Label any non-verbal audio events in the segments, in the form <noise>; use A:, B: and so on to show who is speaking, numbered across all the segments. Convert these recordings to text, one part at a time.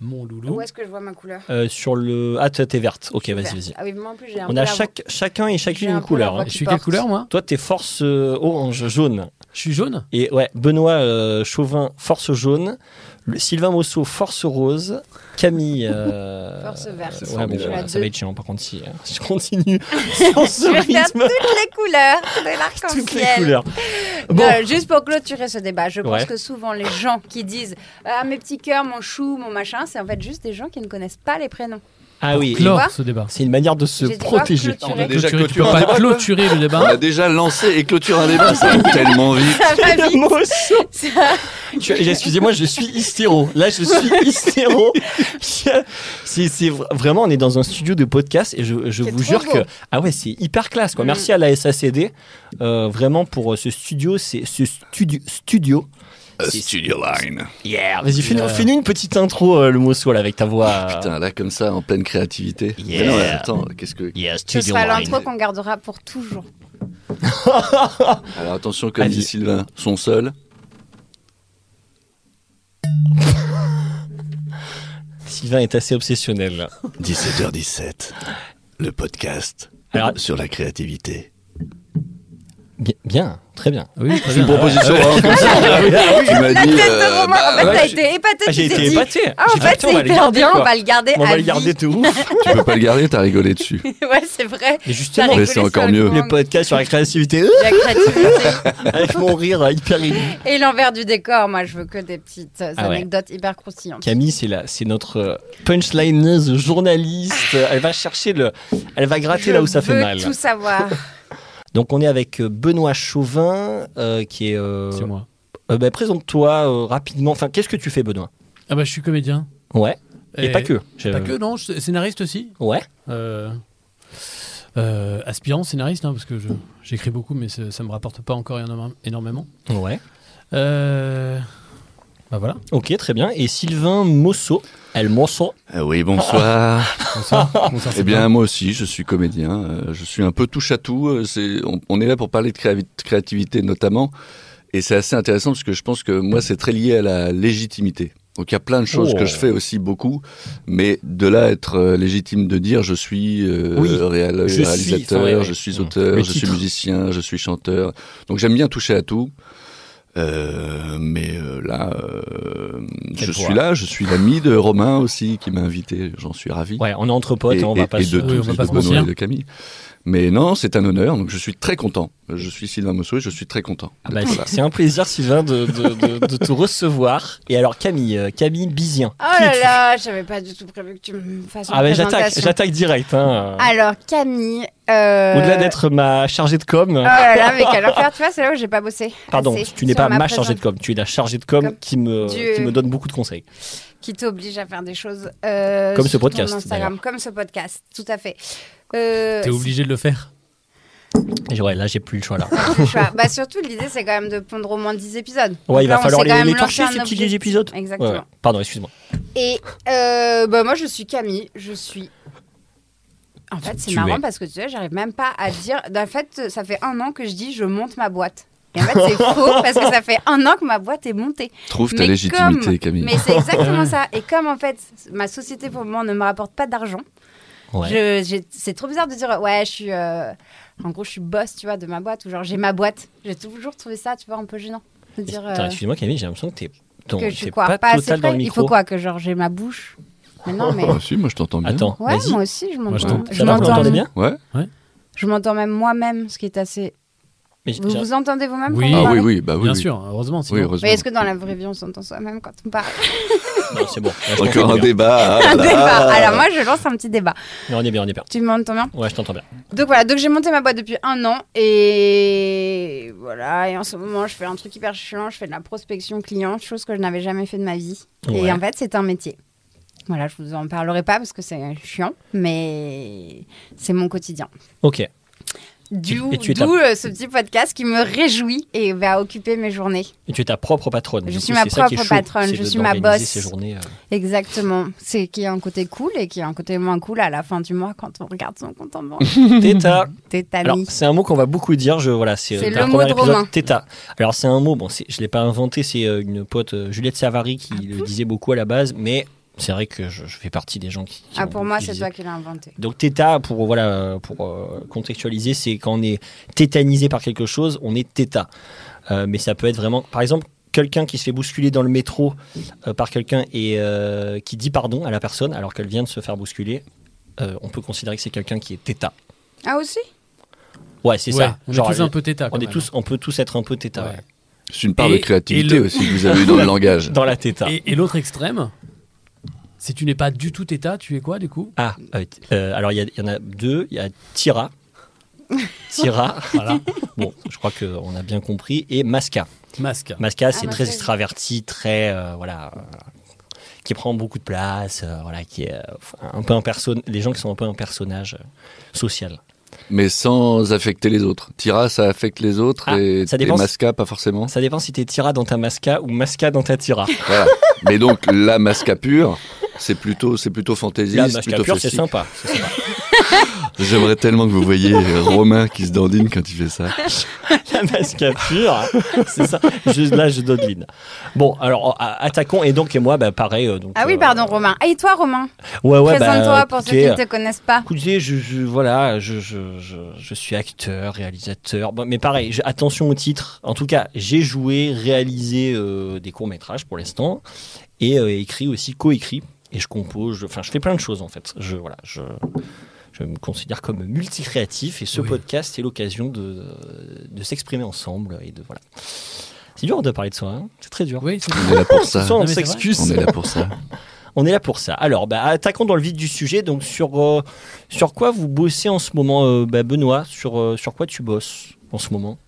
A: Mon loulou.
B: est-ce que je vois ma couleur
C: Euh, Sur le... Ah t'es t'es verte, ok vas-y vas-y.
B: Ah oui, moi en plus j'ai un
C: On a chaque, chacun et
B: J'ai
C: chacune
B: un
C: une
B: peu
C: couleur.
B: la
C: hein.
A: Je
B: qui
A: suis quelle
B: porte.
A: couleur, moi
C: Toi t'es force euh, orange, jaune.
A: Je suis jaune
C: Et ouais, Benoît euh, Chauvin, force jaune. Le- Sylvain Mosso, force rose. Camille. euh,
B: Force verte.
C: ouais, bon,
B: Je suis à
C: ça
B: deux.
C: va être chiant par contre si euh, si <laughs> je continue sans ce
B: Je vais faire
C: rythme.
B: toutes
C: <laughs>
B: les couleurs de
C: Toutes les
B: l'arc-en-ciel.
C: couleurs. Bon,
B: Euh, juste pour clôturer ce débat, je pense
C: Ouais.
B: que souvent les gens qui disent ah, mes petits cœurs, mon chou, mon machin, c'est en fait juste des gens qui ne connaissent pas
C: <laughs>
B: les prénoms.
C: ah oui,
B: Clore.
A: Clore
B: vois
A: ce débat.
C: c'est une manière de se
B: J'ai dit oh, quoi,
C: protéger.
B: clôturer
D: On a déjà
A: Clôturer, tu peux
D: clôturé un
A: pas
D: débat,
A: clôturer
C: <laughs>
A: le
D: On a
A: débat.
D: déjà lancé et clôturé un débat, ça va tellement vite.
B: Ça va vite. <laughs>
C: Mosso.
B: Ça-
C: Je- Excusez-moi, je suis hystéro. Là, je
B: <laughs>
C: suis hystéro. Je- c'est c'est vr- vraiment, on est dans un studio de podcast et je, je
B: C'est
C: vous
B: trop
C: jure
B: beau.
C: que ah ouais, c'est hyper classe. Quoi.
B: Mm.
C: Merci à la SACD euh, vraiment pour euh, ce studio, c'est ce studio studio.
D: Euh,
C: C'est-
D: Studio Line.
C: Yeah, vas-y, fais-nous
A: Yeah.
C: fais-nous une petite intro, euh, le Mosso, là, avec ta voix. euh,
D: Putain, là, comme ça, en pleine créativité.
C: Yeah.
D: Mais non, mais attends, qu'est-ce que.
C: Yeah,
B: Ce
C: studio
B: sera
C: line.
B: l'intro qu'on gardera pour toujours.
D: Alors attention, comme
C: Allez.
D: dit Sylvain, son seul.
C: Sylvain est assez obsessionnel. là.
D: 17h17, le podcast
C: Alors-
D: sur la créativité.
C: Bien, bien, très bien.
A: Oui, très
D: C'est une
A: bien.
D: proposition, hein, comme
B: Ah,
D: ça. Tu m'as
B: La
D: dit.
B: tête de
D: euh,
B: Romain, en
D: bah,
B: fait,
C: ouais,
B: t'as
C: je-
B: été épaté.
C: Ah,
B: tu
C: J'ai
B: t'es
C: été
B: dit,
C: épaté.
B: Ah, en
C: J'ai fait,
B: fait,
C: putain, on va
B: c'est
C: le
B: hyper
C: garder,
B: bien, bah,
C: quoi.
B: on va le garder.
C: On
B: à
C: va le garder
B: vie.
C: de
B: <laughs>
C: ouf.
D: tu peux pas le garder, t'as rigolé dessus.
B: Ouais, c'est vrai.
C: Et justement,
D: Mais c'est encore mieux.
C: le podcast sur la créativité, <laughs> euh,
B: La créativité.
C: avec mon rire euh, hyper aigu.
B: Et l'envers du décor, moi, je veux que des petites euh,
C: Ah ouais.
B: anecdotes hyper croustillantes.
C: Camille, c'est la, c'est notre euh, punchlineuse journaliste. Euh, Elle va chercher le, elle va gratter
B: Ah. Je
C: là où ça fait
B: veux
C: mal. <laughs>
B: tout savoir.
C: Donc on est avec euh, Benoît Chauvin, euh, qui est. euh,
A: C'est moi.
C: euh, bah, présente-toi euh, rapidement. Enfin, qu'est-ce que tu fais, Benoît
A: Ah bah je suis comédien.
C: Ouais. Et, pas que. Je-
A: Pas que, non, je- scénariste aussi.
C: Ouais.
A: Euh, euh, aspirant scénariste, hein, parce que je- j'écris beaucoup, mais ça ça me rapporte pas encore énorme- énormément.
C: Ouais.
A: Euh, bah voilà.
C: Ok, très bien. Et Sylvain Mosso, elle Mosso.
D: Ah oui, bonsoir.
C: <laughs>
A: Bonsoir. Bonsoir,
D: Eh
A: c'est
D: bien,
A: bien.
D: moi aussi, je suis comédien. euh, je suis un peu touche à tout. euh, c'est- on, on est là pour parler de créavi- créativité notamment. Et c'est assez intéressant parce que je pense que moi, c'est très lié à la légitimité. Donc, il y a plein de choses
C: Oh.
D: que je fais aussi beaucoup. Mais de là à être euh, légitime de dire je suis euh,
C: Oui,
D: réal-
C: je suis,
D: réalisateur,
C: enfin, ouais, ouais.
D: je suis
C: Mmh.
D: auteur,
C: Le
D: je suis
C: titre.
D: musicien, je suis chanteur. Donc, j'aime bien toucher à tout. Euh, mais euh, là, euh,
C: Quel
D: je suis
C: pouvoir.
D: là, je suis l'ami de Romain aussi qui m'a invité, j'en suis ravi
C: Ouais, on est entre potes,
D: et,
C: hein, on va
D: et-
C: pas
D: et
C: se-
D: de
A: Oui, on
D: tous,
A: va
D: et
A: pas
D: de
A: se
D: Benoît
A: mentir.
D: et de Camille. Mais non, c'est un honneur, donc je suis très content. Je suis Sylvain Mosso et je suis très content.
C: Ah bah,
D: d'être là.
C: c'est- c'est un plaisir, Sylvain, de, de, de- de te recevoir. Et alors, Camille, euh, Camille Bizien.
B: Oh là là, j'avais pas du tout prévu que tu me fasses une
C: Ah, bah, j'attaque,
B: présentation.
C: j'attaque direct. Hein.
B: Alors, Camille. euh,
C: Au-delà d'être ma chargée de com,
B: Oh là
C: <laughs>
B: là, mais quelle enfer, tu vois, c'est là où j'ai pas bossé.
C: pardon,
B: assez
C: tu n'es
B: sur
C: pas ma,
B: présent-
C: chargée de com, tu es la chargée de com,
B: Comme
C: qui, me,
B: Dieu.
C: qui me donne beaucoup de conseils.
B: Qui t'oblige à faire des choses. euh,
C: Comme ce
B: sur ton
C: podcast,
B: Instagram, comme ce podcast, tout à fait. Euh,
A: T'es obligé de le faire.
C: Et ouais, là, j'ai plus le choix. Là.
B: c'est le choix. bah, surtout, l'idée, c'est quand même de pondre au moins 10 épisodes.
C: Ouais, il
B: Là,
C: va
B: on
C: falloir
B: s'est quand
C: les,
B: même
C: les
B: lancé
C: torcher,
B: un
C: ces petits
B: objectif.
C: épisodes. Ouais,
B: Exactement.
C: ouais. Pardon, excuse-moi.
B: Et euh, bah, moi, je suis Camille, je suis. En fait, c'est
C: Tu
B: marrant
C: es.
B: parce que tu vois, j'arrive même pas à dire. En fait, ça fait un an que je dis je monte ma boîte. Et en fait,
C: <laughs>
B: c'est faux parce que ça fait un an que ma boîte est montée.
D: Trouve ta
B: Mais
D: légitimité,
B: comme-
D: Camille.
B: Mais c'est exactement ça. Et comme en fait, ma société pour le moment ne me rapporte pas d'argent,
C: Ouais.
B: je- j'ai- c'est trop bizarre de dire ouais, je suis. euh, En gros, je suis boss, tu vois, de ma boîte ou genre j'ai ma boîte. J'ai toujours trouvé ça, tu vois, un peu gênant. De dire
C: Attends,
B: euh,
C: excuse-moi, Camille, j'ai l'impression que t'es ton-
B: que je suis
C: t'es
B: quoi
C: pas,
B: Pas, assez
C: total dans
B: près.
C: le
B: Il
C: micro.
B: faut quoi que genre j'ai ma bouche Mais non,
D: <laughs>
B: mais.
D: Ah, si, moi je t'entends bien.
C: Attends,
B: Ouais,
C: vas-y.
B: moi aussi, je
A: je
B: m'entends.
A: t'entends.
B: Je
C: Ça va, vous
B: m'entends
C: m'entendez
B: même.
C: bien
D: Ouais
B: Je m'entends même moi-même, ce qui est assez.
C: Mais j'ai-
B: Vous
C: j'ai-
B: vous entendez vous-même quand
A: Oui.
B: vous
D: Ah oui,
B: parlez
D: oui, bah oui.
A: bien
D: oui.
A: sûr, heureusement.
D: Oui,
A: sinon-
B: Mais
D: heureusement.
B: est-ce que dans la vraie vie, on s'entend soi-même quand on parle
C: non, c'est bon. Là, je t'entends
D: Encore un
C: bien.
D: débat. ah
B: Un
D: là.
B: débat. Alors moi, je lance un petit débat.
C: Mais on est bien, on est bien.
B: Tu m'entends bien
C: Ouais, je t'entends bien.
B: Donc voilà, donc j'ai monté ma boîte depuis un an et voilà. Et en ce moment, je fais un truc hyper chiant. Je fais de la prospection client, chose que je n'avais jamais fait de ma vie.
C: Ouais.
B: Et en fait, c'est un métier. Voilà, je vous en parlerai pas parce que c'est chiant, mais c'est mon quotidien.
C: Ok.
B: D'où
C: Et tu es
B: d'où, euh, ce petit podcast qui me réjouit et va occuper mes journées.
C: Et tu es ta propre patronne.
B: Je
C: Du
B: suis
C: coup,
B: ma
C: c'est ça qui est
B: propre
C: chaud,
B: patronne,
C: c'est
B: je
C: de-
B: suis ma
C: d'organiser
B: boss.
C: ces journées,
B: <laughs>
C: euh.
B: Exactement. C'est qu'il y a un côté cool et qu'il y a un côté moins cool à la fin du mois quand on regarde son compte
C: <laughs>
B: en banque.
C: Theta. Alors,
B: Tétanie.
C: c'est un mot qu'on va beaucoup dire. Je, voilà, c'est euh,
B: C'est
C: dans
B: le
C: premier
B: mot de
C: épisode,
B: Romain.
C: Theta. Alors, c'est un mot, bon, c'est- je ne l'ai pas inventé, c'est euh, une pote, euh, Juliette Savary, qui
B: Ah,
C: le disait beaucoup à la base, mais c'est vrai que je, je fais partie des gens qui. qui
B: Ah,
C: ont
B: pour moi,
C: beaucoup
B: c'est
C: utilisé.
B: toi qui l'as inventé.
C: Donc, Theta, pour, voilà, euh, pour euh, contextualiser, c'est quand on est tétanisé par quelque chose, on est Theta. Euh, mais ça peut être vraiment. Par exemple, quelqu'un qui se fait bousculer dans le métro euh, par quelqu'un et euh, qui dit pardon à la personne alors qu'elle vient de se faire bousculer, euh, on peut considérer que c'est quelqu'un qui est Theta.
B: Ah aussi
C: Ouais, c'est
A: Ouais,
C: ça.
A: On
C: Genre, euh,
A: est tous un peu téta.
C: on,
A: quand
C: est
A: même. hein.
C: tous, on peut tous être un peu téta.
A: Ouais.
C: ouais.
D: C'est une part
A: Et-
D: de créativité
A: et le-
D: aussi que vous avez eu dans
C: <laughs>
D: le langage.
C: Dans la téta.
A: Et, et l'autre extrême, si tu n'es pas du tout téta, tu es quoi du coup
C: Ah, euh, t- euh, alors il y, a- il y en a deux. Il y a Tira. Tira, voilà. Bon, je crois qu'on a bien compris. Et Masca.
A: Masque.
C: Masca, c'est
B: Ah, Masca,
C: très
B: oui.
C: extraverti, très. euh, voilà. euh, qui prend beaucoup de place, euh, voilà, qui est euh, un peu un personne, les gens qui sont un peu un personnage euh, social.
D: Mais sans affecter les autres. Tira, ça affecte les autres
C: Ah,
D: et,
C: ça
D: et
C: dépend.
D: Masca, pas forcément.
C: Ça dépend si t'es Tira dans ta Masca ou Masca dans ta Tira.
D: Voilà. Mais donc, la Masca pure, c'est plutôt, c'est plutôt fantaisiste,
C: La Masca
D: plutôt
C: pure, c'est
D: festif.
C: sympa. <laughs>
D: J'aimerais tellement que vous voyiez euh, Romain qui se dandine quand il fait ça.
C: La masca pure, <laughs> c'est ça. Je- là, je donne l'ine. Bon, alors a- attaquons. Et donc et moi, bah pareil. euh, Donc,
B: Ah oui,
C: euh,
B: pardon, Romain. Ah, et toi, Romain
C: Ouais, ouais. bah,
B: Présente-toi pour ceux
C: écoutez,
B: qui ne te connaissent pas.
C: Écoutez, je, je- voilà, je, je, je, je suis acteur, réalisateur. Bon, mais pareil, je- attention au titre. En tout cas, j'ai joué, réalisé euh, des courts-métrages pour l'instant et euh, écrit aussi, co-écrit. Et je compose, je- enfin, je, fais plein de choses en fait. Je, voilà, je, je me considère comme multicréatif et ce
A: Oui.
C: podcast est l'occasion de, de s'exprimer ensemble et de voilà. C'est dur de parler de soi, hein c'est très dur.
A: Oui, c'est
D: On est là pour ça.
C: Soit
A: Non,
C: on
A: mais c'est vrai.
C: s'excuse,
D: On est là pour ça.
C: on est là pour ça. Alors, bah, attaquons dans le vif du sujet. Donc, sur, euh, sur quoi vous bossez en ce moment, euh, bah, Benoît sur, euh, sur quoi tu bosses en ce moment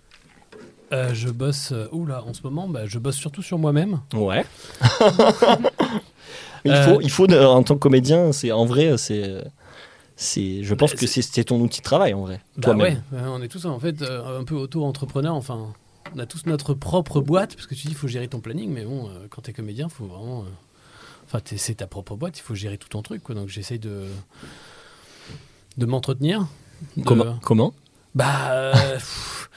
A: Euh, je bosse, euh, oula, en ce moment, bah, je bosse surtout sur moi-même.
C: Ouais. <laughs> il,
A: Euh,
C: faut, il faut, euh, en tant que comédien, c'est en vrai, c'est. c'est- Je pense
A: Bah,
C: que c'est c'est ton outil de travail en vrai.
A: Bah
C: Toi-même.
A: ouais, euh, on est tous en fait euh, un peu auto-entrepreneurs, enfin, on a tous notre propre boîte, parce que tu dis, il faut gérer ton planning, mais bon, euh, quand t'es comédien, faut vraiment... euh, Enfin, t'es- c'est ta propre boîte, il faut gérer tout ton truc, quoi, donc j'essaye de... de m'entretenir. de-
C: Comment, comment
A: Bah euh, pff,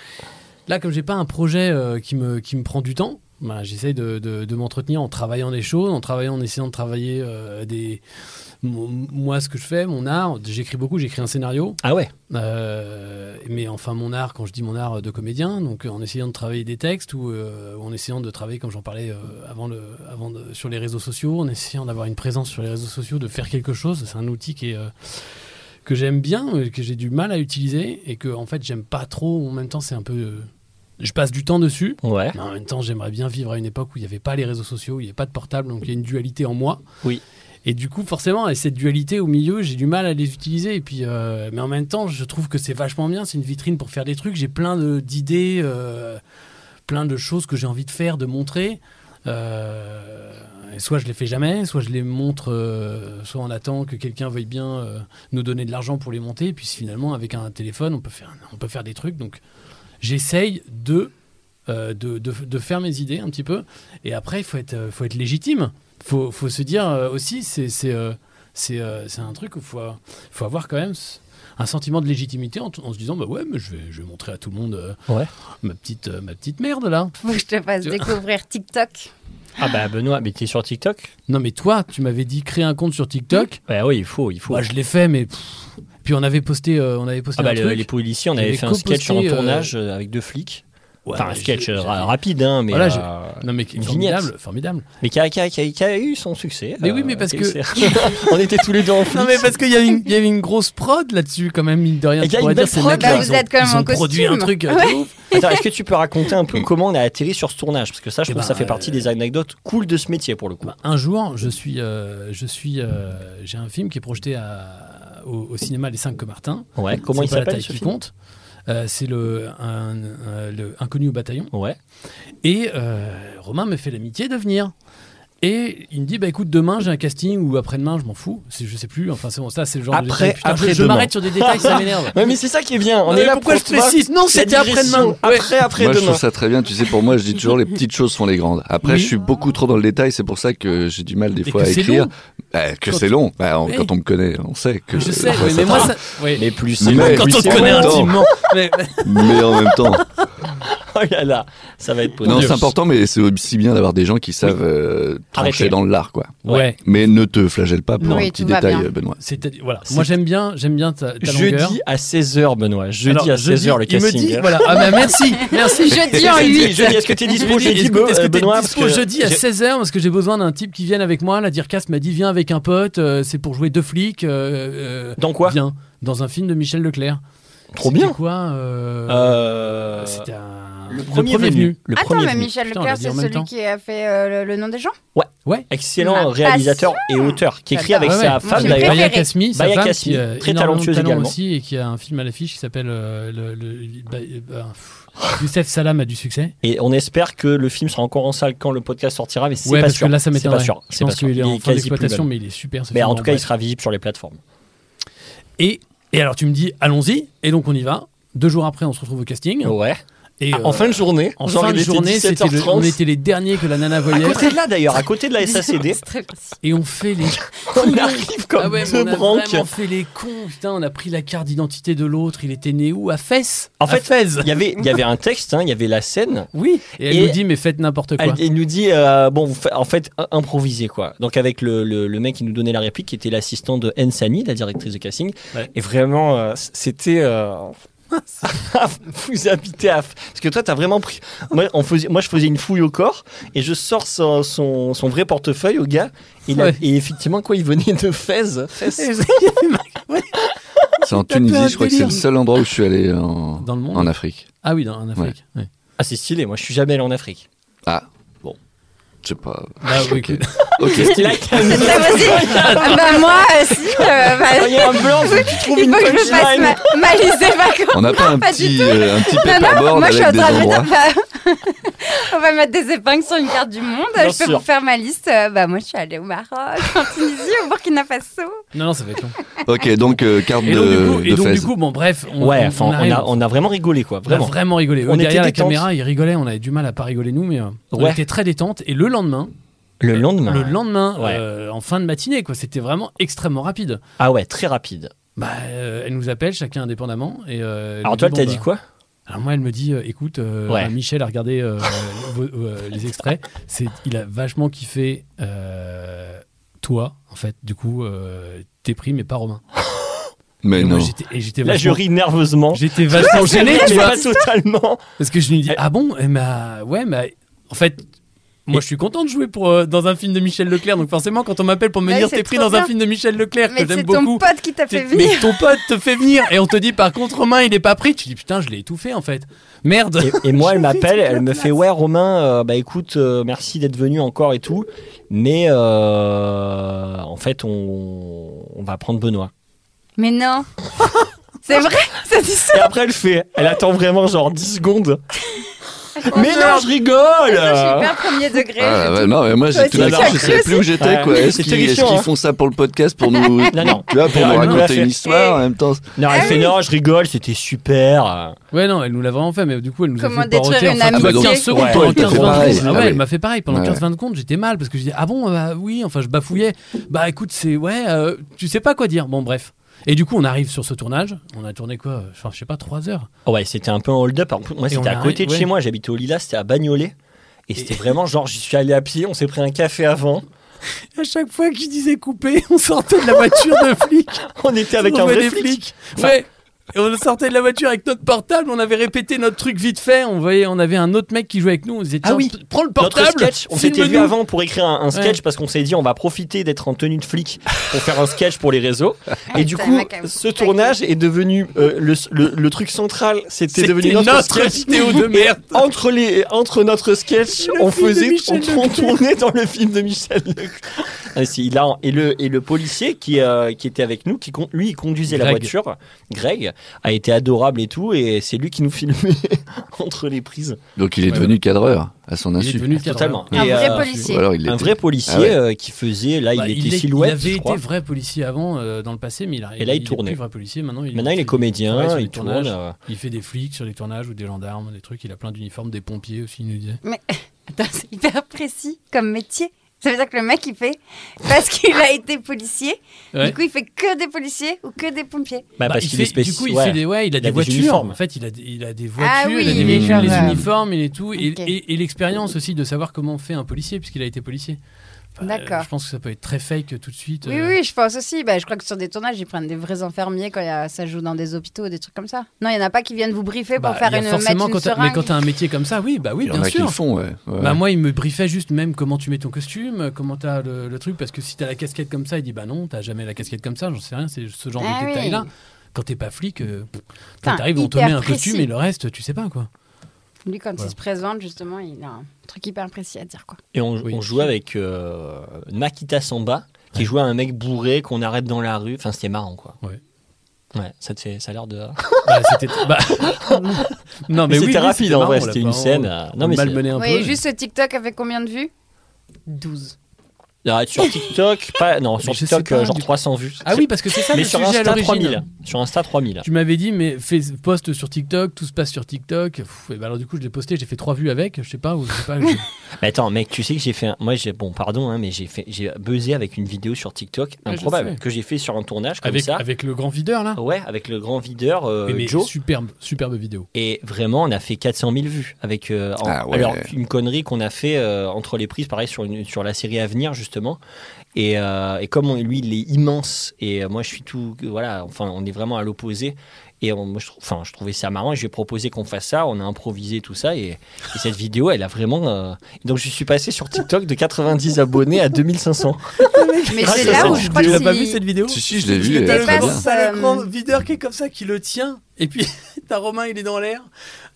A: là, comme j'ai pas un projet euh, qui, me, qui me prend du temps, bah, j'essaye de, de- de m'entretenir en travaillant des choses, en travaillant, en essayant de travailler euh, des mon- moi ce que je fais, mon art. J'écris beaucoup, j'écris un scénario,
C: Ah ouais
A: euh, mais enfin mon art, quand je dis mon art euh, de comédien, donc euh, en essayant de travailler des textes ou euh, ou en essayant de travailler comme j'en parlais euh, avant le avant de- sur les réseaux sociaux, en essayant d'avoir une présence sur les réseaux sociaux, de faire quelque chose. C'est un outil qui est euh, que j'aime bien, euh, que j'ai du mal à utiliser et que en fait j'aime pas trop. En même temps, c'est un peu, euh, je passe du temps dessus.
C: Ouais.
A: Mais en même temps, j'aimerais bien vivre à une époque où il n'y avait pas les réseaux sociaux, où il n'y avait pas de portable, donc il y a une dualité en moi.
C: Oui.
A: Et du coup, forcément, et cette dualité au milieu, j'ai du mal à les utiliser. Et puis, euh, mais en même temps, je trouve que c'est vachement bien. C'est une vitrine pour faire des trucs. J'ai plein de- d'idées, euh, plein de choses que j'ai envie de faire, de montrer. Euh, et soit je les fais jamais, soit je les montre, euh, soit on attend que quelqu'un veuille bien euh, nous donner de l'argent pour les monter. Et puis finalement, avec un téléphone, on peut faire, on peut faire des trucs. Donc, j'essaye de euh, de, de, de faire mes idées un petit peu. Et après, il faut être, euh, faut être légitime. Il faut, faut se dire euh, aussi, c'est c'est euh, c'est, euh, c'est un truc où il faut, euh, faut avoir quand même ce- un sentiment de légitimité en, t- en se disant bah ouais mais je vais, je vais montrer à tout le monde euh,
C: Ouais.
A: ma petite euh, ma petite merde là
B: Faut que je te fasse
A: Tu-
B: découvrir TikTok.
C: Ah bah Benoît, mais t'es sur TikTok
A: non mais toi tu m'avais dit créer un compte sur TikTok
C: Ouais, oui, il faut. Il faut.
A: moi je l'ai fait mais pff. puis on avait posté euh, on avait posté
C: ah bah
A: un
C: le-
A: truc
C: les policiers, on avait
A: J'avais
C: fait un sketch sur un
A: co-posté, euh,
C: tournage euh, avec deux flics.
A: Ouais,
C: enfin, un
A: mais
C: sketch
A: j'ai-
C: euh,
A: j'ai-
C: ra- rapide, hein, mais.
A: Voilà, j'ai-
C: euh,
A: non mais qui-
C: une
A: formidable
C: vignette.
A: formidable
C: Mais qui a, qui a- qui a- qui a eu son succès.
A: Mais oui, mais parce que- <laughs>
C: c'est- <laughs> on était tous les deux en flics.
A: Non mais parce qu'il y, avait une- il y avait une grosse prod là-dessus quand même mine de rien.
C: Et il y a
A: Tu pourrais
C: une belle
A: ces
C: prod,
A: mecs-là,
C: là,
A: ils
C: vous
A: ont-
B: êtes quand même
A: ils ont
B: en
A: produit un
B: costume.
A: truc euh, de ouf.
C: Attends, est-ce que tu peux raconter un peu
D: Mm.
C: comment on a atterri sur ce tournage Parce que ça, je
A: Eh
C: trouve que ça
A: ben,
C: fait partie
A: euh,
C: des anecdotes cool de ce métier pour le coup.
A: Bah, un jour, je suis, euh, je suis, euh, j'ai un film qui est projeté à- au, au cinéma Les Cinq Comartins.
C: ouais, comment
A: C'est
C: il
A: pas la
C: s'appelle
A: taille
C: ce
A: qui
C: film
A: compte. Euh, c'est le, un- un- le Inconnu au bataillon.
C: Ouais.
A: Et euh, Romain me fait l'amitié de venir. Et il me dit, bah écoute, demain j'ai un casting ou après-demain, je m'en fous. C'est- Je sais plus. Enfin, c'est bon, ça, c'est le genre de
C: Après-
A: détail. Putain, je- je
C: après-demain.
A: m'arrête sur des détails, ça m'énerve.
C: Ouais, mais c'est ça qui est bien. <laughs> On
A: Non, mais
C: est là
A: pourquoi
C: pour
A: je précise Non, c'était après-demain. Ouais.
C: Après, après
D: Moi, je
C: demain.
D: trouve ça très bien. Tu sais, pour moi, je dis toujours les petites choses font les grandes. Après,
A: Oui.
D: je suis beaucoup trop dans le détail. C'est pour ça que j'ai du mal des
A: Et
D: fois
A: que
D: à
A: c'est
D: écrire.
A: long.
D: Bah, que
A: Quand-
D: c'est long. Bah, on-
A: Oui.
D: Quand on me connaît, on sait que.
A: Je
D: <laughs>
A: sais,
D: ouais,
A: mais,
D: ça
A: mais moi,
D: tarde.
A: ça. Oui.
C: Mais plus c'est
D: Mais
C: long.
A: quand
D: oui,
A: on te
D: c'est
A: connaît
D: important.
A: intimement. Mais-
D: Mais en même
A: <laughs>
D: temps.
C: <laughs> Oh là là, ça va être
D: Non,
C: podium.
D: c'est important, mais c'est aussi bien d'avoir des gens qui savent euh, trancher
C: Arrêtez.
D: dans l'art, quoi.
C: <laughs>
A: Ouais.
D: Mais ne te flagelle pas pour
B: Oui,
D: un petit
B: tout va
D: détail,
B: bien. <laughs>
D: Benoît.
A: C'est-à-dire, voilà.
C: C'est-
A: Moi, j'aime bien, j'aime bien ta, ta longueur.
C: Jeudi à 16h, Benoît. Jeudi
A: Alors,
C: à 16h, le casting. hein.
A: Il me dit, voilà. Ah, bah, merci, merci.
B: Jeudi en
C: Jeudi,
B: 8.
C: jeudi, est-ce que t'es dispo
A: Jeudi,
C: jeudi,
A: est-ce que- est-ce que t'es
C: euh, Benoît
A: dispo
C: parce que
A: jeudi à
C: j'ai-
A: 16h parce que j'ai besoin d'un type qui vienne avec moi. La Dircas m'a dit viens avec un pote, euh, c'est pour jouer deux flics. euh, euh,
C: Dans quoi
A: Viens dans un film de Michel Leclerc.
C: Trop
A: C'était
C: bien.
A: quoi euh,
C: Euh,
A: C'était un-
C: Le premier venu. Le
B: Attends,
C: premier
B: mais
C: venu.
B: Michel
A: Putain, on l'a
B: Leclerc,
A: dit en
B: c'est
A: même
B: celui
A: temps.
B: qui a fait euh, le, le nom des gens Ma
C: Excellent réalisateur et auteur qui écrit avec
A: Ah Ouais,
C: sa
A: ouais.
C: femme
B: J'ai
C: d'ailleurs.
A: Baya
B: préféré.
A: Kasmi, sa
C: Baya
A: femme,
C: Kasmi,
A: qui a
C: très
A: énormément de
C: talentueuse
A: talent
C: également.
A: aussi et qui a un film à l'affiche qui s'appelle euh, le, le- bah, euh, bah, pff, Youssef Salam a du succès.
C: Et on espère que le film sera encore en salle quand le podcast sortira, mais c'est
A: ouais,
C: pas
A: parce
C: sûr.
A: que là ça
C: c'est
A: m'étonnerait.
C: pas sûr.
A: Je
C: C'est pas
A: pense
C: sûr.
A: qu'il est
C: Il
A: en fin
C: quasi plus
A: d'exploitation,
C: valable.
A: mais il est super. ce
C: Mais
A: film,
C: en tout cas, il
A: bref.
C: sera visible sur les plateformes.
A: Et, et alors tu me dis, allons-y, et donc on y va. Deux jours après, on se retrouve au casting.
C: Ouais.
A: Et,
C: Ah, en
A: euh,
C: fin de journée.
A: en
C: genre,
A: fin
C: il
A: de
C: était
A: journée, c'était le-
C: 17h30.
A: on était les derniers que la nana
C: À
A: voyait.
C: côté de là d'ailleurs, à
A: <laughs>
C: côté de la SACD,
B: C'est très précis.
A: Et on fait les
C: on arrive <laughs> comme
A: Ah ouais, mais
C: deux
A: on a
C: branques.
A: vraiment fait les cons. Putain, on a pris la carte d'identité de l'autre. Il était né où À Fès
C: En
A: À
C: fait,
A: Fès.
C: Il y avait, il y avait un texte, hein, il y avait la scène.
A: Oui. Et elle
C: Et-
A: nous dit, mais faites n'importe quoi.
C: Elle, elle nous dit euh, bon, vous fa- en fait, i- improviser quoi. Donc avec le, le, le mec qui nous donnait la réplique, qui était l'assistant de Nsani, la directrice de casting.
A: Ouais.
C: Et vraiment, euh, c- c'était. euh, <laughs> vous habitez à F- parce que toi t'as vraiment pris moi, on faisait... moi je faisais une fouille au corps et je sors son, son, son vrai portefeuille au gars et, là-
A: Ouais.
C: et effectivement quoi il venait de Fès, Fès.
A: <laughs>
D: C'est en
A: T'as fait un
D: Tunisie, je crois que c'est
A: délire.
D: le seul endroit où je suis allé en,
A: Dans le monde.
D: en Afrique.
A: Ah oui, dans, en Afrique. Ouais.
C: ah c'est stylé moi je suis jamais allé en
B: <laughs>
C: Afrique
D: Ah, bon. Je sais pas.
A: Bah, oui,
D: Ok.
A: écoute.
D: Ok.
C: Là, Camille-
B: C'est possible
A: <laughs>
B: Ah Bah moi, euh, si. euh, bah,
C: Ah, il y a un blanc faut que tu trouves
B: il
C: une
B: faut que je fasse
C: punchline.
B: ma, ma liste des vacances.
D: On n'a pas un
B: Pas
D: petit,
B: du tout.
D: euh, un petit
B: Non, non,
D: paperboard
B: moi je suis en
D: avec des
B: train de
D: endroits.
B: mettre. bah, <laughs> on va mettre des épingles sur une carte du monde.
C: Bien
B: je peux
C: sûr.
B: vous faire ma liste. Euh, Bah moi je suis allée au Maroc, en Tunisie, au Burkina Faso.
A: Non, non, ça va être long.
D: Ok, donc euh, carte
A: Et donc, du coup,
D: de,
A: et
D: de
A: donc, du
D: Fès.
A: coup, bon, bref. On,
C: Ouais,
A: on-
C: enfin,
A: on
C: on,
A: arrive.
C: a, on a vraiment rigolé, quoi.
A: On a
C: Vraiment.
A: vraiment rigolé.
C: On était
A: Derrière la
C: détente.
A: caméra, ils rigolaient. On avait du mal à pas rigoler nous, mais euh, on
C: Ouais.
A: était très détente. Et le lendemain,
C: Le lendemain.
A: le lendemain,
C: Ouais.
A: euh, en fin de matinée, quoi, c'était vraiment extrêmement rapide.
C: Ah ouais, très rapide.
A: Bah, euh, elle nous appelle chacun indépendamment. Et euh, elle nous
C: Alors toi,
A: bon,
C: t'as
A: bah,
C: dit quoi
A: Alors moi, elle me dit, euh, écoute, euh,
C: Ouais.
A: euh, Michel a regardé euh, <laughs> vos- euh, les extraits. C'est, il a vachement kiffé euh, toi, en fait. Du coup, euh, t'es pris, mais pas Romain.
D: Mais
A: et moi,
D: non.
A: j'étais, et j'étais
C: Là, je
A: euh, vachement,
C: ris nerveusement.
B: <laughs>
C: <laughs>
A: j'étais vachement gêné,
C: Mais
A: tu vois,
C: pas
A: <laughs>
C: totalement.
A: parce que je lui dis,
C: Eh.
A: ah bon, eh, bah, ouais, mais en fait. Moi, je suis content de jouer pour, euh, dans un film de Michel Leclerc. Donc, forcément, quand on m'appelle pour me
B: Ouais,
A: dire
B: Bah c'est
A: t'es pris
B: trop
A: dans un
B: bien.
A: film de Michel Leclerc
B: Mais
A: que j'aime
B: c'est ton
A: beaucoup,
B: pote qui t'a
A: t'es-
B: fait venir.
A: mais ton pote te fait venir et on te dit par contre Romain il est pas pris. Tu dis putain je l'ai étouffé en fait. Merde.
C: Et, et moi, elle m'appelle, elle me fait Ouais, Romain, euh, bah écoute, euh, merci d'être venu encore et tout. Mais euh, en fait, on, on va prendre Benoît.
B: Mais non. c'est vrai, ça dit ça.
C: Et après, elle fait. Elle attend vraiment genre 10 secondes.
B: Oh
C: Mais non, je
A: Oh
C: rigole
B: Ça, je suis hyper premier degré.
D: Ah,
B: je-
D: ouais, non, mais moi,
B: Toi
D: j'ai tout
B: aussi,
D: d'un
C: tu
D: coup,
C: as
D: je
C: cru,
D: savais plus où j'étais,
C: Ouais,
D: quoi. Est-ce
C: c'est
D: qu'ils est-ce
C: terrifiant,
D: qu'ils
C: hein.
D: font ça pour le podcast, pour nous,
C: Non, non.
D: tu vois, pour
C: Non,
D: nous
C: elle nous l'a
D: raconter
C: fait.
D: une histoire en même temps?
C: Non, elle
B: Ah
C: fait
B: oui.
C: Non, je rigole, c'était super.
A: Ouais, non, elle nous l'a vraiment fait, mais du coup, elle nous
B: Comment
A: a fait paroter
B: détruire
A: en
B: une
A: fin de-
D: amitié.
A: Ah bah, 15 secondes,
C: Ouais,
A: pendant
D: elle t'a fait
A: 15 20
D: pareil.
A: secondes. Ah
D: Ah
A: ouais,
D: ouais.
A: elle m'a fait pareil. Pendant
D: Ouais.
A: 15-20 secondes, j'étais mal parce que je dis Ah bon, bah oui, enfin, je bafouillais. Bah écoute, c'est. Ouais, euh, tu sais pas quoi dire. Bon, bref. Et du coup, on arrive sur ce tournage. On a tourné quoi euh, enfin, Je sais pas, 3 heures.
C: Oh, Ouais, c'était un peu un hold-up. En plus, Moi,
A: Et on
C: c'était à
A: a-
C: côté de
A: ouais.
C: chez moi. J'habitais au Lila, c'était à Bagnolet. Et c'était vraiment genre, j'y suis allé à pied, on s'est pris un café avant.
A: À chaque fois que je disais couper, <laughs> on sortait de la voiture de flic.
C: On était avec
A: On
C: un
A: voit
C: vrai
A: des
C: flic.
A: flics. Ouais. Et on sortait de la voiture avec notre portable, on avait répété notre truc vite fait, on voyait, on avait un autre mec qui jouait avec nous, on disait
C: Ah
A: Tiens,
C: oui.
A: p- prends le portable,
C: Notre sketch, on s'était vu
A: filme-nous.
C: avant pour écrire un, un sketch
A: Ouais.
C: parce qu'on s'est dit on va profiter d'être en tenue de flic pour faire un sketch pour les réseaux. Et du
B: Ah, putain,
C: coup,
B: le mec a-
C: ce tournage est devenu euh, le, le- le truc central. C'était
A: C'était
C: devenu notre,
A: notre
C: sketch.
A: vidéo de merde.
C: Entre les entre notre sketch,
A: Le
C: on
A: film de
C: faisait
A: Michel
C: on, on tournait dans le film de Michel. Leclerc. Ah, si, là, et le et le policier qui euh, qui était avec nous, qui con- lui il conduisait la
A: Greg.
C: voiture, Greg, a été adorable et tout, et c'est lui qui nous filmait <laughs> entre les prises.
D: Donc il est
A: Ouais,
D: devenu cadreur à son
A: Il est
D: insu.
A: devenu
C: Totalement.
A: cadreur.
B: Un
C: Et,
B: vrai
C: euh,
D: Ou
B: policier.
D: alors il
C: Un
D: l'était.
C: vrai policier
D: Ah ouais.
C: euh, qui faisait, là
A: Bah,
C: il était
A: est-
C: silhouette.
A: il avait
C: je crois.
A: été vrai policier avant euh, dans le passé, mais il a,
C: Et là, il
A: est
C: tournait.
A: plus vrai policier. Maintenant, il,
C: Maintenant il est
A: travaille
C: comédien,
A: sur les
C: il tourne.
A: tournages.
C: euh,
A: Il fait des flics sur les tournages ou des gendarmes, des trucs. Il a plein d'uniformes, des pompiers aussi, il nous disait.
B: Attends, c'est hyper précis comme métier. Ça veut dire que le mec, il fait parce qu'il a été policier.
A: Ouais.
B: Du coup, il fait que des policiers ou que des pompiers.
C: bah,
A: Bah,
C: parce
A: il
C: qu'il est
A: fait-
C: spécial.
A: Du coup, il, fait des, ouais, il a des, voitures.
C: uniformes.
A: En fait, il a, des- il a des voitures,
B: Ah
A: il a
B: oui,
A: des
D: il est
A: voitures,
D: genre,
A: les
D: euh,
A: uniformes, il est tout. Et-
B: Ok.
A: Et, et l'expérience aussi de savoir comment fait un policier, puisqu'il a été policier. Enfin,
B: D'accord.
A: euh, Je pense que ça peut être très fake tout de suite.
B: Oui,
A: euh,
B: oui, je pense aussi. Bah, je crois que sur des tournages, ils prennent des vrais infirmiers quand il y a- ça joue dans des hôpitaux, des trucs comme ça. Non, il n'y en a pas qui viennent vous briefer pour
A: bah,
B: faire
A: il y a
B: une,
A: forcément
B: mettre une
A: quand t'as- mais
B: seringue.
A: quand t'as un métier comme ça, oui, bah oui,
D: Il y en
A: bien
D: a qui le
A: sûr.
D: font, ouais. Ouais.
A: Bah moi, il me briefait juste même comment tu mets ton costume, comment t'as le, le truc, parce que si t'as la casquette comme ça, il dit bah non, t'as jamais la casquette comme ça, j'en sais rien, c'est ce genre
B: Ah
A: de
B: oui.
A: détail-là. Quand t'es pas flic, euh, pff,
B: Putain,
A: t'arrives, on te
B: hyper
A: met un
B: précis.
A: costume et le reste, tu sais pas quoi.
B: Lui, quand
A: Voilà.
B: il se présente, justement, il a un truc hyper précis à dire. quoi.
C: Et on,
A: Oui.
C: on jouait avec euh, Makita Samba, qui jouait à un mec bourré qu'on arrête dans la rue. Enfin, c'était marrant, quoi.
A: Ouais.
C: Ouais, ça, te fait- ça a l'air
A: <laughs>
C: de.
A: Bah, c'était
C: <laughs>
A: bah, non, mais oui,
C: c'était
A: oui,
C: rapide en
A: marrant,
C: vrai,
A: on l'a
C: c'était
A: pas-
C: une scène.
A: on-
C: euh,
A: on
C: Non, mais c'est-
A: malmenait un
B: Vous
A: peu.
B: voyez
A: mais-
B: juste ce TikTok avec combien de vues 12.
C: Ah, sur TikTok, pas. Non, sur
A: Mais je sais
C: TikTok,
A: pas,
C: euh, genre
A: du coup.
C: 300 vues.
A: Ah oui, parce que c'est ça
C: mais
A: le
C: sur
A: sujet à
C: Insta
A: l'origine.
C: 3000. Sur Insta 3000.
A: Tu m'avais dit, mais fais poste sur TikTok, tout se passe sur TikTok. Pff, et bah alors du coup, je l'ai posté, j'ai fait trois vues avec, je sais pas, ou
C: <laughs>
A: je sais pas. je-
C: Mais attends, mec, tu sais que j'ai fait. un- Moi, j'ai. Bon, pardon, hein, mais j'ai fait. J'ai buzzé avec une vidéo sur TikTok
A: Ouais, je sais.
C: improbable que j'ai fait sur un tournage comme
A: avec,
C: ça.
A: avec le grand videur là.
C: Ah Ouais, avec le grand videur euh,
A: mais, mais
C: Joe.
A: superbe, superbe vidéo.
C: Et vraiment, on a fait 400 000 vues avec euh, en-
D: Ah ouais.
C: alors une connerie qu'on a fait euh, entre les prises, pareil sur une, sur la série à venir justement. Et, euh, et comme on- lui, il est immense et euh, moi, je suis tout voilà. Enfin, on est vraiment à l'opposé. Et on- moi, je, trou- enfin, je trouvais ça marrant. et J'ai proposé qu'on fasse ça. On a improvisé tout ça et, et cette vidéo, elle a vraiment. euh, Donc, je suis passé sur TikTok de 90 abonnés à 2500.
B: Mais
C: Grâce
B: c'est
C: à
B: là
C: cette
B: où je crois
A: Tu
B: que
A: l'as pas vu
B: si...
A: cette vidéo
D: Si, si, je l'ai vu.
A: Je
D: elle est
A: t'ai
D: très
A: pas
B: dépasse,
D: bien.
A: pensé à
B: euh,
A: l'écran, videur qui est comme ça, qui le tient, et puis <laughs> t'as Romain, il est dans l'air,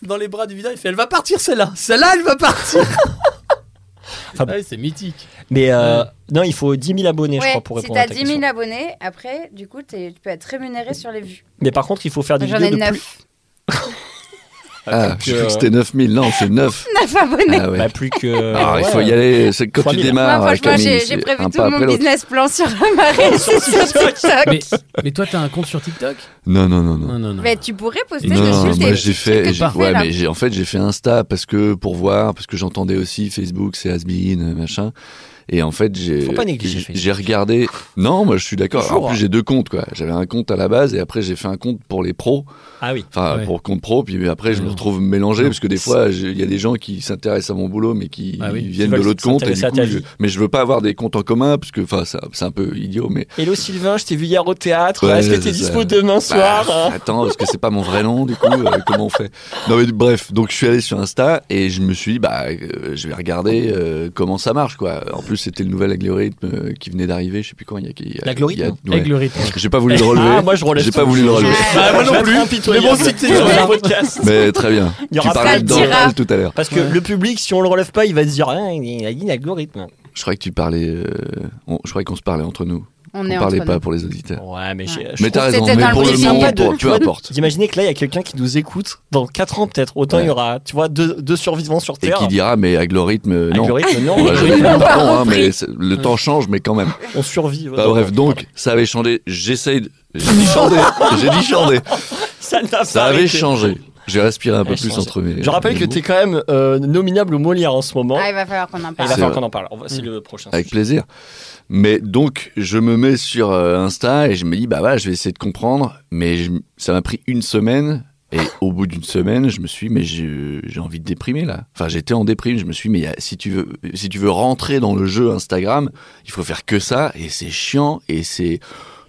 A: dans les bras du videur, il fait Elle va partir celle-là Celle-là, elle
B: <laughs>
A: va partir
C: Enfin,
A: Ouais, C'est mythique.
C: Mais euh,
A: Ouais.
C: non, il faut 10 000 abonnés, je
B: Ouais,
C: crois, pour
B: si
C: répondre
B: t'as
C: à ta
B: 10 000
C: question.
B: abonnés, après, du coup, t'es- tu peux être rémunéré sur les vues.
C: Mais par contre, il faut faire des
B: J'en
C: vidéos
B: ai
C: de plus-
B: 9.
D: Ah,
C: Donc,
D: je crois
C: euh,
D: que c'était 9000. Non, c'est 9.
B: <laughs> 9 abonnés.
D: Ah ouais.
C: bah, plus que.
D: <laughs> Ah, il
C: ouais.
D: faut y aller. C'est quand tu
C: 3000.
D: démarres,
B: Moi, franchement,
D: Ah, Camille,
B: j'ai-
D: c'est
B: j'ai prévu
D: un
B: tout
D: pas
B: mon
D: après l'autre.
B: business plan sur
C: <laughs>
B: la marée, c'est sur TikTok.
A: Mais, mais toi, t'as un compte sur TikTok
D: Non, non, non, non.
A: Non, non, non.
B: Mais tu pourrais poster
D: Non,
B: dessus
D: moi
B: tes
D: j'ai
B: petits trucs
D: fait,
B: que
D: j'ai-
B: tu fais,
D: ouais,
B: là.
D: mais j'ai en fait j'ai fait Insta parce que pour voir, parce que j'entendais aussi Facebook, c'est Asbin, machin. Et en fait j'ai,
C: Faut pas négliger
D: j'ai-
C: Facebook.
D: j'ai regardé. Non, moi je suis d'accord. Alors,
C: Toujours. hein.
D: En plus j'ai deux comptes quoi. J'avais un compte à la base et après j'ai fait un compte pour les pros,
C: Ah oui.
D: enfin
A: Ouais.
D: pour compte pro. Puis après je me
A: Non.
D: retrouve mélangé
A: Non.
D: parce que des fois j'ai- il y a des gens qui s'intéressent à mon boulot mais qui
A: Ah oui, qui
D: viennent de
C: Bah veulent
D: l'autre compte. Et du
C: s'intéresser à
D: coup,
C: ta
D: je-
C: vie.
D: mais je veux pas avoir des comptes en commun parce que enfin ça- c'est un peu idiot. Mais
C: Hello Sylvain, je t'ai vu hier au théâtre.
D: Ouais,
C: Est-ce que
D: c'est
C: t'es
D: ça.
C: dispo demain
D: Bah,
C: soir euh.
D: Attends, parce que c'est pas mon vrai nom, du coup, euh, comment on fait Non, mais bref, donc je suis allé sur Insta et je me suis dit, bah, euh, je vais regarder euh, comment ça marche, quoi. En plus, c'était le nouvel algorithme euh, qui venait d'arriver, je sais plus quand, il y a. il y a-
C: L'algorithme
D: il y a- ouais.
A: Avec le rythme.
D: J'ai pas voulu le relever.
C: Ah, moi je relève.
D: J'ai
C: tout.
D: pas voulu le relever.
C: Bah, moi non
A: Ah, plus.
C: plus.
A: Mais bon, si t'es-
C: sur le podcast.
D: Mais très bien.
C: Il y
D: tu
C: aura
D: parlais
C: pas
D: de
C: de
B: dans-
C: tirage.
D: Dorval tout à l'heure.
C: Parce que le public, si on le relève pas, il va se dire ah, il a dit l'algorithme.
D: Je croyais que tu parlais. euh, on- je croyais qu'on se parlait entre nous.
B: On
D: On,
B: est
D: parlait
B: entre
D: pas
B: nous.
D: pour les auditeurs.
C: Ouais, mais j'ai- je
D: Mais
C: trouve-
D: t'as raison,
B: c'était dans
D: mais
B: le
D: pour le
B: plaisir.
D: moment,
C: Sympa de-
D: pour-
C: tu
D: peu
C: vois,
D: importe.
C: D'imaginez que là, il y a quelqu'un qui nous écoute dans 4 ans peut-être. Autant il y
D: Ouais.
C: aura, tu vois, deux, deux survivants sur
D: Et
C: Terre.
D: qui dira, mais algorithme, euh, non.
C: Algorithme, non.
D: Bah, je-
C: Algorithme,
D: pardon, hein, mais c'est- le temps change, mais quand même.
C: on survit.
D: Bah, bref, donc ça avait changé. J'essaye. de- J'ai dit
C: <laughs>
D: changer. J'ai dit changer.
C: ça n'a
D: Ça
C: pas
D: avait
C: arrêté.
D: changé. J'ai respiré un peu
C: Ouais,
D: plus
C: changé.
D: entre mes.
C: Je rappelle
D: mes
C: que
D: mots.
C: t'es quand même euh, nominable au Molière en ce moment.
B: Ah, il va falloir qu'on en
C: Ah, il
B: parle.
C: va
D: C'est
C: falloir
D: vrai.
C: qu'on en parle. On va- C'est le prochain.
D: Mm. Avec
C: sujet.
D: plaisir. Mais donc, je me mets sur euh, Insta et je me dis, bah voilà, je vais essayer de comprendre. Mais je- ça m'a pris une semaine. Et au bout d'une semaine, je me suis, dit, mais j'ai j'ai envie de déprimer là. Enfin, j'étais en déprime. Je me suis, dit, mais il y a- si tu veux, si tu veux rentrer dans le jeu Instagram, il faut faire que ça. Et c'est chiant. Et c'est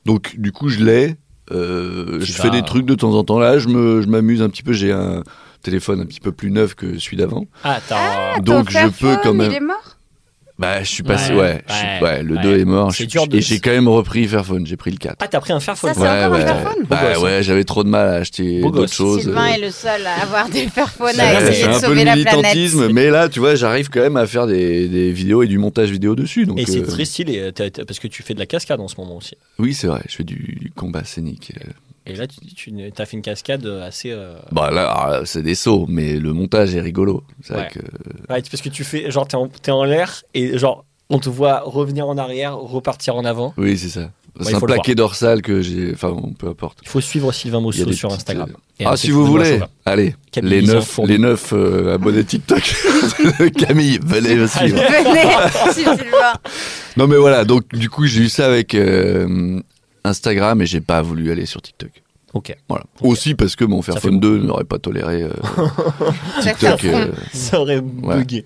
D: donc du coup, je l'ai. Euh,
C: Tu
D: je
C: vas-
D: fais des trucs de temps en temps. Là, je me- je m'amuse un petit peu. J'ai un téléphone un petit peu plus neuf que celui d'avant.
C: Ah, t'as.
B: Attends,
D: Donc, je peux
B: Fairphone,
D: quand même-
B: Il est mort
D: Bah, je suis passé,
C: Ouais,
D: ouais. je suis-
C: ouais,
D: ouais, le
C: ouais.
D: 2 est mort.
C: C'est
D: je-
C: dur de-
D: Et j'ai quand même repris Fairphone, j'ai pris le 4.
C: Ah, t'as pris un Fairphone.
B: Ça, c'est encore un Fairphone
D: Bah,
C: Beau gosse, hein.
D: ouais, j'avais trop de mal à acheter
C: Beau
D: d'autres
C: gosse.
D: choses.
B: Sylvain
D: euh,
B: est le seul à avoir des Fairphone à
C: Ouais,
D: c'est
B: essayer de
D: un peu le
B: sauver la planète.
D: militantisme, mais là, tu vois, j'arrive quand même à faire des, des vidéos et du montage vidéo dessus. Donc,
C: Et c'est
D: euh,
C: très stylé, t'as- t'as- parce que tu fais de la cascade en ce moment aussi.
D: Oui, c'est vrai, je fais du, du combat scénique. euh,
C: Et là, tu, tu as fait une cascade assez. euh,
D: Bah là, ah, c'est des sauts, mais le montage est rigolo. C'est vrai
C: Ouais.
D: que
C: ouais, parce que tu fais, genre, t'es en, t'es en l'air et genre, on te voit revenir en arrière, repartir en avant.
D: oui, c'est ça.
C: Bah, il
D: c'est un
C: faut le voir.
D: plaqué dorsal que j'ai. Enfin, bon, peu importe.
C: Il faut suivre Sylvain
D: Il y a
C: Mosso
D: des
C: sur
D: petites,
C: Instagram. Et
D: Ah,
C: ensuite,
D: si vous
C: Benoît
D: voulez,
C: Chauvin.
D: allez,
C: Camille
D: les
C: Lizan,
D: neuf,
C: Fourmi.
D: les neuf euh, abonnés TikTok
C: <laughs>
D: de Camille, venez me
B: <laughs>
D: suivre.
B: Venez, Sylvain.
D: Non, mais voilà, donc du coup, j'ai eu ça avec euh, Instagram et j'ai pas voulu aller sur TikTok.
C: Ok.
D: <laughs> Voilà. Aussi parce que mon
C: Ça fait
D: Fairphone 2 n'aurait pas toléré euh,
B: Faire
D: TikTok.
B: front.
D: euh,
C: Ça aurait
D: Ouais.
C: bugué.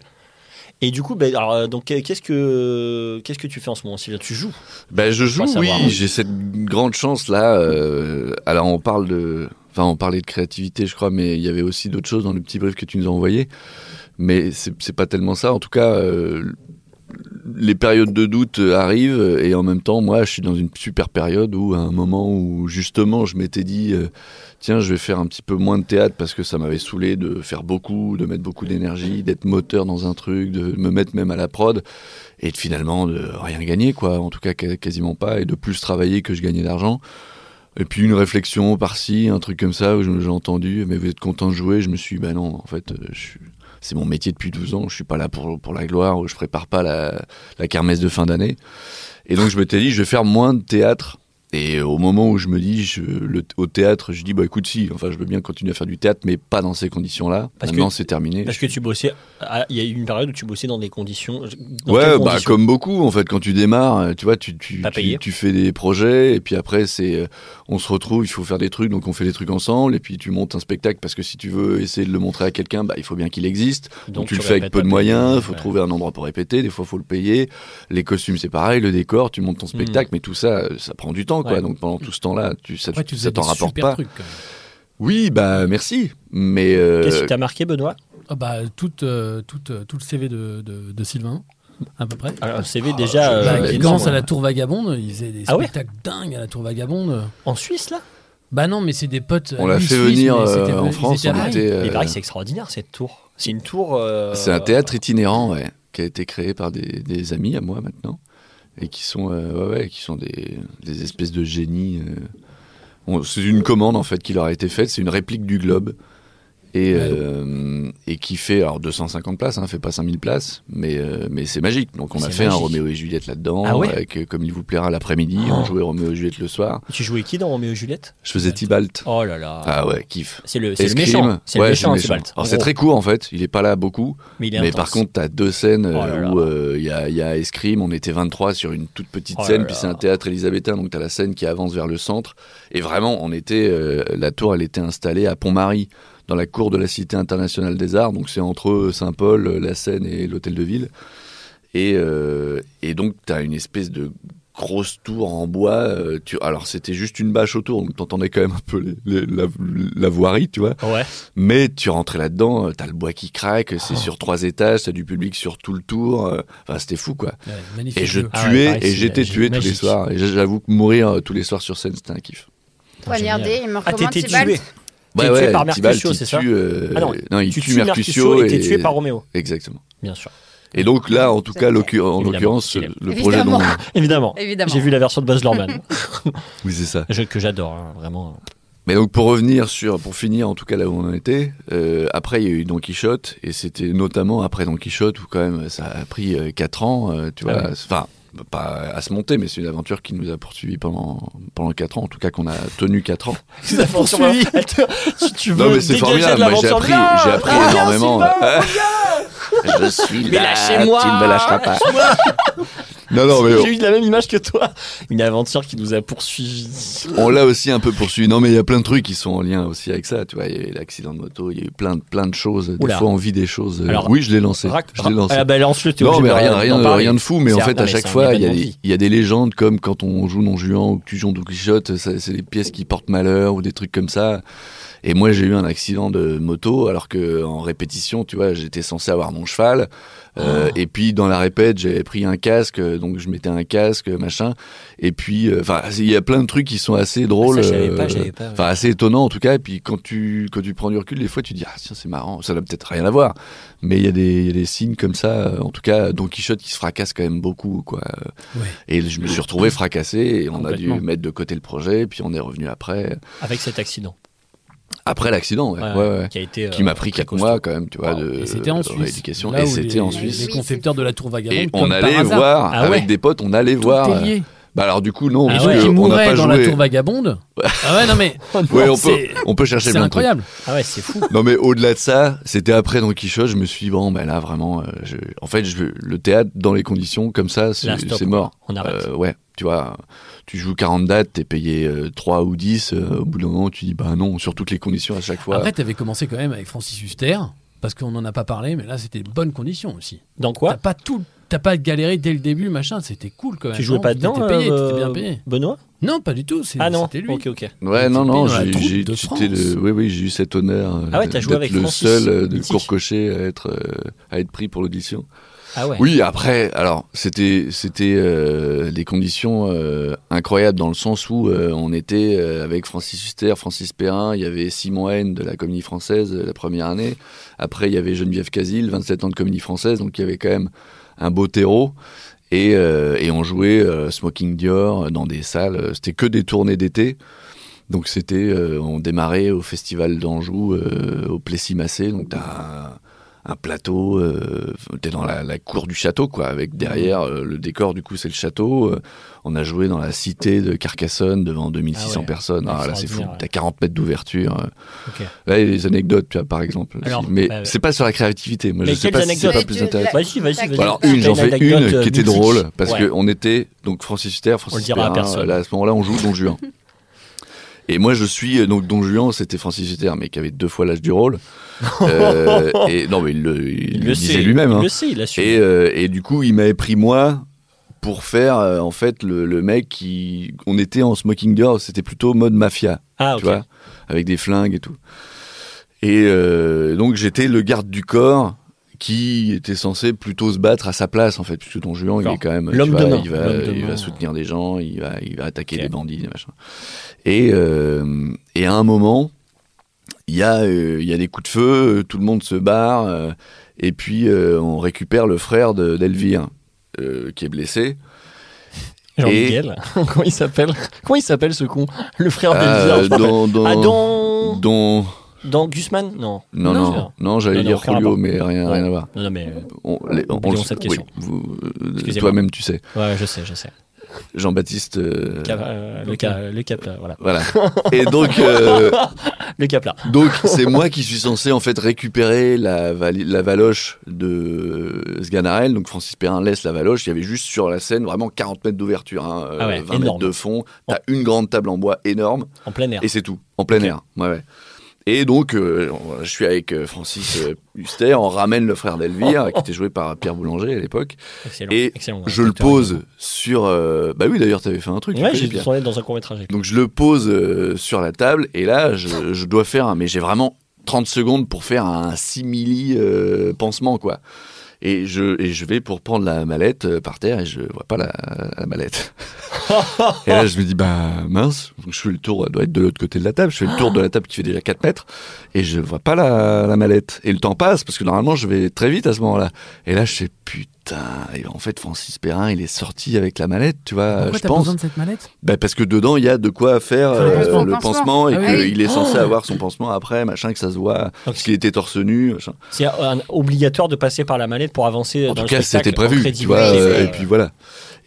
C: Et du coup, ben, alors, euh, donc, euh, qu'est-ce que qu'est-ce que tu fais en ce moment, Sylvain Tu joues
D: Ben, je joue,
C: Faut
D: oui.
C: savoir.
D: J'ai cette grande chance là. euh, alors on parle de, enfin on parlait de créativité, je crois, mais il y avait aussi d'autres choses dans le petit brief que tu nous as envoyé. Mais c'est c'est pas tellement ça. En tout cas, euh, les périodes de doute euh, arrivent et en même temps, moi, je suis dans une super période où à un moment où justement, je m'étais dit, euh, tiens, je vais faire un petit peu moins de théâtre parce que ça m'avait saoulé de faire beaucoup, de mettre beaucoup d'énergie, d'être moteur dans un truc, de me mettre même à la prod et de finalement de rien gagner quoi en tout cas qua- quasiment pas et de plus travailler que je gagnais d'argent et puis une réflexion par-ci un truc comme ça où je- j'ai entendu mais vous êtes content de jouer je me suis dit, bah non en fait euh, je suis- c'est mon métier depuis 12 ans je suis pas là pour, pour la gloire ou je prépare pas la, la kermesse de fin d'année et donc je m'étais dit je vais faire moins de théâtre et au moment où je me dis je, le- au théâtre je dis bah écoute si enfin je veux bien continuer à faire du théâtre mais pas dans ces conditions là
C: Parce que-
D: maintenant c'est terminé
C: parce que tu bossais. ah, Il y a eu une période où tu bossais dans des conditions. dans
D: ouais,
C: quelles
D: bah,
C: conditions
D: comme beaucoup, en fait, quand tu démarres, euh, tu vois, tu, tu,
C: Pas
D: tu-
C: payé.
D: tu fais des projets, et puis après, c'est, euh, on se retrouve, il faut faire des trucs, donc on fait des trucs ensemble, et puis tu montes un spectacle, parce que si tu veux essayer de le montrer à quelqu'un, bah, il faut bien qu'il existe. Donc, tu le fais avec
C: répètes
D: peu de
C: pas
D: moyens, il faut
C: Ouais.
D: trouver un endroit pour répéter, des fois, faut le payer. Les costumes, c'est pareil, le décor, tu montes ton spectacle, mais tout ça, euh, ça prend du temps, quoi.
C: Hmm. Ouais.
D: Donc pendant tout ce temps-là, tu, ça,
A: Après, tu
D: ça
A: faisais
D: t'en
A: des
D: rapporte
A: super
D: pas.
A: trucs. quand même.
D: Oui, bah, merci. Mais, euh,
C: Qu'est-ce qui t'a marqué, Benoît
A: Ah bah, tout, euh, tout, euh, tout le CV de, de- de Sylvain, à peu près.
C: Alors, CV déjà.
D: je-
C: euh,
A: Bah,
D: ouais,
C: qui
A: il
C: est
A: commence
C: énorme.
A: à la Tour Vagabonde, il faisait des
C: Ah ouais
A: spectacles dingues à la Tour Vagabonde.
C: En Suisse, là
A: Bah non, mais c'est des potes.
D: on l'a
A: lui,
D: fait
A: suisse,
D: venir
A: mais
D: euh,
A: c'était-
D: en
A: ils
D: France,
A: étaient à
D: on
A: Paris.
D: était,
C: Il
D: euh,
C: paraît que c'est extraordinaire cette tour. C'est une tour. euh,
D: C'est un théâtre itinérant, ouais, qui a été créé par des, des amis à moi maintenant, et qui sont, euh, ouais, ouais, qui sont des, des espèces de génies. euh. On- c'est une commande en fait qui leur a été faite, c'est une réplique du globe. Et, euh, et qui fait alors 250 places, hein, fait pas 5000 places, mais, euh, mais c'est magique. Donc on a
C: C'est
D: fait un
C: magique.
D: Roméo et Juliette là-dedans,
C: Ah ouais
D: avec euh, comme il vous plaira l'après-midi,
C: Oh.
D: on jouait Roméo et Juliette le soir.
C: Tu jouais qui dans Roméo et Juliette
D: Je faisais Tibalt.
C: Oh là là.
D: Ah ouais, kiff.
C: C'est le, c'est le
D: Escrime.
C: méchant. C'est
D: Ouais,
C: le méchant, Oh.
D: méchant.
C: Sebald.
D: Alors
C: En
D: c'est
C: gros.
D: très court en fait, il est pas là beaucoup,
C: Mais, il est
D: mais
C: intense.
D: par contre, t'as deux scènes euh,
C: Oh là là.
D: où euh, il y, a, il y a Escrime, on était 23 sur une toute petite
C: Oh là
D: scène,
C: là.
D: puis c'est un théâtre élisabétain, donc t'as la scène qui avance vers le centre. Et vraiment, on était, euh, la tour, elle était installée à Pont-Marie, dans la cour de la Cité internationale des arts, donc c'est entre Saint-Paul, euh, la Seine et l'Hôtel de Ville. Et, euh, et donc, t'as une espèce de grosse tour en bois. euh, tu, alors, c'était juste une bâche autour, donc t'entendais quand même un peu les- les- la, la voirie, tu vois.
C: Ouais.
D: Mais tu rentrais là-dedans, euh, t'as le bois qui craque,
C: Ah.
D: c'est sur trois étages, t'as du public sur tout le tour. euh, Enfin, c'était fou, quoi.
A: Ouais, magnifique
D: Et je
A: jeu.
C: Ah ouais,
D: tuais,
C: pareil,
D: et
C: c'est-
D: j'étais
C: c'est
D: tué tous les
C: magique.
D: soirs. Et j'avoue que mourir euh, tous les soirs sur scène, c'était un kiff.
B: Poignardé, il me
C: Ah,
B: recommande
C: t'étais
B: Tibalt.
C: tué. T'es tué par Mercutio,
D: Tibalt, il
C: c'est ça
D: tue, euh,
C: Ah non,
D: non, il
C: Tu
D: tue,
C: tues
D: Mercutio.
C: et t'es tué par Roméo.
D: Exactement.
C: Bien sûr.
D: Et donc là, en tout cas, l'occu- en
C: Évidemment,
D: l'occurrence,
C: évidemment.
D: le projet dont...
B: Évidemment.
C: Évidemment.
B: Évidemment.
C: J'ai vu la version de Buzz Lorman,
D: Oui, c'est ça.
C: jeu que j'adore, hein, vraiment.
D: Mais donc pour revenir sur, pour finir en tout cas là où on en était, euh, après il y a eu Don Quichotte et c'était notamment après Don Quichotte où quand même ça a pris 4 ans, euh, tu
C: Ah
D: vois, enfin pas à se monter mais c'est une aventure qui nous a poursuivis pendant pendant 4 ans, en tout cas qu'on a tenu 4 ans.
C: La poursuivi. <laughs> tu, tu veux
D: non mais c'est
C: dégager
D: formidable,
C: de
D: moi j'ai
C: l'aventure
D: appris,
C: Non
D: j'ai appris
C: Non,
D: énormément.
C: Ah,
D: <laughs>
C: Sylvain
D: Je suis
C: Mais
D: là,
C: lâchez-moi
D: tu ne me lâcheras pas. non Ah non mais
C: J'ai eu la même image que toi. Une aventure qui nous a poursuivis.
D: on l'a aussi un peu poursuivi. Non, mais il y a plein de trucs qui sont en lien aussi avec ça. Tu vois, il y a eu l'accident de moto, il y a eu plein de, plein de choses. Des
C: Oula.
D: fois, on vit des choses. euh,
C: Alors,
D: oui, je l'ai lancé.
C: Rac-
D: Je l'ai
C: ra-
D: lancé.
C: Ah bah lance-le, t'es
D: non,
C: obligé d'en-
D: mais rien,
C: d'en
D: rien, de-
C: parler.
D: rien de fou. Mais en
C: C'est hein, un-
D: fait,
C: non,
D: à
C: mais
D: chaque
C: c'est un
D: fois, il y, a
C: événement de
D: des,
C: vie.
D: il y a des légendes comme quand on joue Non Juan ou que tu joues Don Quichotte, ça- c'est des pièces qui portent malheur ou des trucs comme ça. Et moi, j'ai eu un accident de moto, alors que en répétition, tu vois, j'étais censé avoir mon cheval. Euh,
C: Ah.
D: Et puis, dans la répète, j'avais pris un casque, donc je mettais un casque, machin. Et puis, euh, enfin, il y a plein de trucs qui sont assez drôles.
C: Ah, ça, je savais pas,
D: euh,
C: je savais pas, ouais.
D: Enfin, assez étonnant en tout cas. Et puis, quand tu, quand tu prends du recul, des fois, tu dis, ah, tiens, c'est marrant, ça n'a peut-être rien à voir. Mais il y, a des- il y a des signes comme ça. euh, En tout cas, Don Quichotte qui se fracasse quand même beaucoup, quoi.
A: Ouais.
D: Et je me suis retrouvé fracassé et on a dû
C: Complètement.
D: mettre de côté le projet. Puis on est revenu après,
C: Avec cet accident.
D: après l'accident, ouais,
C: Ouais,
D: ouais, ouais.
A: Euh,
C: Qui a été. euh,
D: qui m'a pris quatre mois quand même, tu vois,
C: Wow.
D: de,
A: Et c'était en
D: de
A: Suisse.
D: rééducation.
A: Là
D: Et
A: où
D: c'était
A: les-
D: en
A: Les
D: Suisse.
A: concepteurs de la Tour Vagabonde.
D: Et on
A: comme par
D: allait
A: hasard,
D: voir
C: Ah
D: avec
C: ouais.
D: des potes, on allait
A: tout
D: voir.
A: est lié.
D: Bah alors du coup non,
A: Ah
D: parce
A: ouais,
D: que
A: qui
D: on n'a
A: mourait
D: pas
A: dans
D: joué.
A: la Tour Vagabonde. Ah ouais, non mais
D: <laughs> Ouais, on peut,
A: C'est-
D: on peut chercher
A: c'est
D: plein de trucs.
A: incroyable.
C: Ah ouais, c'est fou.
D: Non mais au-delà de ça, c'était après Don Quichotte, je me suis dit, bon ben là vraiment, euh, je- en fait je, veux- le théâtre dans les conditions comme ça, c'est
C: Là, stop.
D: c'est mort.
C: On arrête.
D: Euh, ouais, tu vois, tu joues 40 dates, t'es payé euh, 3 ou 10, euh, au bout d'un moment tu dis bah non, sur toutes les conditions à chaque fois.
A: Après, t'avais commencé quand même avec Francis Huster, parce qu'on n'en a pas parlé, mais là, c'était de bonnes conditions aussi.
C: Dans quoi
A: T'as pas tout. T'as pas galéré dès le début, machin, c'était cool quand même.
C: Tu jouais
A: Bah
C: pas dedans
A: non T'étais payé,
C: euh,
A: t'étais bien payé.
C: Benoît
A: Non, pas du tout, c'est-
C: Ah non,
A: c'était lui.
C: ok, ok.
D: ouais, non,
A: t'es
D: non,
A: payé dans la
D: j'ai
A: troupe
D: j'ai-
A: de
D: j'étais
A: France.
D: le, oui, oui, j'ai eu cet honneur euh,
C: Ah ouais, t'as joué
D: d'être
C: avec
D: le
C: Francis,
D: seul euh, du
C: mythique.
D: cours cocher à être, euh, à être pris pour l'audition.
C: Ah ouais.
D: Oui, après, alors c'était c'était euh, des conditions euh, incroyables dans le sens où euh, on était euh, avec Francis Huster, Francis Perrin, il y avait Simon Haine de la Comédie Française euh, la première année. Après, il y avait Geneviève Casil, 27 ans de Comédie Française, donc il y avait quand même un beau terreau. Et, euh, et on jouait euh, Smoking Dior dans des salles. euh, C'était que des tournées d'été. Donc c'était, euh, on démarrait au Festival d'Anjou, euh, au Plessis-Massé. Donc t'as un- un plateau, euh, t'es dans la, la cour du château, quoi, avec derrière euh, le décor, du coup, c'est le château. Euh, on a joué dans la cité de Carcassonne devant 2600
C: Ah ouais.
D: personnes. Ah, là, c'est fou.
C: Extraordinaire, ouais.
D: T'as 40 mètres d'ouverture.
C: Ok.
D: Là, il y a des anecdotes, tu vois, par exemple. aussi.
C: Alors,
D: Mais
C: bah, ouais.
D: c'est pas sur la créativité. Moi,
C: Mais
D: je sais
C: quelles
D: pas si c'est pas
C: anecdotes
D: plus
B: Mais tu-
D: intéressant.
C: Vas-y, vas-y, vas-y.
D: Alors
B: Bah,
D: une, j'en
C: T'as
D: fais
C: anecdote,
D: une
C: euh,
D: qui était
C: mythique.
D: drôle parce
C: Ouais.
D: que on était donc Francis Huster, Francis
C: dira à
D: Perrin,
C: personne.
D: euh, Là, à ce moment-là, on joue
C: <laughs>
D: Don Juan. Et moi, je suis euh, donc Don Juan, c'était Francis Huster, mais qui avait deux fois l'âge
C: <laughs>
D: du rôle. Euh, et non, mais il le, il
C: Il
D: le
C: le sait.
D: disait lui-même.
C: Il
D: hein.
C: le sait, il assume.
D: Et, euh, et du coup, il m'avait pris moi pour faire euh, en fait le, le mec qui. On était en smoking door, c'était plutôt mode mafia
C: ah,
D: tu vois, avec des flingues et tout. Et euh, donc j'étais le garde du corps qui était censé plutôt se battre à sa place en fait, puisque Don Juan il
C: D'accord.
D: est quand même, tu
C: L'homme
D: vois,
C: de main.
D: il va,
C: L'homme de
D: il
C: main.
D: va soutenir des gens, il va, il va attaquer
C: Ok.
D: des bandits, des machins. Et euh, et à un moment, il y a euh, il y a des coups de feu, euh, tout le monde se barre, euh, et puis euh, on récupère le frère de- d'Elvire euh, qui est blessé.
C: Jean-Miguel. <laughs> Comment il s'appelle Comment il s'appelle ce con Le frère
D: Ah,
C: d'Elvire. je
D: dans,
C: me rappelle.
D: dans,
C: Ah, dans.
D: dans-
C: Dans Gusman Non. Non,
D: Non, non,
C: c'est-
D: non, j'allais
C: non, non,
D: dire
C: aucun
D: Julio,
C: rapport.
D: mais rien, rien
C: Ouais.
D: à voir.
C: Non, non, mais. euh,
D: On, les- on-
C: Oublions
D: on-
C: cette
D: oui,
C: question.
D: vous- euh,
C: Excusez-moi.
D: Toi-même, tu sais.
C: Ouais, je sais, je sais.
D: Jean-Baptiste. euh,
C: Cap- euh, le, cap, le cap là, voilà. <laughs>
D: voilà. Et donc, euh,
C: Le cap là.
D: donc c'est moi qui suis censé en fait récupérer la, vali- la valoche de Sganarelle. Donc Francis Perrin laisse la valoche. Il y avait juste sur la scène vraiment 40 mètres d'ouverture, hein,
C: Ah ouais,
D: 20
C: énorme. Oh.
D: mètres de fond. T'as une grande table en bois énorme.
C: En plein air.
D: Et c'est tout, en plein air. Ouais, ouais. Et donc, euh, on- je suis avec euh, Francis euh, Huster, on ramène le frère d'Elvire, qui était joué par Pierre Boulanger à l'époque.
C: Excellent.
D: et
C: excellent, ouais,
D: Je le
C: acteur.
D: pose sur... euh, Bah oui, d'ailleurs, t'avais fait un truc. tu
C: hein. Ouais,
D: connais,
C: j'ai
D: Pierre.
C: tourné dans un court métrage.
D: Donc je le pose euh, sur la table, et là, je, je dois faire... un- Mais j'ai vraiment 30 secondes pour faire un simili euh, pansement, quoi. Et je, et je vais pour prendre la mallette euh, par terre, et je vois pas la, la mallette.
A: <laughs>
D: Et là, je me dis, bah mince, Donc, je fais le tour, elle doit être de l'autre côté de la table. Je fais le tour de la table qui fait déjà 4 mètres et je vois pas la, la mallette. Et le temps passe parce que normalement, je vais très vite à ce moment-là. Et là, je fais putain, et en fait, Francis Perrin, il est sorti avec la mallette, tu vois,
A: Pourquoi
D: Euh, je
A: t'as besoin
D: pense.
A: de cette mallette
D: Bah, parce que dedans, il y a de quoi faire
A: Faire le
D: euh,
A: pansement.
D: le pansement, et
A: Ah oui.
D: qu'il est censé avoir son pansement après, machin, que ça se voit, parce qu'il était torse nu, machin.
C: C'est euh, un- obligatoire de passer par la mallette pour avancer dans
D: En tout
C: le
D: cas,
C: spectacle
D: c'était
C: en
D: prévu,
C: crédit.
D: tu vois.
C: Oui,
D: euh,
C: c'est-
D: et puis voilà.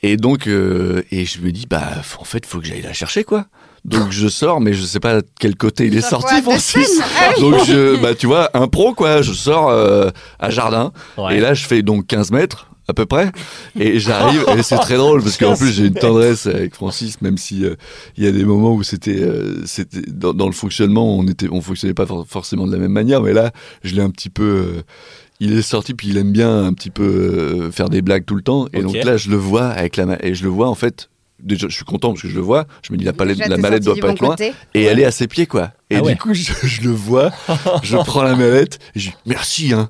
D: Et donc, euh, et je me dis, bah, f- en fait, faut que j'aille la chercher, quoi. Donc je sors, mais je sais pas de quel côté il est
B: Sur
D: sorti, <laughs>
B: quoi,
D: Francis.
B: Dustin Ah oui.
D: Donc je, bah, tu vois, un pro, quoi. Je sors euh, à jardin,
C: Ouais.
D: et là, je fais donc 15 mètres à peu près, et j'arrive. et c'est très drôle parce qu'en plus, j'ai une tendresse avec Francis, même si euh, il y a des moments où c'était, euh, c'était dans, dans le fonctionnement, on était, on fonctionnait pas for- forcément de la même manière, mais là, je l'ai un petit peu. euh, il est sorti puis il aime bien un petit peu euh, faire des blagues tout le temps et
C: Ok.
D: donc là je le vois avec la ma- et je le vois en fait déjà je suis content parce que je le vois je me dis la palette
B: Déjà,
D: la
B: t'es
D: mallette
B: sorti
D: doit
B: du
D: pas
B: bon
D: être loin
B: côté.
D: et elle est à ses pieds quoi Et
C: Ah ouais.
D: du coup, je, je
C: <laughs>
D: le vois, je prends la mallette, et je dis merci, hein.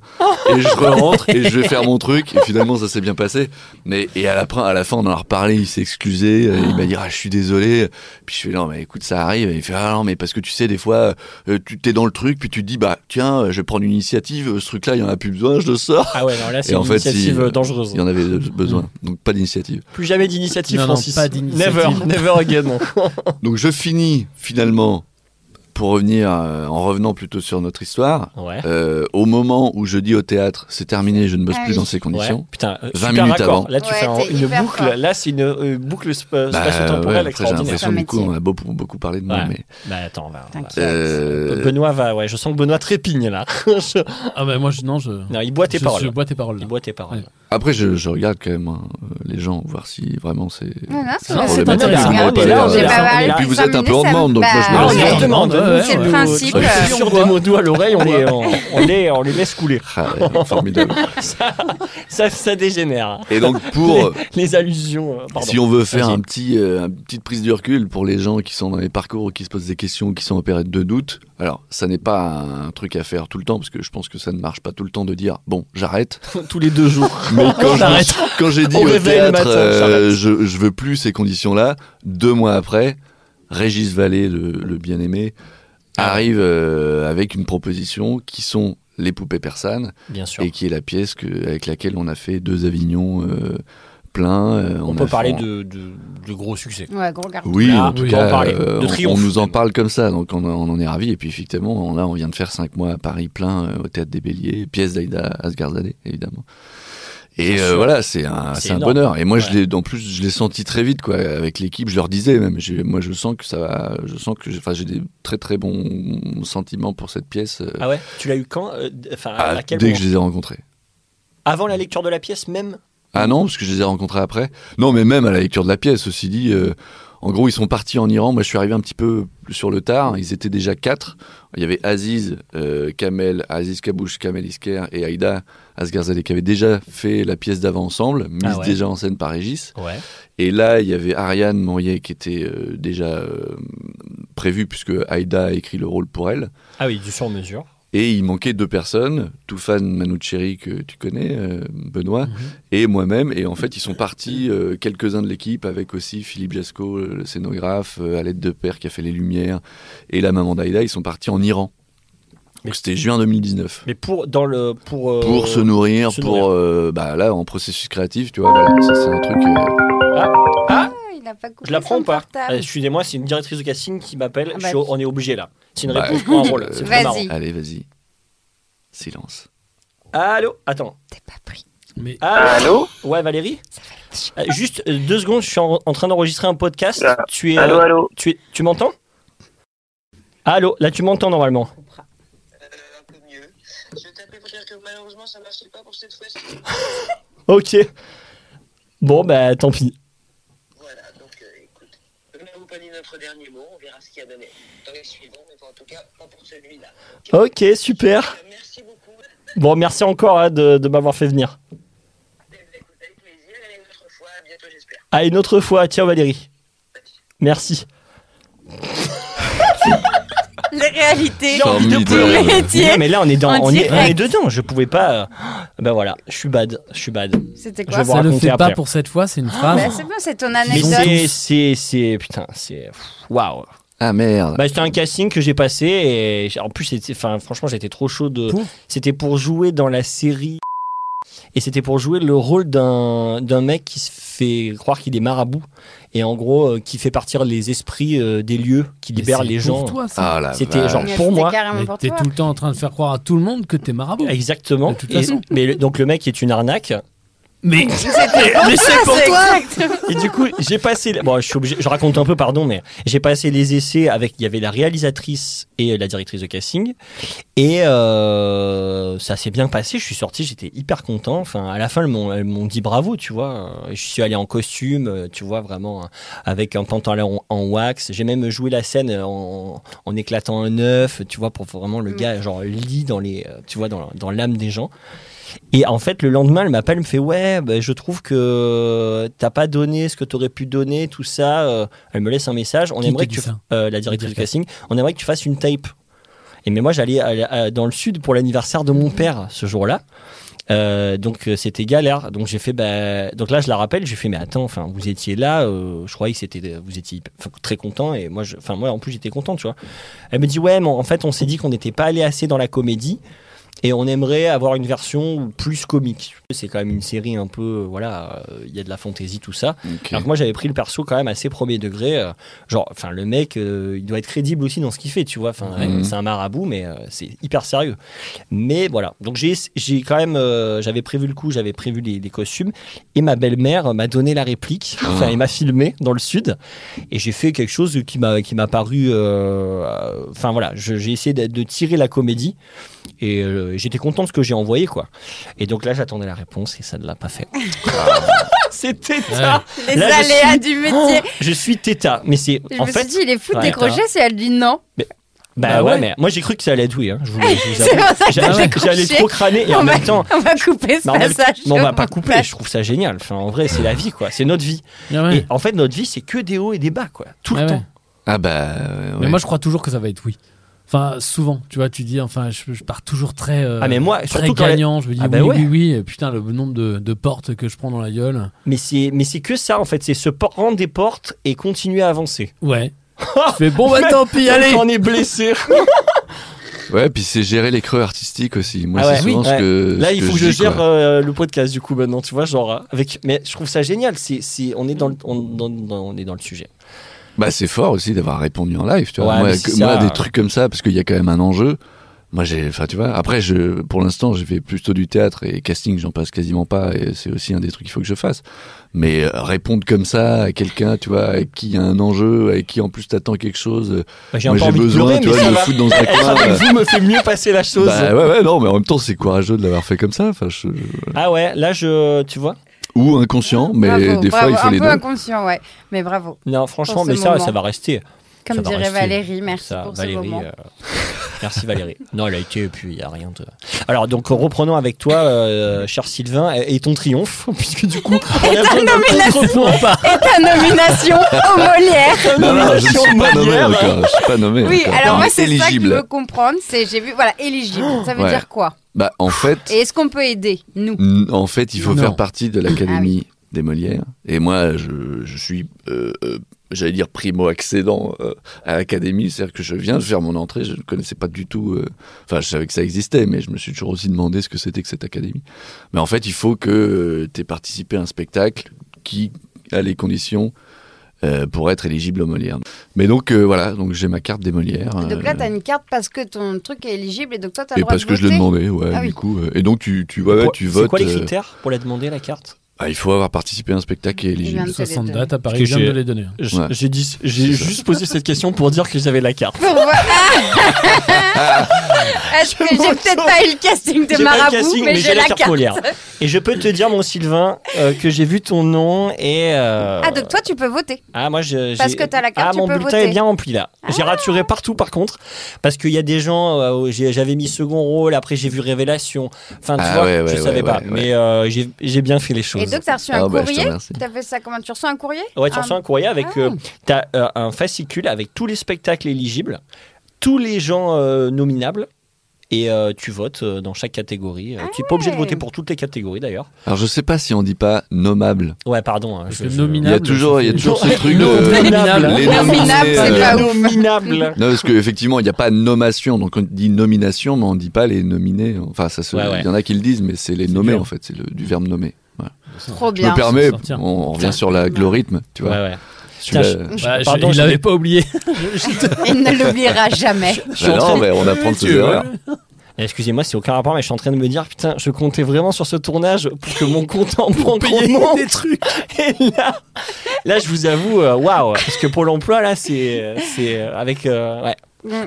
D: Et je rentre et je vais faire mon truc. Et finalement, ça s'est bien passé. Mais et à la, fin- à la fin, on en a reparlé, il s'est excusé, euh, il m'a dit ah, je suis désolé. Puis je fais non, mais écoute, ça arrive. Et il fait ah non, mais parce que tu sais, des fois, euh, tu t'es dans le truc, puis tu te dis bah tiens, euh, je vais prendre une initiative, euh, ce truc-là, il y en a plus besoin, je le sors.
C: Ah ouais, alors là, c'est
D: Et
C: une
D: en fait,
C: initiative
D: si-
C: euh, dangereuse.
D: Il y en avait besoin, donc pas d'initiative.
C: Plus jamais d'initiative,
A: Non, non,
C: Francis.
A: pas d'initiative. <laughs>
C: Never, never again.
D: Donc je finis finalement pour revenir euh, en revenant plutôt sur notre histoire.
C: ouais.
D: Euh, au moment où je dis au théâtre, c'est terminé, je ne bosse
B: Ah
D: plus
B: oui.
D: dans ces conditions.
C: Ouais. Putain, euh,
D: 20
C: super
D: minutes
C: raccord.
D: avant.
C: Là, tu
B: Ouais,
C: fais un-
B: t'es
C: une
B: hyper
C: boucle.
B: fort.
C: Là, c'est une euh, boucle sp-
D: Bah,
C: spatio-temporelle
D: ouais, après, j'ai
C: extraordinaire.
D: l'impression du coup,
B: Métier.
D: on a beaucoup, beaucoup parlé de moi.
C: Ouais.
D: Mais,
C: Bah, attends, on va- on va-
B: T'inquiète.
D: Euh,
C: Benoît va, ouais, je sens que Benoît trépigne là. <laughs> Je-
A: Ah bah moi, je, non, je.
C: Non, il boit tes
A: je-
C: paroles.
A: Je bois tes paroles.
C: Il
A: là.
C: boit tes paroles.
A: Ouais.
D: Après, je, je regarde quand même hein, euh, les gens, voir si vraiment c'est.
B: Non, non, c'est
D: Non,
B: vrai,
D: on
B: c'est
D: est pas
B: intéressant.
D: là, on est pas là,
B: J'ai
D: on est
B: pas
D: là.
B: mal.
C: Et puis,
D: vous
B: Cinq
D: êtes un peu
B: minutes,
D: en
B: ça
D: demande, donc
B: me-
D: moi, je me
B: Bah,
C: Ah, on
D: laisse.
B: ouais.
C: leur
D: ouais,
C: demande,
A: ouais,
C: hein,
A: ouais,
B: c'est le
C: nous-
B: principe,
C: quand ils
B: euh,
C: sont sur des mots doux à l'oreille, on, les- on, on les, on les laisse couler.
D: <laughs> Ah, ouais, formidable.
C: Ça, ça dégénère.
D: Et donc,
B: <laughs>
D: pour. euh,
C: Les, <laughs> les allusions. euh, Pardon.
D: Si on veut faire
C: Vas-y.
D: un petit, euh, une petite prise de recul pour les gens qui sont dans les parcours ou qui se posent des questions, qui sont en période de doute, alors ça n'est pas un truc à faire tout le temps, parce que je pense que ça ne marche pas tout le temps de dire bon, j'arrête.
C: <laughs> Tous les deux jours.
D: <laughs> Mais quand, je me
C: J'arrête.
D: suis-
C: <laughs>
D: quand j'ai dit
C: Au
D: au
C: réveil le
D: théâtre,
C: matin,
D: euh,
C: j'arrête.
D: je, je veux plus ces conditions-là, deux mois après, Régis Vallée, le, le bien-aimé,
C: Ah.
D: arrive euh, avec une proposition qui sont les poupées persanes
C: Bien sûr.
D: et qui est la pièce que- avec laquelle on a fait deux Avignons euh, pleins. euh,
C: on
D: a
C: peut
D: fait-
C: parler de, de, de gros succès.
B: Ouais, gros garçon.
D: Oui,
C: Ah,
D: en tout
A: oui.
D: cas,
C: On en parlait.
D: euh,
C: De
D: on-
C: triomphe,
D: on nous en
C: même.
D: parle comme ça, donc on, on en est ravis. Et puis effectivement, on- là, on vient de faire cinq mois à Paris plein euh, au Théâtre des Béliers, pièce d'Aïda Asghazadeh, évidemment. Et
C: Bien
D: euh,
C: sûr.
D: voilà, c'est un,
C: C'est
D: c'est un
C: énorme.
D: bonheur. Et moi, je
C: Ouais.
D: l'ai, en plus, je l'ai senti très vite, quoi. Avec l'équipe, je leur disais même, j'ai- moi, je sens que ça va, je sens que j'ai, enfin, j'ai des très très bons sentiments pour cette pièce. euh,
C: Ah ouais Tu l'as eu quand Euh, d- Enfin, à,
D: à-
C: quel
D: Ah, dès
C: moment
D: que je les ai rencontrés.
C: Avant la lecture de la pièce même
D: Ah non, parce que je les ai rencontrés après. Non, mais même à la lecture de la pièce, ceci dit, euh, en gros, ils sont partis en Iran. Moi, je suis arrivé un petit peu sur le tard. Ils étaient déjà quatre. Il y avait Aziz, euh, Kamel, Aziz Kabouch, Kamel Isker et Aïda Asgarzadeh qui avaient déjà fait la pièce d'avant ensemble, mise
C: Ah ouais.
D: déjà en scène par Régis.
C: Ouais.
D: Et là, il y avait Ariane Morier qui était euh, déjà euh, prévue, puisque Aïda a écrit le rôle pour elle.
C: Ah oui, du sur mesure.
D: Et il manquait deux personnes, Toufan Manoucheri que tu connais, euh, Benoît,
C: Mhm.
D: et moi-même. Et en fait, ils sont partis, euh, quelques-uns de l'équipe, avec aussi Philippe Jasco, euh, le scénographe, euh, Alette Depère qui a fait les lumières, et la maman d'Aïda, ils sont partis en Iran.
C: Mais-
D: Donc c'était juin 2019.
C: Mais pour, dans le, pour, euh,
D: Pour se nourrir,
C: se
D: pour
C: nourrir.
D: euh, bah, là en processus créatif, tu vois, voilà, ça c'est un truc. euh,
B: Il a pas coupé
C: Je la prends
B: son
C: ou pas
B: portable.
C: Euh, Excusez-moi, c'est une directrice de casting qui m'appelle.
B: Ah
C: Je
B: bah.
C: suis- on est obligé là. C'est une
D: Bah,
C: réponse pour un rôle. C'est très
B: Vas-y.
C: marrant.
D: Allez, vas-y. Silence.
C: Allô Attends.
B: T'es pas pris.
A: Mais
C: Allô Ah, Ouais, Valérie
B: Ça va être chiant.
C: Euh, Juste euh, deux secondes, je suis en, en train d'enregistrer un podcast.
E: Ah.
C: Tu es. euh,
E: Allô, allô
C: Tu, es- tu m'entends Allô Là, tu m'entends normalement.
F: Euh, un peu mieux. Je t'appelais pour dire que malheureusement ça marchait pas pour cette fois-ci.
C: <laughs> Ok. Bon, bah tant pis.
F: Voilà, donc euh, écoute, nous n'avons pas dit notre dernier mot, on verra ce qu'il y a donné dans les suivants, mais en tout cas pas pour celui-là.
C: Ok, super.
F: Euh, Merci beaucoup,
C: Bon, merci encore hein, de, de m'avoir fait venir.
F: écoute, avec plaisir, et à une autre fois, à bientôt j'espère.
C: À une autre fois. Tiens, Valérie. Merci.
B: Les réalités.
C: J'ai envie de
D: Formidable.
C: pleurer.
B: Métier.
C: Non, mais là, on est, dans,
B: En
C: on, est, on
B: direct.
C: est dedans. Je pouvais pas. euh, Ben voilà, je suis bad. Je suis bad.
B: C'était
C: Je
B: quoi
C: vais
B: ça
C: voir.
A: ça le
C: raconter
A: fait pas
C: après.
A: pour cette fois, c'est une
B: Bah,
A: phrase.
B: C'est bon, c'est ton
C: Mais
A: Ils ont
B: anecdote.
C: c'est,
A: tous-
C: c'est, c'est, putain, c'est, pff, waouh.
D: Ah merde.
C: Bah, c'était un casting que j'ai passé et j'- en plus, c'était, enfin, franchement, j'étais trop chaud de.
A: Pour
C: C'était pour jouer dans la série et c'était pour jouer le rôle d'un, d'un mec qui se fait croire qu'il est marabout et en gros euh, qui fait partir les esprits euh, des lieux, qui
A: Mais
C: libère
A: c'est
C: les
A: pour
C: gens.
A: toi, ça.
D: Ah, la
C: Bah, C'était
D: vache.
C: genre-
B: Ah, Mais
C: pour
B: c'était
C: moi,
B: carrément
A: Mais
B: pour
A: T'es
B: toi.
A: tout le temps en train de faire croire à tout le monde que t'es marabout.
C: Exactement.
A: De toute
C: Et-
A: façon.
C: mais le- donc le mec est une arnaque.
B: Mais
A: Mais
B: Ah, c'est pour toi.
C: Et du coup, j'ai passé. Bon, je suis obligé. Je raconte un peu, pardon, mais j'ai passé les essais avec. Il y avait la réalisatrice et la directrice de casting, et euh, ça s'est bien passé. Je suis sorti, j'étais hyper content. Enfin, à la fin, elles m'ont, elles m'ont dit bravo, tu vois. Je suis allé en costume, euh, tu vois, vraiment avec un pantalon en wax. J'ai même joué la scène en, en éclatant un œuf, tu vois, pour vraiment le
B: Mm.
C: gars genre lit dans les, euh, tu vois, dans, dans l'âme des gens. Et en fait, le lendemain, elle m'appelle, elle me fait Ouais, ben, je trouve que t'as pas donné ce que t'aurais pu donner, tout ça. Euh, Elle me laisse un message. On
A: Qui
C: aimerait
A: t'a
C: que
A: dit
C: tu.
A: ça
C: euh, la directrice du
A: Directrice.
C: casting. On aimerait que tu fasses une tape. Et mais moi, j'allais à- à- dans le sud pour l'anniversaire de mon père ce jour-là. Euh, donc euh, c'était galère. Donc j'ai fait, bah, donc là je la rappelle, j'ai fait mais attends, enfin vous étiez là, euh, je croyais que c'était, vous étiez hyper- enfin, très content et moi, je- enfin moi en plus j'étais content, tu vois. Elle me dit ouais, mais en fait on s'est dit qu'on n'était pas allé assez dans la comédie et on aimerait avoir une version plus comique. C'est quand même une série un peu, euh, voilà, euh, il y a de la fantaisie tout ça.
D: Ok.
C: Alors que moi j'avais pris le perso quand même assez premier degré. euh, genre, enfin le mec, euh, il doit être crédible aussi dans ce qu'il fait, tu vois. Enfin,
D: Mhm.
C: c'est un marabout, mais euh, c'est hyper sérieux. Mais voilà. Donc j'ai, j'ai quand même, euh, j'avais prévu le coup, j'avais prévu les, les costumes, et ma belle-mère m'a donné la réplique. Enfin, elle m'a filmé dans le sud, et j'ai fait quelque chose qui m'a, qui m'a paru. euh, Enfin voilà, je- j'ai essayé de, de tirer la comédie, et euh, j'étais content de ce que j'ai envoyé, quoi. Et donc là, j'attendais la réponse, et ça ne l'a pas fait. C'était ça.
B: Les
C: Là, je
B: aléas
C: suis-
B: du métier.
C: Oh, je suis Theta, mais c'est
B: je
C: en
B: me
C: fait.
B: suis dit, il est fou de
C: Ouais,
B: décrocher si elle dit non.
C: Bah,
A: Bah
C: ouais,
A: ouais.
C: mais moi j'ai cru que ça allait être oui. Hein. Je vous, je vous
B: <laughs> C'est
C: avoue.
B: pour ça que
C: J'allais-
B: t'as
C: J'allais
B: décroché.
C: trop crâner et en
B: On va-
C: même temps.
B: On va couper ce
C: Mais en même temps-
B: passage.
C: mais on va pas couper, je trouve ça génial. Enfin, en vrai, c'est la vie, quoi. C'est notre vie.
A: <laughs> Ah ouais.
C: Et en fait, notre vie, c'est que des hauts et des bas, quoi. Tout
A: Ah
C: le
A: ouais.
C: temps.
D: Ah bah. euh,
A: Mais
D: ouais.
A: moi, je crois toujours que ça va être oui. Enfin, souvent, tu vois, tu dis, enfin, je, je pars toujours très, euh,
C: Ah, mais moi,
A: très
C: surtout quand-
A: gagnant. Je me dis,
C: Ah
A: oui,
C: bah ouais.
A: oui, oui, et putain, le nombre de, de portes que je prends dans la gueule.
C: Mais c'est, mais c'est que ça, en fait. C'est se por- rendre des portes et continuer à avancer. <laughs>
A: Ouais. je fais, bon, bah tant pis, allez
C: Quand on est
D: <laughs>
C: blessé.
D: Ouais, puis c'est gérer les creux artistiques aussi. Moi,
C: Ah ouais,
D: c'est souvent
C: oui,
D: ce
C: ouais.
D: que.
C: Là,
D: ce
C: il faut que
D: je
C: je
D: dis,
C: gère
D: quoi.
C: euh, le podcast, du coup, maintenant, tu vois, genre, euh, avec. Mais je trouve ça génial. C'est, c'est- on est dans le, on- dans- dans- on est dans le sujet.
D: Bah, c'est fort aussi d'avoir répondu en live, tu vois.
C: euh, Ouais,
D: moi,
C: mais si
D: que-
C: ça-
D: moi, des trucs comme ça, parce qu'il y a quand même un enjeu. Moi, j'ai. Enfin, tu vois. Après, je, pour l'instant, j'ai fait plutôt du théâtre et casting, j'en passe quasiment pas. Et c'est aussi un des trucs qu'il faut que je fasse. Mais euh, répondre comme ça à quelqu'un, tu vois, avec qui il y a un enjeu, avec qui en plus t'attends quelque chose.
C: Bah, j'ai
D: moi,
C: un peu
D: j'ai
C: envie
D: besoin,
C: de pleurer,
D: tu vois,
C: mais
D: de
C: ça
D: me
C: va. <laughs>
D: foutre dans un
C: Être
D: coin.
C: avec
D: euh,
C: vous me fait mieux passer la chose.
D: Bah ouais, ouais, non, mais en même temps, c'est courageux de l'avoir fait comme ça. Enfin, je- je-
C: Ah ouais, là je, tu vois.
D: Ou inconscient, mais
B: Bravo,
D: des fois,
B: bravo.
D: il faut
B: un
D: les
B: peu
D: deux.
B: inconscient, ouais. Mais bravo.
C: Non, franchement,
B: Pour ce
C: mais ça,
B: moment.
C: ça va rester.
B: Comme
C: Ça va
B: dirait
C: rester.
B: Valérie, merci
C: Ça,
B: pour
C: Valérie,
B: ce moment.
C: euh, <laughs> Merci Valérie. Non, elle a été, et puis il n'y a rien de. Alors, donc, reprenons avec toi, euh, cher Sylvain, et, et ton triomphe, <laughs> puisque du coup, on a besoin d'un contrepoint.
D: euh.
B: Et ta
D: <laughs>
B: nomination au Molière.
D: Non, non, je ne suis pas nommé
C: Molière.
D: encore. Je suis pas nommé.
B: Oui,
D: encore.
B: alors
D: Non,
B: moi, c'est ça que je
D: éligible.
B: veux comprendre. C'est, j'ai vu, voilà, éligible. Ça veut
D: Ouais.
B: dire quoi
D: Bah, en fait,
B: Et est-ce qu'on peut aider, nous
D: n- en fait, il faut
A: Non.
D: faire partie de l'académie
B: Ah
D: des Molières. Et moi, je, je suis, euh, euh, j'allais dire primo accédant euh, à l'académie, c'est-à-dire que je viens de faire mon entrée. Je ne connaissais pas du tout. euh, Enfin, je savais que ça existait, mais je me suis toujours aussi demandé ce que c'était que cette académie. Mais en fait, il faut que tu aies participé à un spectacle qui a les conditions. euh, pour être éligible aux Molières. Mais donc euh, voilà, donc j'ai ma carte des Molières.
B: Donc là,
D: euh,
B: t'as une carte parce que ton truc est éligible et donc toi, t'as le
D: Et
B: droit de
D: parce
B: voter.
D: que je l'ai demandé, ouais,
B: Ah
D: du
B: oui.
D: coup. euh, Et donc tu, tu, ouais, ouais,
C: Quoi-
D: tu
C: C'est
D: votes.
C: quoi les
D: euh,
C: critères pour la demander la carte
D: ah, il faut avoir participé à un spectacle qui est
B: Il vient
D: éligible.
B: de-
A: 60 dates à Paris,
C: Parce
A: je
C: que
A: viens de
C: j'ai-
A: les donner.
C: Je-
D: Ouais.
C: J'ai dit, j'ai juste posé cette question pour dire que j'avais la
B: <laughs>
C: carte.
B: Pour
D: <laughs>
B: voir- Ah Est-ce que
C: Je
B: j'ai
C: m'en
B: peut-être
C: sors.
B: pas eu le casting de
C: J'ai pas le
B: Marabout,
C: casting,
B: mais, j'ai la carte.
C: Molière. Et je peux te dire, mon Sylvain, euh, que j'ai vu ton nom et. euh,
B: Ah, donc toi, tu peux voter.
C: Ah, moi, je,
B: Parce
C: j'ai-
B: que t'as la carte,
C: Ah,
B: tu
C: mon
B: peux
C: bulletin
B: voter.
C: est bien rempli là. J'ai
B: Ah.
C: raturé partout par contre, parce qu'il y a des gens, euh, où j'ai- j'avais mis second rôle, après j'ai vu Révélation. Enfin, tu
D: Ah,
C: vois,
D: ouais, ouais,
C: je
D: ouais,
C: savais
D: ouais,
C: pas.
D: ouais.
C: Mais euh, j'ai j'ai bien fait les choses.
B: Et donc, t'as reçu
D: Ah,
B: un
D: bah, je te
B: courrier
D: remercie.
B: T'as fait ça comment Tu reçois un courrier
C: Ouais, tu
B: Ah.
C: reçois un courrier avec
B: Ah.
C: euh, t'as, euh, un fascicule avec tous les spectacles éligibles, tous les gens euh, nominables. Et euh, tu votes euh, dans chaque catégorie. Euh, tu n'es pas obligé de
B: Ah ouais.
C: voter pour toutes les catégories d'ailleurs.
D: Alors je sais pas si on dit pas nommable.
C: Ouais, pardon. hein,
A: Parce
C: je-
A: que
C: je- <laughs>
D: Il y
A: nominable.
D: a toujours, il y a
A: c'est-
D: toujours ce
C: Non,
D: truc
C: non,
D: de. euh,
A: nominable.
D: les
B: Nominable,
D: nominés,
B: c'est
D: euh,
B: pas ouf.
C: Nominable.
D: Non, parce qu'effectivement, il n'y a pas nommation. Donc on dit nomination, mais on dit pas les nominés. Enfin, ça se. Il
C: Ouais, ouais.
D: y en a qui le disent, mais c'est les nommés
A: dur.
D: en fait. C'est le- du verbe nommer. Voilà.
B: Trop
D: Je me
B: bien.
D: permets,
A: sortir.
D: on revient sur l'algorithme, tu
C: Ouais,
D: vois.
C: ouais.
D: Celui-là,
C: Putain,
D: euh,
A: Bah, je-
C: Pardon,
A: il
C: je
A: l'avait
C: l'ai-
A: pas oublié.
B: Il ne l'oubliera jamais.
C: Je suis en
D: bah
C: train
D: non,
C: de-
D: mais on apprend de ses
A: Tu vois.
D: erreurs.
C: Eh, Excusez-moi, c'est aucun rapport, mais je suis en train de me dire, putain, je comptais vraiment sur ce tournage pour que mon compte
A: <laughs>
C: en prend compte.
A: des trucs.
C: <laughs> Et là, là, je vous avoue, euh, waouh, parce que Pôle emploi, là, c'est euh, c'est, euh, avec. euh, ouais.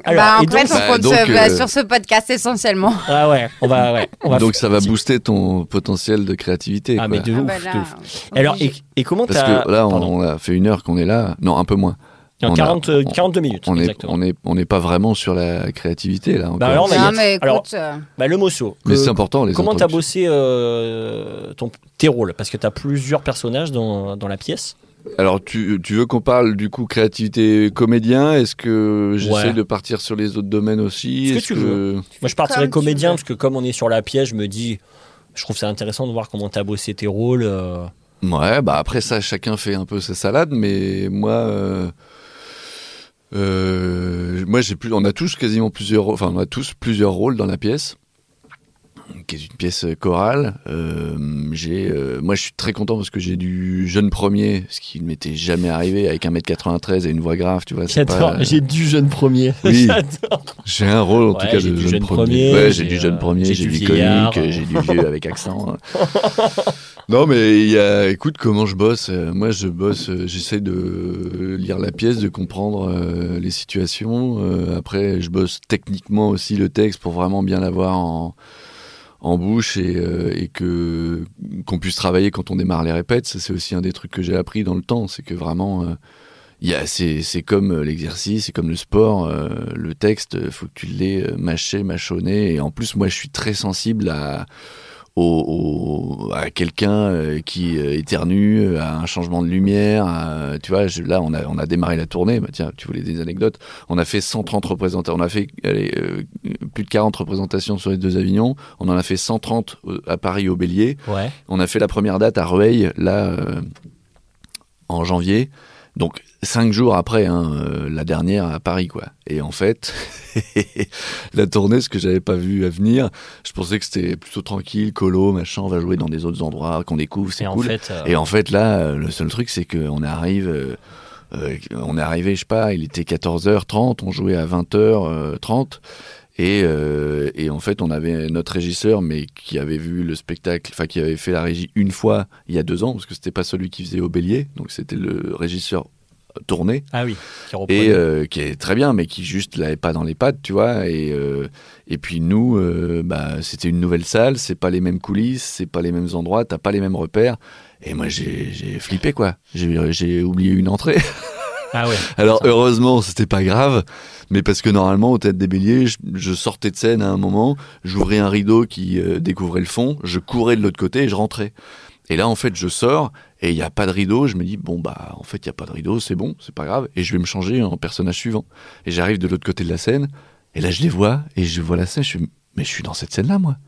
C: Alors,
B: bah, en
C: et donc-
B: fait, on
D: Bah,
B: compte
D: donc,
B: se- bah,
D: euh,
B: sur ce podcast essentiellement.
C: Ah ouais, on va. Ouais, on va
D: Donc
C: faire-
D: ça va booster ton potentiel de créativité.
C: Ah,
D: quoi.
C: mais de
B: Ah
C: ouf.
B: bah là,
C: de ouf. Alors, et,
B: obligé.
C: et comment
D: Parce
C: t'as.
D: que là, on,
C: Pardon.
D: on a fait une heure qu'on est là. Non, un peu moins.
C: Non,
D: On a-
C: 40, euh,
D: on-
C: 42 minutes,
D: on n'est
C: exactement.
D: on est, on est pas vraiment sur la créativité là. encore.
C: alors, on va y
B: Non,
C: être.
B: mais
C: Alors,
B: écoute, euh,
C: Bah, le Mosso.
D: mais
C: que-
D: c'est important les
C: Comment t'as
D: introductions.
C: bossé euh, ton, tes rôles Parce que t'as plusieurs personnages dans, dans la pièce.
D: Alors tu, tu veux qu'on parle du coup créativité comédien Est-ce que j'essaie
C: Ouais.
D: de partir sur les autres domaines aussi
C: Ce que
D: Est-ce
C: tu veux. Moi, je partirais
B: Comme tu
C: comédien
B: veux.
C: parce que comme on est sur la pièce, je me dis, je trouve ça intéressant de voir comment t'as bossé tes rôles. euh.
D: Ouais, bah après ça, chacun fait un peu sa salade, mais moi, euh, euh, moi j'ai plus, on a tous quasiment plusieurs, rôles- enfin on a tous plusieurs rôles dans la pièce, qui est une pièce chorale. Euh, j'ai, euh, moi je suis très content parce que j'ai du jeune premier, ce qui ne m'était jamais arrivé avec 1m93 et une voix grave, tu vois. c'est
C: J'adore,
D: pas-
C: j'ai du jeune premier. <laughs>
D: Oui.
C: J'adore.
D: j'ai un rôle en
C: Ouais,
D: tout cas
C: j'ai
D: de
C: du
D: jeune,
C: jeune
D: premier.
C: premier,
D: Ouais, j'ai
C: j'ai,
D: du
C: euh,
D: jeune premier,
C: j'ai
D: j'ai
C: du
D: du
C: vieillard.
D: comique, euh, j'ai du vieux avec
C: <laughs>
D: accent. non mais il y a- écoute comment je bosse. Euh, Moi je bosse, euh, j'essaie de lire la pièce, de comprendre euh, les situations. Euh, après je bosse techniquement aussi le texte pour vraiment bien l'avoir en en bouche et, euh, et que qu'on puisse travailler quand on démarre les répètes. Ça, c'est aussi un des trucs que j'ai appris dans le temps, c'est que vraiment, euh, il y a- c'est c'est comme euh, l'exercice, c'est comme le sport, euh, le texte, euh, faut que tu l'aies euh, mâché, mâchonné. Et en plus, moi, je suis très sensible à au, au- à quelqu'un euh, qui euh, éternue, euh, à un changement de lumière. à- tu vois, je- là, on a, on a démarré la tournée. Bah, tiens, tu voulais des anecdotes. On a fait 130 représentations. On a fait allez, euh, plus de 40 représentations sur les deux Avignons. On en a fait 130 au- à Paris au Bélier.
C: Ouais.
D: On a fait la première date à Rueil, là, euh, en janvier. Donc, cinq jours après hein, euh, la dernière à Paris, quoi. Et en fait, <laughs> la tournée, ce que j'avais pas vu à venir, je pensais que c'était plutôt tranquille, colo, machin, on va jouer dans des autres endroits qu'on découvre, c'est
C: Et
D: cool.
C: en fait, euh,
D: Et en fait, là, euh, le seul truc, c'est qu'on arrive. euh, euh, on est arrivé, je sais pas, il était 14h30, on jouait à 20h30. Et, euh, et en fait, on avait notre régisseur, mais qui avait vu le spectacle, enfin qui avait fait la régie une fois il y a deux ans, parce que c'était pas celui qui faisait au Bélier, donc c'était le régisseur tourné
C: ah oui, qui reprenait.
D: et euh, qui est très bien, mais qui juste l'avait pas dans les pattes, tu vois. Et, euh, et puis nous, euh, bah, c'était une nouvelle salle, c'est pas les mêmes coulisses, c'est pas les mêmes endroits, t'as pas les mêmes repères. Et moi, j'ai j'ai flippé, quoi. J'ai j'ai oublié une entrée.
C: <laughs> Ah ouais.
D: Alors heureusement, c'était pas grave, mais parce que normalement, au Tête des Béliers, je, je sortais de scène à un moment, j'ouvrais un rideau qui euh, découvrait le fond, je courais de l'autre côté et je rentrais. Et là, en fait, je sors et il n'y a pas de rideau. Je me dis bon bah, en fait, il y a pas de rideau, c'est bon, c'est pas grave, et je vais me changer en personnage suivant. Et j'arrive de l'autre côté de la scène, et là, je les vois et je vois la scène. Je suis mais je suis dans cette scène là, moi.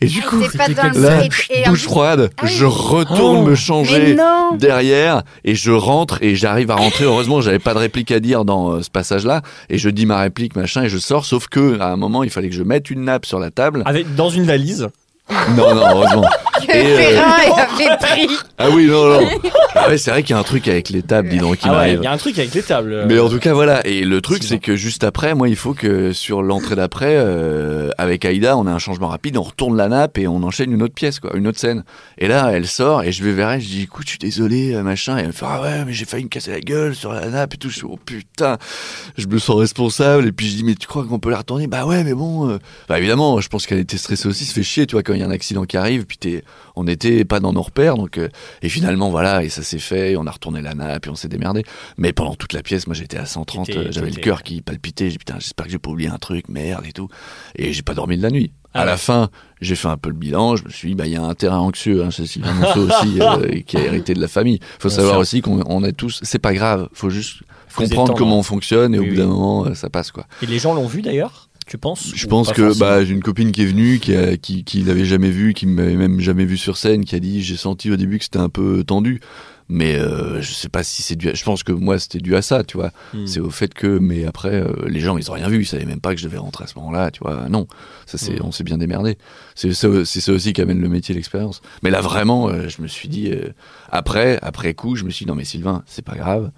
D: Et du coup,
B: t'es pas
A: c'était
B: dans le-
D: là,
B: et- et en
D: douche
B: plus-
D: froide,
B: Ah oui.
D: je retourne
C: Oh,
D: me
B: Mais
D: changer <laughs>
B: non
D: derrière et je rentre et j'arrive à rentrer. Heureusement, j'avais pas de réplique à dire dans euh, ce passage-là et je dis ma réplique machin et je sors. Sauf que à un moment, il fallait que je mette une nappe sur la table.
C: Avec, dans une valise.
D: Non, non,
B: <laughs>
D: heureusement.
B: Que
D: Et, euh,
B: Perrin il avait pris
D: Ah oui, non, non. Ah ouais, c'est vrai qu'il y a un truc avec les tables, dis donc, qui
C: Ah ouais,
D: m'arrive.
C: il y a un truc avec les tables. euh.
D: Mais en tout cas, voilà. Et le truc,
C: c'est
D: c'est
C: bon.
D: que juste après, moi, il faut que sur l'entrée d'après, euh, avec Aïda, on a un changement rapide, on retourne la nappe et on enchaîne une autre pièce, quoi, une autre scène. Et là, elle sort et je vais vers elle, je dis, écoute, je suis désolé, euh, machin. Et elle me fait, ah ouais, mais j'ai failli me casser la gueule sur la nappe et tout. Je suis, oh putain, je me sens responsable. Et puis je dis, mais tu crois qu'on peut la retourner Bah ouais, mais bon. euh. Bah évidemment, je pense qu'elle était stressée aussi, ça fait chier, tu vois, quand il y a un accident qui arrive, puis t'es, on n'était pas dans nos repères, donc. euh, et finalement, voilà, et ça s'est fait, et on a retourné la nappe et on s'est démerdé. Mais pendant toute la pièce, moi j'étais à 130,
C: T'étais-
D: euh, j'avais le
C: t'étais-
D: cœur qui palpitait, j'ai dit, putain, j'espère que j'ai pas oublié un truc, merde et tout. Et j'ai pas dormi de la nuit.
C: Ah
D: à la
C: ouais.
D: fin, j'ai fait un peu le bilan, je me suis dit, bah, il y a un terrain anxieux, hein, c'est Sylvain
C: <laughs>
D: Monceau aussi, euh, qui a hérité de la famille. Faut
C: Bien
D: savoir
C: sûr.
D: aussi qu'on on est tous, c'est pas grave, faut juste
C: Faut se
D: comprendre
C: détendre.
D: comment on fonctionne et
C: Oui,
D: au bout
C: oui.
D: d'un moment, euh, ça passe, quoi.
C: Et les gens l'ont vu d'ailleurs, tu penses
D: Je
C: Ou
D: pense
C: pas
D: que
C: forcément
D: bah, j'ai une copine qui est venue, qui, a- qui, qui l'avait jamais vu, qui m'avait même jamais vu sur scène, qui a dit j'ai senti au début que c'était un peu tendu, mais euh, je sais pas si c'est dû. À... Je pense que moi c'était dû à ça, tu vois.
C: Hmm.
D: bah, C'est au fait que, mais après euh, les gens ils ont rien vu, ils savaient même pas que je devais rentrer à ce moment-là, tu vois. Non, ça c'est
C: Hmm.
D: on s'est bien démerdé. C'est ça, c'est ça aussi qui amène le métier, l'expérience. Mais là vraiment, euh, je me suis dit euh, après après coup, je me suis dit non mais Sylvain c'est pas grave.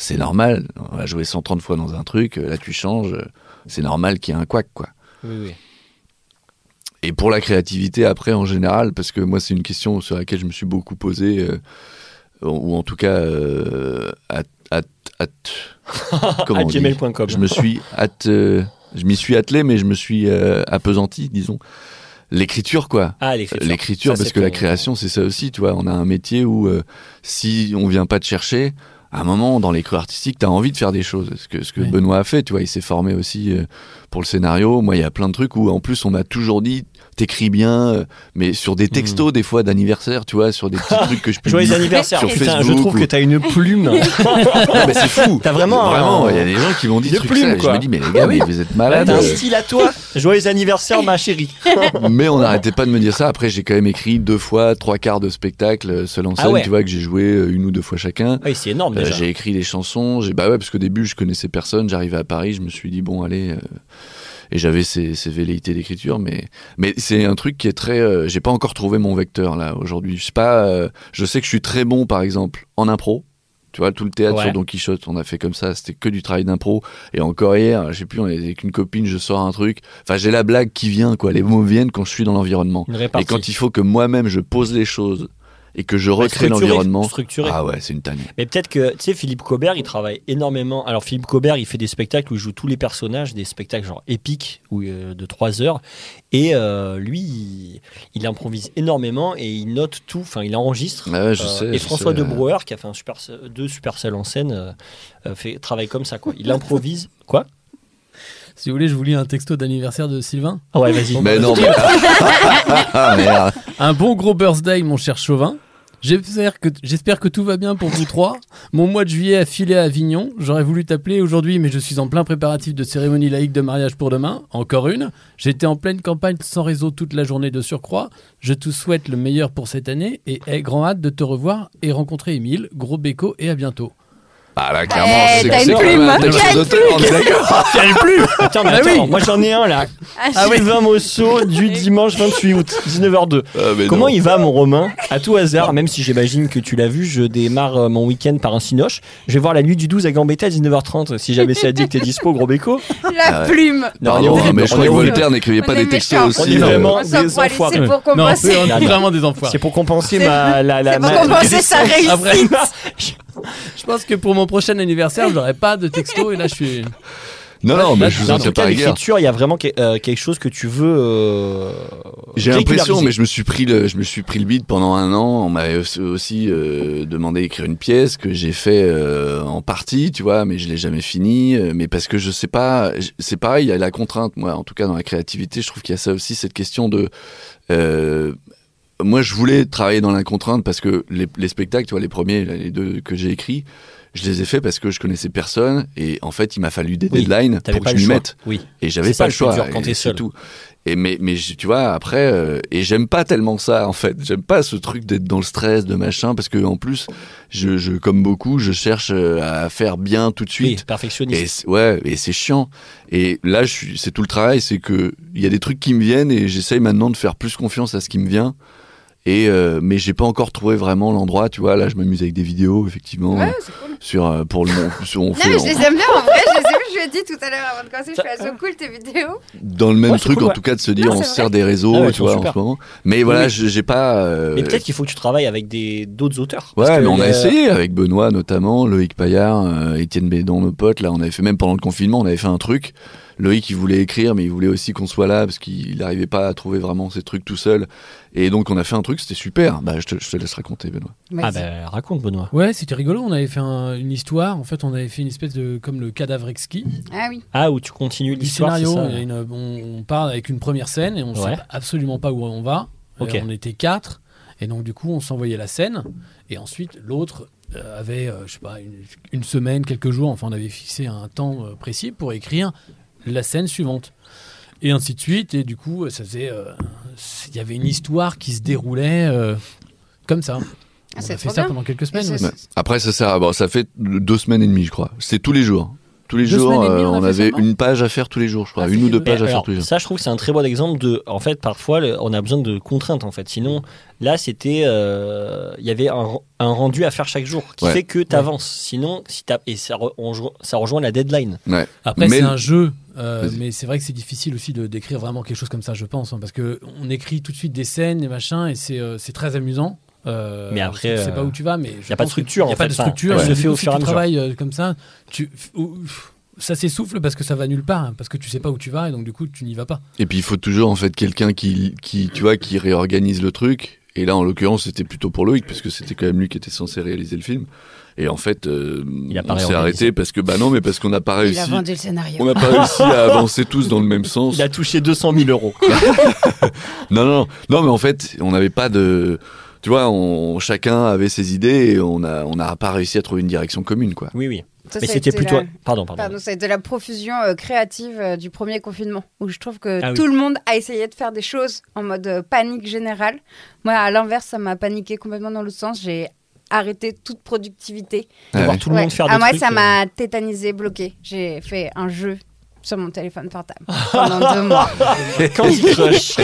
D: C'est normal, on a joué 130 fois dans un truc, euh, là tu changes, euh, c'est normal qu'il y ait un couac quoi.
C: Oui, oui.
D: Et pour la créativité, après, en général, parce que moi, c'est une question sur laquelle je me suis beaucoup posé, euh, ou en tout cas, euh, at, at, at- <laughs> comment
C: À
D: on dit
C: gmail.com.
D: Je me suis at- euh, je m'y suis attelé, mais je me suis euh, appesanti, disons. L'écriture, quoi.
C: Ah, l'écriture.
D: L'écriture,
C: Ça,
D: parce
C: c'est
D: que la
C: ton-
D: création, c'est ça aussi, tu vois. On a un métier où euh, si on vient pas te chercher, à un moment, dans les creux artistiques, t'as envie de faire des choses. Ce que, ce que
A: Ouais.
D: Benoît a fait, tu vois, il s'est formé aussi euh, pour le scénario. Moi, il y a plein de trucs où, en plus, on m'a toujours dit, t'écris bien, euh, mais sur
C: Mmh.
D: des textos, des fois, d'anniversaire, tu vois, sur
C: <laughs>
D: des petits trucs que je publie.
C: Joyeux anniversaire.
D: <laughs> Sur
C: Putain, je
D: Facebook
C: trouve
D: ou-
C: que t'as une plume.
D: <laughs> Ah, mais c'est fou.
C: T'as vraiment un-
D: Vraiment, il y a des gens qui m'ont dit
C: De
D: ce truc
C: plume,
D: ça, et Je
C: quoi. Ah
D: me dis, mais les gars, mais vous êtes malades. euh.
C: T'as un style à toi. Joyeux anniversaire, ma chérie.
D: mais on n'arrêtait pas de me dire ça. Après, j'ai quand même écrit deux fois trois quarts de spectacle euh, seul en
C: Ah
D: scène,
C: ouais.
D: tu vois, que j'ai joué euh, une ou deux fois chacun.
C: Ah Oui, c'est énorme
D: Euh,
C: Oh, déjà.
D: j'ai écrit des chansons, j'ai bah ouais parce qu'au début je connaissais personne, j'arrivais à Paris, je me suis dit bon allez euh, et j'avais ces, ces velléités d'écriture mais mais c'est un truc qui est très euh, j'ai pas encore trouvé mon vecteur là aujourd'hui, je sais pas euh, je sais que je suis très bon par exemple en impro. Tu vois, tout le théâtre
C: Ouais.
D: sur Don Quichotte, on a fait comme ça, c'était que du travail d'impro. Et encore hier, je sais plus, on est avec une copine, je sors un truc. Enfin, j'ai la blague qui vient, quoi. Les mots viennent quand je suis dans l'environnement.
C: Une
D: Et
C: répartie.
D: quand il faut que moi-même je pose les choses et que je recrée
C: Structuré,
D: l'environnement.
C: Structuré.
D: Ah ouais, c'est une tannée.
C: Mais peut-être que, tu sais, Philippe Cobert, il travaille énormément. Alors, Philippe Cobert, il fait des spectacles où il joue tous les personnages, des spectacles genre épiques ou euh, de 3 heures. Et euh, lui, il, il improvise énormément et il note tout, enfin, il enregistre.
D: Ah Ouais, je
C: Euh,
D: sais,
C: et
D: je
C: François
D: sais,
C: de
D: euh,
C: Brouwer, qui a fait un super, deux super salles en scène, euh, euh, fait, travaille comme ça, quoi. Il improvise. <laughs> quoi
A: Si vous voulez, je vous lis un texto d'anniversaire de Sylvain.
C: Ah ouais, vas-y.
D: Mais non, mais. Ah, merde.
A: Un bon gros birthday, mon cher Chauvin. J'espère que, j'espère que tout va bien pour vous trois. Mon mois de juillet a filé à Avignon. J'aurais voulu t'appeler aujourd'hui, mais je suis en plein préparatif de cérémonie laïque de mariage pour demain. Encore une. J'étais en pleine campagne sans réseau toute la journée de surcroît. Je te souhaite le meilleur pour cette année et ai grand hâte de te revoir et rencontrer Émile, gros béco et à bientôt.
D: Ah là, clairement,
B: Eh,
D: c'est
B: t'as
D: c'est
B: une
D: quand même un
B: plume,
D: texte
B: t'as une
D: d'auteur, on est
B: <laughs>
D: d'accord.
C: Attends, mais
A: Ah
C: attends,
A: oui.
C: moi j'en ai un là.
B: Ah,
A: Ah
C: Sylvain Mosso du dimanche 28 août, 19h02.
D: Ah, mais
C: Comment
D: non.
C: il va, mon Romain À tout hasard, même si j'imagine que tu l'as vu, je démarre euh, mon week-end par un cinoche. Je vais voir la nuit du 12 à Gambetta à 19h30. Si jamais ça dit que t'es dispo, gros béco.
B: La plume.
D: Pardon,
C: on est
D: mais je crois que
C: horrible.
D: Voltaire n'écrivait
B: On
D: pas
B: est
D: des textos
B: méchants.
D: aussi.
C: On est
D: euh,
C: vraiment-
B: On s'en
C: des
B: pointe,
C: enfoirés.
B: c'est pour
A: Non, c'est
B: compenser.
A: on est vraiment des enfoirés.
C: C'est pour compenser ma la la.
B: C'est pour
C: ma- <laughs>
B: compenser sa
A: Après,
B: réussite.
A: je pense que pour mon prochain anniversaire, j'aurai pas de texto et là je suis.
D: Non, non, mais je vous
C: Non,
D: en
C: en tout
D: tiens
C: cas,
D: pas guerre.
C: l'écriture, il y a vraiment que- euh, quelque chose que tu veux. euh,
D: J'ai l'impression,
C: régulariser.
D: mais je me suis pris le, je me suis pris le bide pendant un an. On m'avait aussi- aussi euh, demandé d'écrire une pièce que j'ai fait euh, en partie, tu vois, mais je l'ai jamais fini. euh, mais parce que je sais pas, j- c'est pareil, il y a la contrainte. Moi, en tout cas, dans la créativité, je trouve qu'il y a ça aussi, cette question de. euh, moi, je voulais travailler dans la contrainte parce que les, les spectacles, tu vois, les premiers, là, les deux que j'ai écrits, je les ai faits parce que je connaissais personne et en fait, il m'a fallu des
C: Oui,
D: deadlines
C: T'avais
D: pour que
C: pas
D: je
C: le
D: m'y
C: choix.
D: mette
C: Oui.
D: et j'avais
C: C'est ça
D: pas
C: le plus
D: le choix
C: dur quand
D: et
C: t'es
D: c'est
C: seul.
D: tout et mais mais je- tu vois après euh, et j'aime pas tellement ça en fait j'aime pas ce truc d'être dans le stress de machin parce que en plus je, je comme beaucoup je cherche euh, à faire bien tout de
C: Oui,
D: suite et
C: perfectionniste.
D: c'est- ouais et c'est chiant et là je suis c'est tout le travail c'est que il y a des trucs qui me viennent et j'essaye maintenant de faire plus confiance à ce qui me vient et euh, mais j'ai pas encore trouvé vraiment l'endroit tu vois là je m'amuse avec des vidéos effectivement euh,
B: Ouais, c'est cool.
D: sur euh, pour le mon- sur- on
B: Non,
D: fait-
B: mais
D: on-
B: je les aime bien en vrai. Je sais plus, je lui ai dit tout à l'heure avant de commencer, je suis assez cool tes vidéos.
D: dans le même
C: Ouais, c'est
D: truc
C: cool,
D: en
C: ouais.
D: tout cas de se dire
B: Non,
D: on
B: c'est
D: se
B: vrai.
D: sert des réseaux
C: Ah ouais,
D: tu vois
C: ils sont
D: en
C: super.
D: ce moment mais voilà
C: Oui.
D: je- j'ai pas euh,
C: Mais peut-être qu'il faut que tu travailles avec des d'autres auteurs.
D: Ouais,
C: Parce que euh,
D: mais on a
C: le-
D: essayé avec Benoît notamment, Loïc Paillard, euh, Étienne Bédon, nos potes. Là, on avait fait même pendant le confinement, on avait fait un truc. Loïc, il voulait écrire, mais il voulait aussi qu'on soit là parce qu'il n'arrivait pas à trouver vraiment ses trucs tout seul. Et donc, on a fait un truc, c'était super. Bah, je te, je te laisse raconter, Benoît.
C: Ah ben raconte Benoît.
A: Ouais, c'était rigolo. On avait fait un- une histoire. En fait, on avait fait une espèce de comme le cadavre exquis.
B: Ah oui.
C: Ah où tu continues
A: du
C: l'histoire. c'est
A: scénario,
C: ça
A: il y a une- on, on part avec une première scène et on
C: Ouais.
A: sait absolument pas où on va. Euh,
C: Ok.
A: on était quatre et donc du coup on s'envoyait la scène et ensuite l'autre euh, avait euh, je sais pas une, une semaine, quelques jours, enfin on avait fixé un temps euh, précis pour écrire la scène suivante et ainsi de suite et du coup ça faisait euh, il y avait une histoire qui se déroulait euh, comme ça.
B: Ah,
A: on
B: c'est
A: a fait
B: trop
A: ça
B: bien.
A: pendant quelques semaines.
B: Et
A: ouais.
B: c'est-
D: Ouais. Après, ça sert à- bon, ça fait deux semaines et demie, je crois. C'est tous les jours. Tous les
A: Deux
D: jours,
A: semaines et demie,
D: euh,
A: on a
D: on
A: fait
D: avait
A: ça, non
D: une page à faire tous les jours, je crois.
A: Ah,
D: une
A: c'est
D: ou deux
A: que-
D: pages
C: Mais
D: à faire
C: alors,
D: tous les jours.
C: ça, je trouve que c'est un très bon exemple de. En fait, parfois, le- on a besoin de contraintes. En fait, sinon, là, c'était, euh, il y avait un, un rendu à faire chaque jour qui
D: Ouais.
C: fait que tu avances. Sinon, si t'as- et ça, re- on jo- ça rejoint la deadline.
D: Ouais.
A: Après,
D: Mais-
A: c'est un jeu, euh,
D: Vas-y.
A: mais c'est vrai que c'est difficile aussi de décrire vraiment quelque chose comme ça, je pense, hein, parce que on écrit tout de suite des scènes, des machins, et c'est euh, c'est très amusant. Euh,
C: Mais après,
A: je sais pas
C: euh,
A: où tu vas, mais il
C: y a pas de structure,
A: Il n'y a
C: en
A: pas
C: fait,
A: de
C: enfin,
A: structure.
C: elle
A: et
C: se
A: du
C: fait
A: coup,
C: au
A: si
C: fur et à
A: tu
C: mesure.
A: travailles euh, comme ça, tu, ou- ça s'essouffle parce que ça va nulle part, hein, parce que tu sais pas où tu vas, et donc du coup, tu n'y vas pas.
D: Et puis il faut toujours en fait quelqu'un qui, qui tu vois qui réorganise le truc Et là, en l'occurrence, c'était plutôt pour Loïc, parce que c'était quand même lui qui était censé réaliser le film. Et en fait, euh,
C: Il a pas
D: on s'est
C: réorganisé.
D: arrêté parce que, bah non, mais parce qu'on n'a pas
B: Il
D: réussi.
B: a vendu le scénario.
D: On
C: <laughs>
D: n'a pas réussi à avancer tous dans le même sens.
C: Il a touché 200 000 euros.
D: Non, non, non. non, mais en fait, on n'avait pas de. Tu vois, on, chacun avait ses idées et on n'a on n'a pas réussi à trouver une direction commune, quoi.
C: Oui, oui.
B: Ça,
C: Mais
B: ça a
C: c'était
B: été
C: plutôt.
B: la-
C: Pardon, pardon.
B: Pardon, ça a été la profusion euh, créative euh, du premier confinement, où je trouve que
C: Ah oui.
B: tout le monde a essayé de faire des choses en mode euh, panique générale. Moi, à l'inverse, ça m'a paniqué complètement dans l'autre sens. J'ai arrêté toute productivité.
C: De
D: Ah
C: voir
D: ouais.
C: tout le
B: Ouais.
C: monde faire
B: ah,
C: des
B: moi,
C: trucs.
B: ça
C: euh,
B: m'a tétanisé, bloqué. J'ai fait un jeu sur mon téléphone
C: <laughs>
B: portable pendant deux mois.
C: Candy euh. Crush.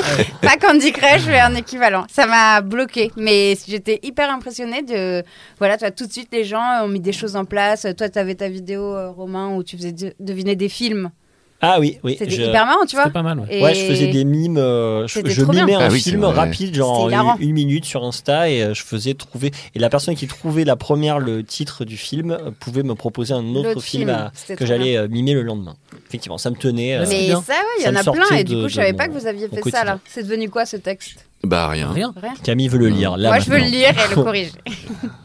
B: Pas Candy Crush, mais un équivalent. Ça m'a bloqué, mais j'étais hyper impressionnée de. Voilà, toi, tout de suite, les gens ont mis des choses en place. Toi, tu avais ta vidéo, euh, Romain, où tu faisais de- deviner des films.
C: Ah oui, oui.
B: C'était
C: je-
B: hyper marrant, tu vois.
A: C'était pas mal, ouais.
B: Et-
C: Ouais, je faisais des mimes. euh, je
B: C'était
C: je
B: trop bien.
C: mimais un
D: Ah oui,
C: film
D: c'est vrai.
C: rapide, genre
B: C'était
C: en
B: hilarant.
C: une, une minute sur Insta, et euh, je faisais trouver. Et la personne qui trouvait la première le titre du film euh, pouvait me proposer un autre
B: L'autre
C: film,
B: film,
C: à-
B: c'était
C: que
B: trop
C: j'allais euh, mimer le lendemain. Effectivement, ça me tenait. euh,
B: Mais
A: bien.
B: ça, ouais, il y
C: Ça
B: en
C: me
B: a plein.
C: sortait
B: Et du
C: de-
B: coup,
C: de
B: je savais pas que
C: mon-
B: vous aviez
C: mon
B: fait ça,
C: quotidien.
B: là. C'est devenu quoi, ce texte
D: Bah, rien.
A: Rien.
B: Rien.
C: Camille veut le
D: Mmh.
C: lire. Là,
B: Moi, je veux le
C: maintenant.
B: lire
C: <laughs>
B: et le corriger.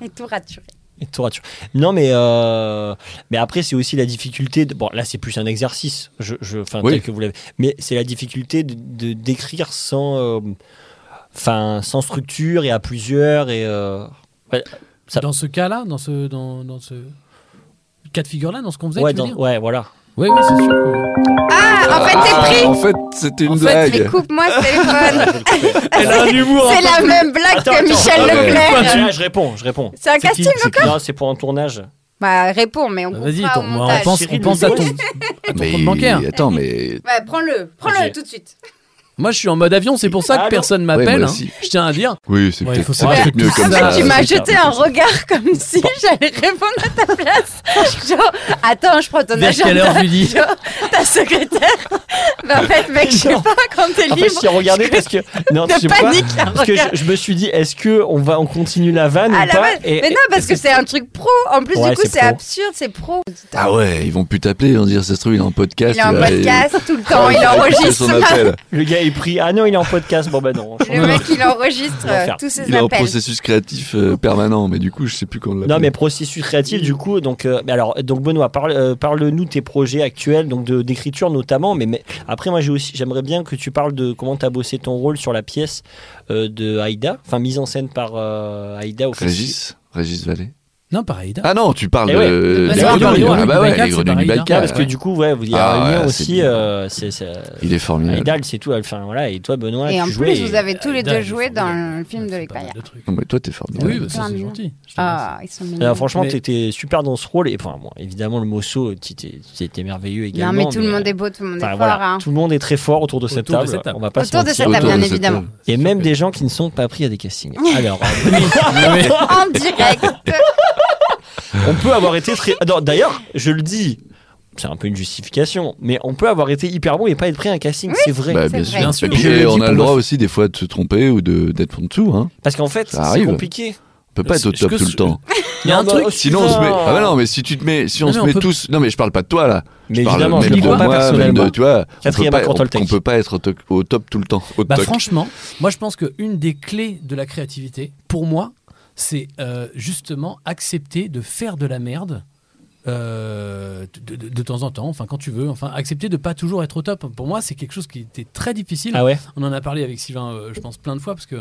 B: et tout raturer.
C: Et tout rature. Non, mais, euh, mais après, c'est aussi la difficulté. De, bon, là, c'est plus un exercice, je, je, enfin,
D: Oui.
C: tel que vous l'avez. Mais c'est la difficulté de- de d'écrire sans, euh, enfin, sans structure et à plusieurs. Et, euh, ouais, Ça-
A: Dans ce cas-là, dans ce, dans, dans ce cas de figure-là, dans ce qu'on faisait,
C: ouais,
A: tu veux
C: dans-
A: dire
C: ouais, voilà.
A: Oui, oui, c'est sûr. que-
B: Ah, en fait, t'es pris
D: En fait, c'était une
A: En fait,
D: blague.
B: Mais coupe-moi ce
C: Ah,
B: <laughs> téléphone.
C: Elle a un humour.
B: C'est la même blague
C: Attends,
B: que
C: attends.
B: Michel
D: Ah ouais.
B: Leclerc.
C: Là, je réponds, je réponds.
B: C'est un
C: C'est qui
B: casting
C: C'est qui Non, c'est pour un tournage.
B: Bah, réponds, mais on
A: Bah,
B: comprend
A: Vas-y,
B: au
A: ton- on
B: montage.
A: pense, on
C: Cyril
A: pense à ton,
C: Lignac.
A: à ton
D: Mais
A: compte bancaire.
D: attends, mais.
B: Ouais, prends-le, prends-le
C: Ok.
B: tout de suite.
A: Moi, je suis en mode avion, c'est pour ça que
C: Allô
A: personne
D: Ouais,
A: m'appelle.
D: moi
A: hein.
D: aussi.
A: Je tiens à dire.
D: Oui, c'est
A: Ouais, il faut
D: peut-être c'est
A: savoir
D: peut-être
A: que
D: mieux
A: tout
D: comme
B: Ah,
D: ça.
B: mais tu m'as
C: c'est
B: jeté
C: ça.
B: un regard comme si j'allais répondre à ta place. Genre, attends, je prends ton
A: Vers quelle
B: agenda.
A: heure, Julie
B: Genre, ta secrétaire. Bah, en fait, mec, je sais
C: Non.
B: pas quand t'es
C: En fait,
B: libre.
C: je t'ai regardé parce que.
B: <laughs>
C: Non, je sais
B: de
C: pas.
B: panique. un
C: Parce que je,
B: regard.
C: je me suis dit, est-ce que on va, on continue la vanne
B: À
C: ou
B: la
C: pas
B: base-
C: Et-
B: Mais non, parce que c'est un truc pro. En plus,
C: Ouais,
B: du coup,
C: c'est
B: c'est
C: pro.
B: absurde, c'est pro.
D: Ah ouais, ils vont plus t'appeler, ils vont dire ça se trouve, il est en podcast. euh,
B: Il est en
D: va-
B: podcast tout le temps,
D: Ah,
B: il
D: va écouter
B: enregistre.
D: son
B: <laughs>
D: appel.
C: Le gars est pris. Ah non, il est en podcast. Bon, bah non. on change.
B: Le mec, il enregistre
C: On va faire.
B: euh, tous ses
D: Il est en
B: appels.
D: processus créatif euh, permanent, mais du coup, je sais plus quand on
C: Non,
D: l'appelle.
C: mais processus créatif, du coup. Donc, euh, mais alors, donc Benoît, parle, euh, parle-nous de tes projets actuels, donc de, d'écriture notamment. Mais, mais après, moi, j'ai aussi, j'aimerais bien que tu parles de comment tu as bossé ton rôle sur la pièce euh, de Aïda, enfin mise en scène par euh, Aïda au
D: Régis Régis Vallée
A: <laughs> Non, pareil.
D: Ah non, tu parles
C: Eh
D: de.
C: ouais.
D: des
C: Benoît Benoît,
D: grenouilles. Ah bah
A: Benoît
D: ouais,
A: Benoît,
D: les grenouilles
A: c'est hein.
B: Hein.
D: Bicca,
A: pareil,
C: parce que
D: ouais.
C: du coup, ouais, vous- il y a
D: Ah,
C: un lien
D: ouais, c'est
C: aussi.
D: bien.
C: euh, c'est, c'est-
D: Il est formidable.
C: Aïda, c'est tout. Enfin, voilà, et toi, Benoît,
B: Et
C: tu
B: en
C: jouais.
B: plus,
C: et-
B: vous avez tous
C: Ah,
B: les deux joué dans le film de l'Écaillère.
D: Non, mais toi, t'es formidable.
A: Oui, bah, ça, c'est
B: Plein de
A: gentil. Je te remercie.
B: Ah, ils sont mignons.
C: Alors, franchement,
A: Mais-
C: t'étais super dans ce rôle. Et enfin, bon, évidemment, le Mosso, t'étais, t'étais merveilleux également.
B: Non, mais tout le
C: mais, euh,
B: monde est beau, tout le monde est
C: enfin,
B: fort.
C: voilà, <laughs>
B: hein.
C: Tout le monde est très fort autour de cette,
A: Autour de
C: table.
A: cette table.
C: On va pas se
B: Autour de
C: mentir.
B: cette table, bien
D: Autour de cette
B: évidemment.
D: table.
C: Et même des gens qui ne sont pas pris à des castings. Alors, euh, <laughs>
B: En direct.
C: on peut avoir été
B: <laughs>
C: très. Ah, non, D'ailleurs, je le dis, c'est un peu une justification, mais on peut avoir été hyper bon et pas être pris à un casting, c'est vrai.
D: Bah,
B: c'est
D: bien
B: vrai.
D: sûr.
A: Bien sûr.
D: Et puis,
C: Je le dis
D: on a
C: pour
D: le droit
C: le-
D: aussi, des fois, de se tromper ou de- d'être en dessous. Hein.
C: Parce qu'en fait,
D: Ça
C: c'est
D: arrive.
C: compliqué.
D: On peut pas être au
A: Est-ce
D: top
A: que
D: tout le
A: ce-
D: temps.
A: Il y a un
C: Non, bah,
A: truc,
C: oh,
D: Sinon, on se met.
C: putain.
D: Ah bah non, mais si tu te mets, si on
A: Non,
D: se
A: mais on
D: met
A: peut-
D: tous. Non, mais je parle pas de toi là.
C: Mais
D: Je parle
C: évidemment, je
D: même
C: ne
D: de
C: crois pas
D: moi, même de-
C: personnellement.
D: tu vois, on peut
C: Quatrième
D: pas,
C: accord
D: on,
C: Toltec.
D: on peut pas être au, to- au top tout le temps. Au
A: Bah,
D: toc.
A: franchement, moi je pense que une des clés de la créativité, pour moi, c'est euh, justement accepter de faire de la merde. euh, de, de- de temps en temps, enfin quand tu veux, enfin accepter de pas toujours être au top. Pour moi, c'est quelque chose qui était très difficile.
C: Ah ouais
A: On en a parlé avec Sylvain, euh, je pense, plein de fois, parce que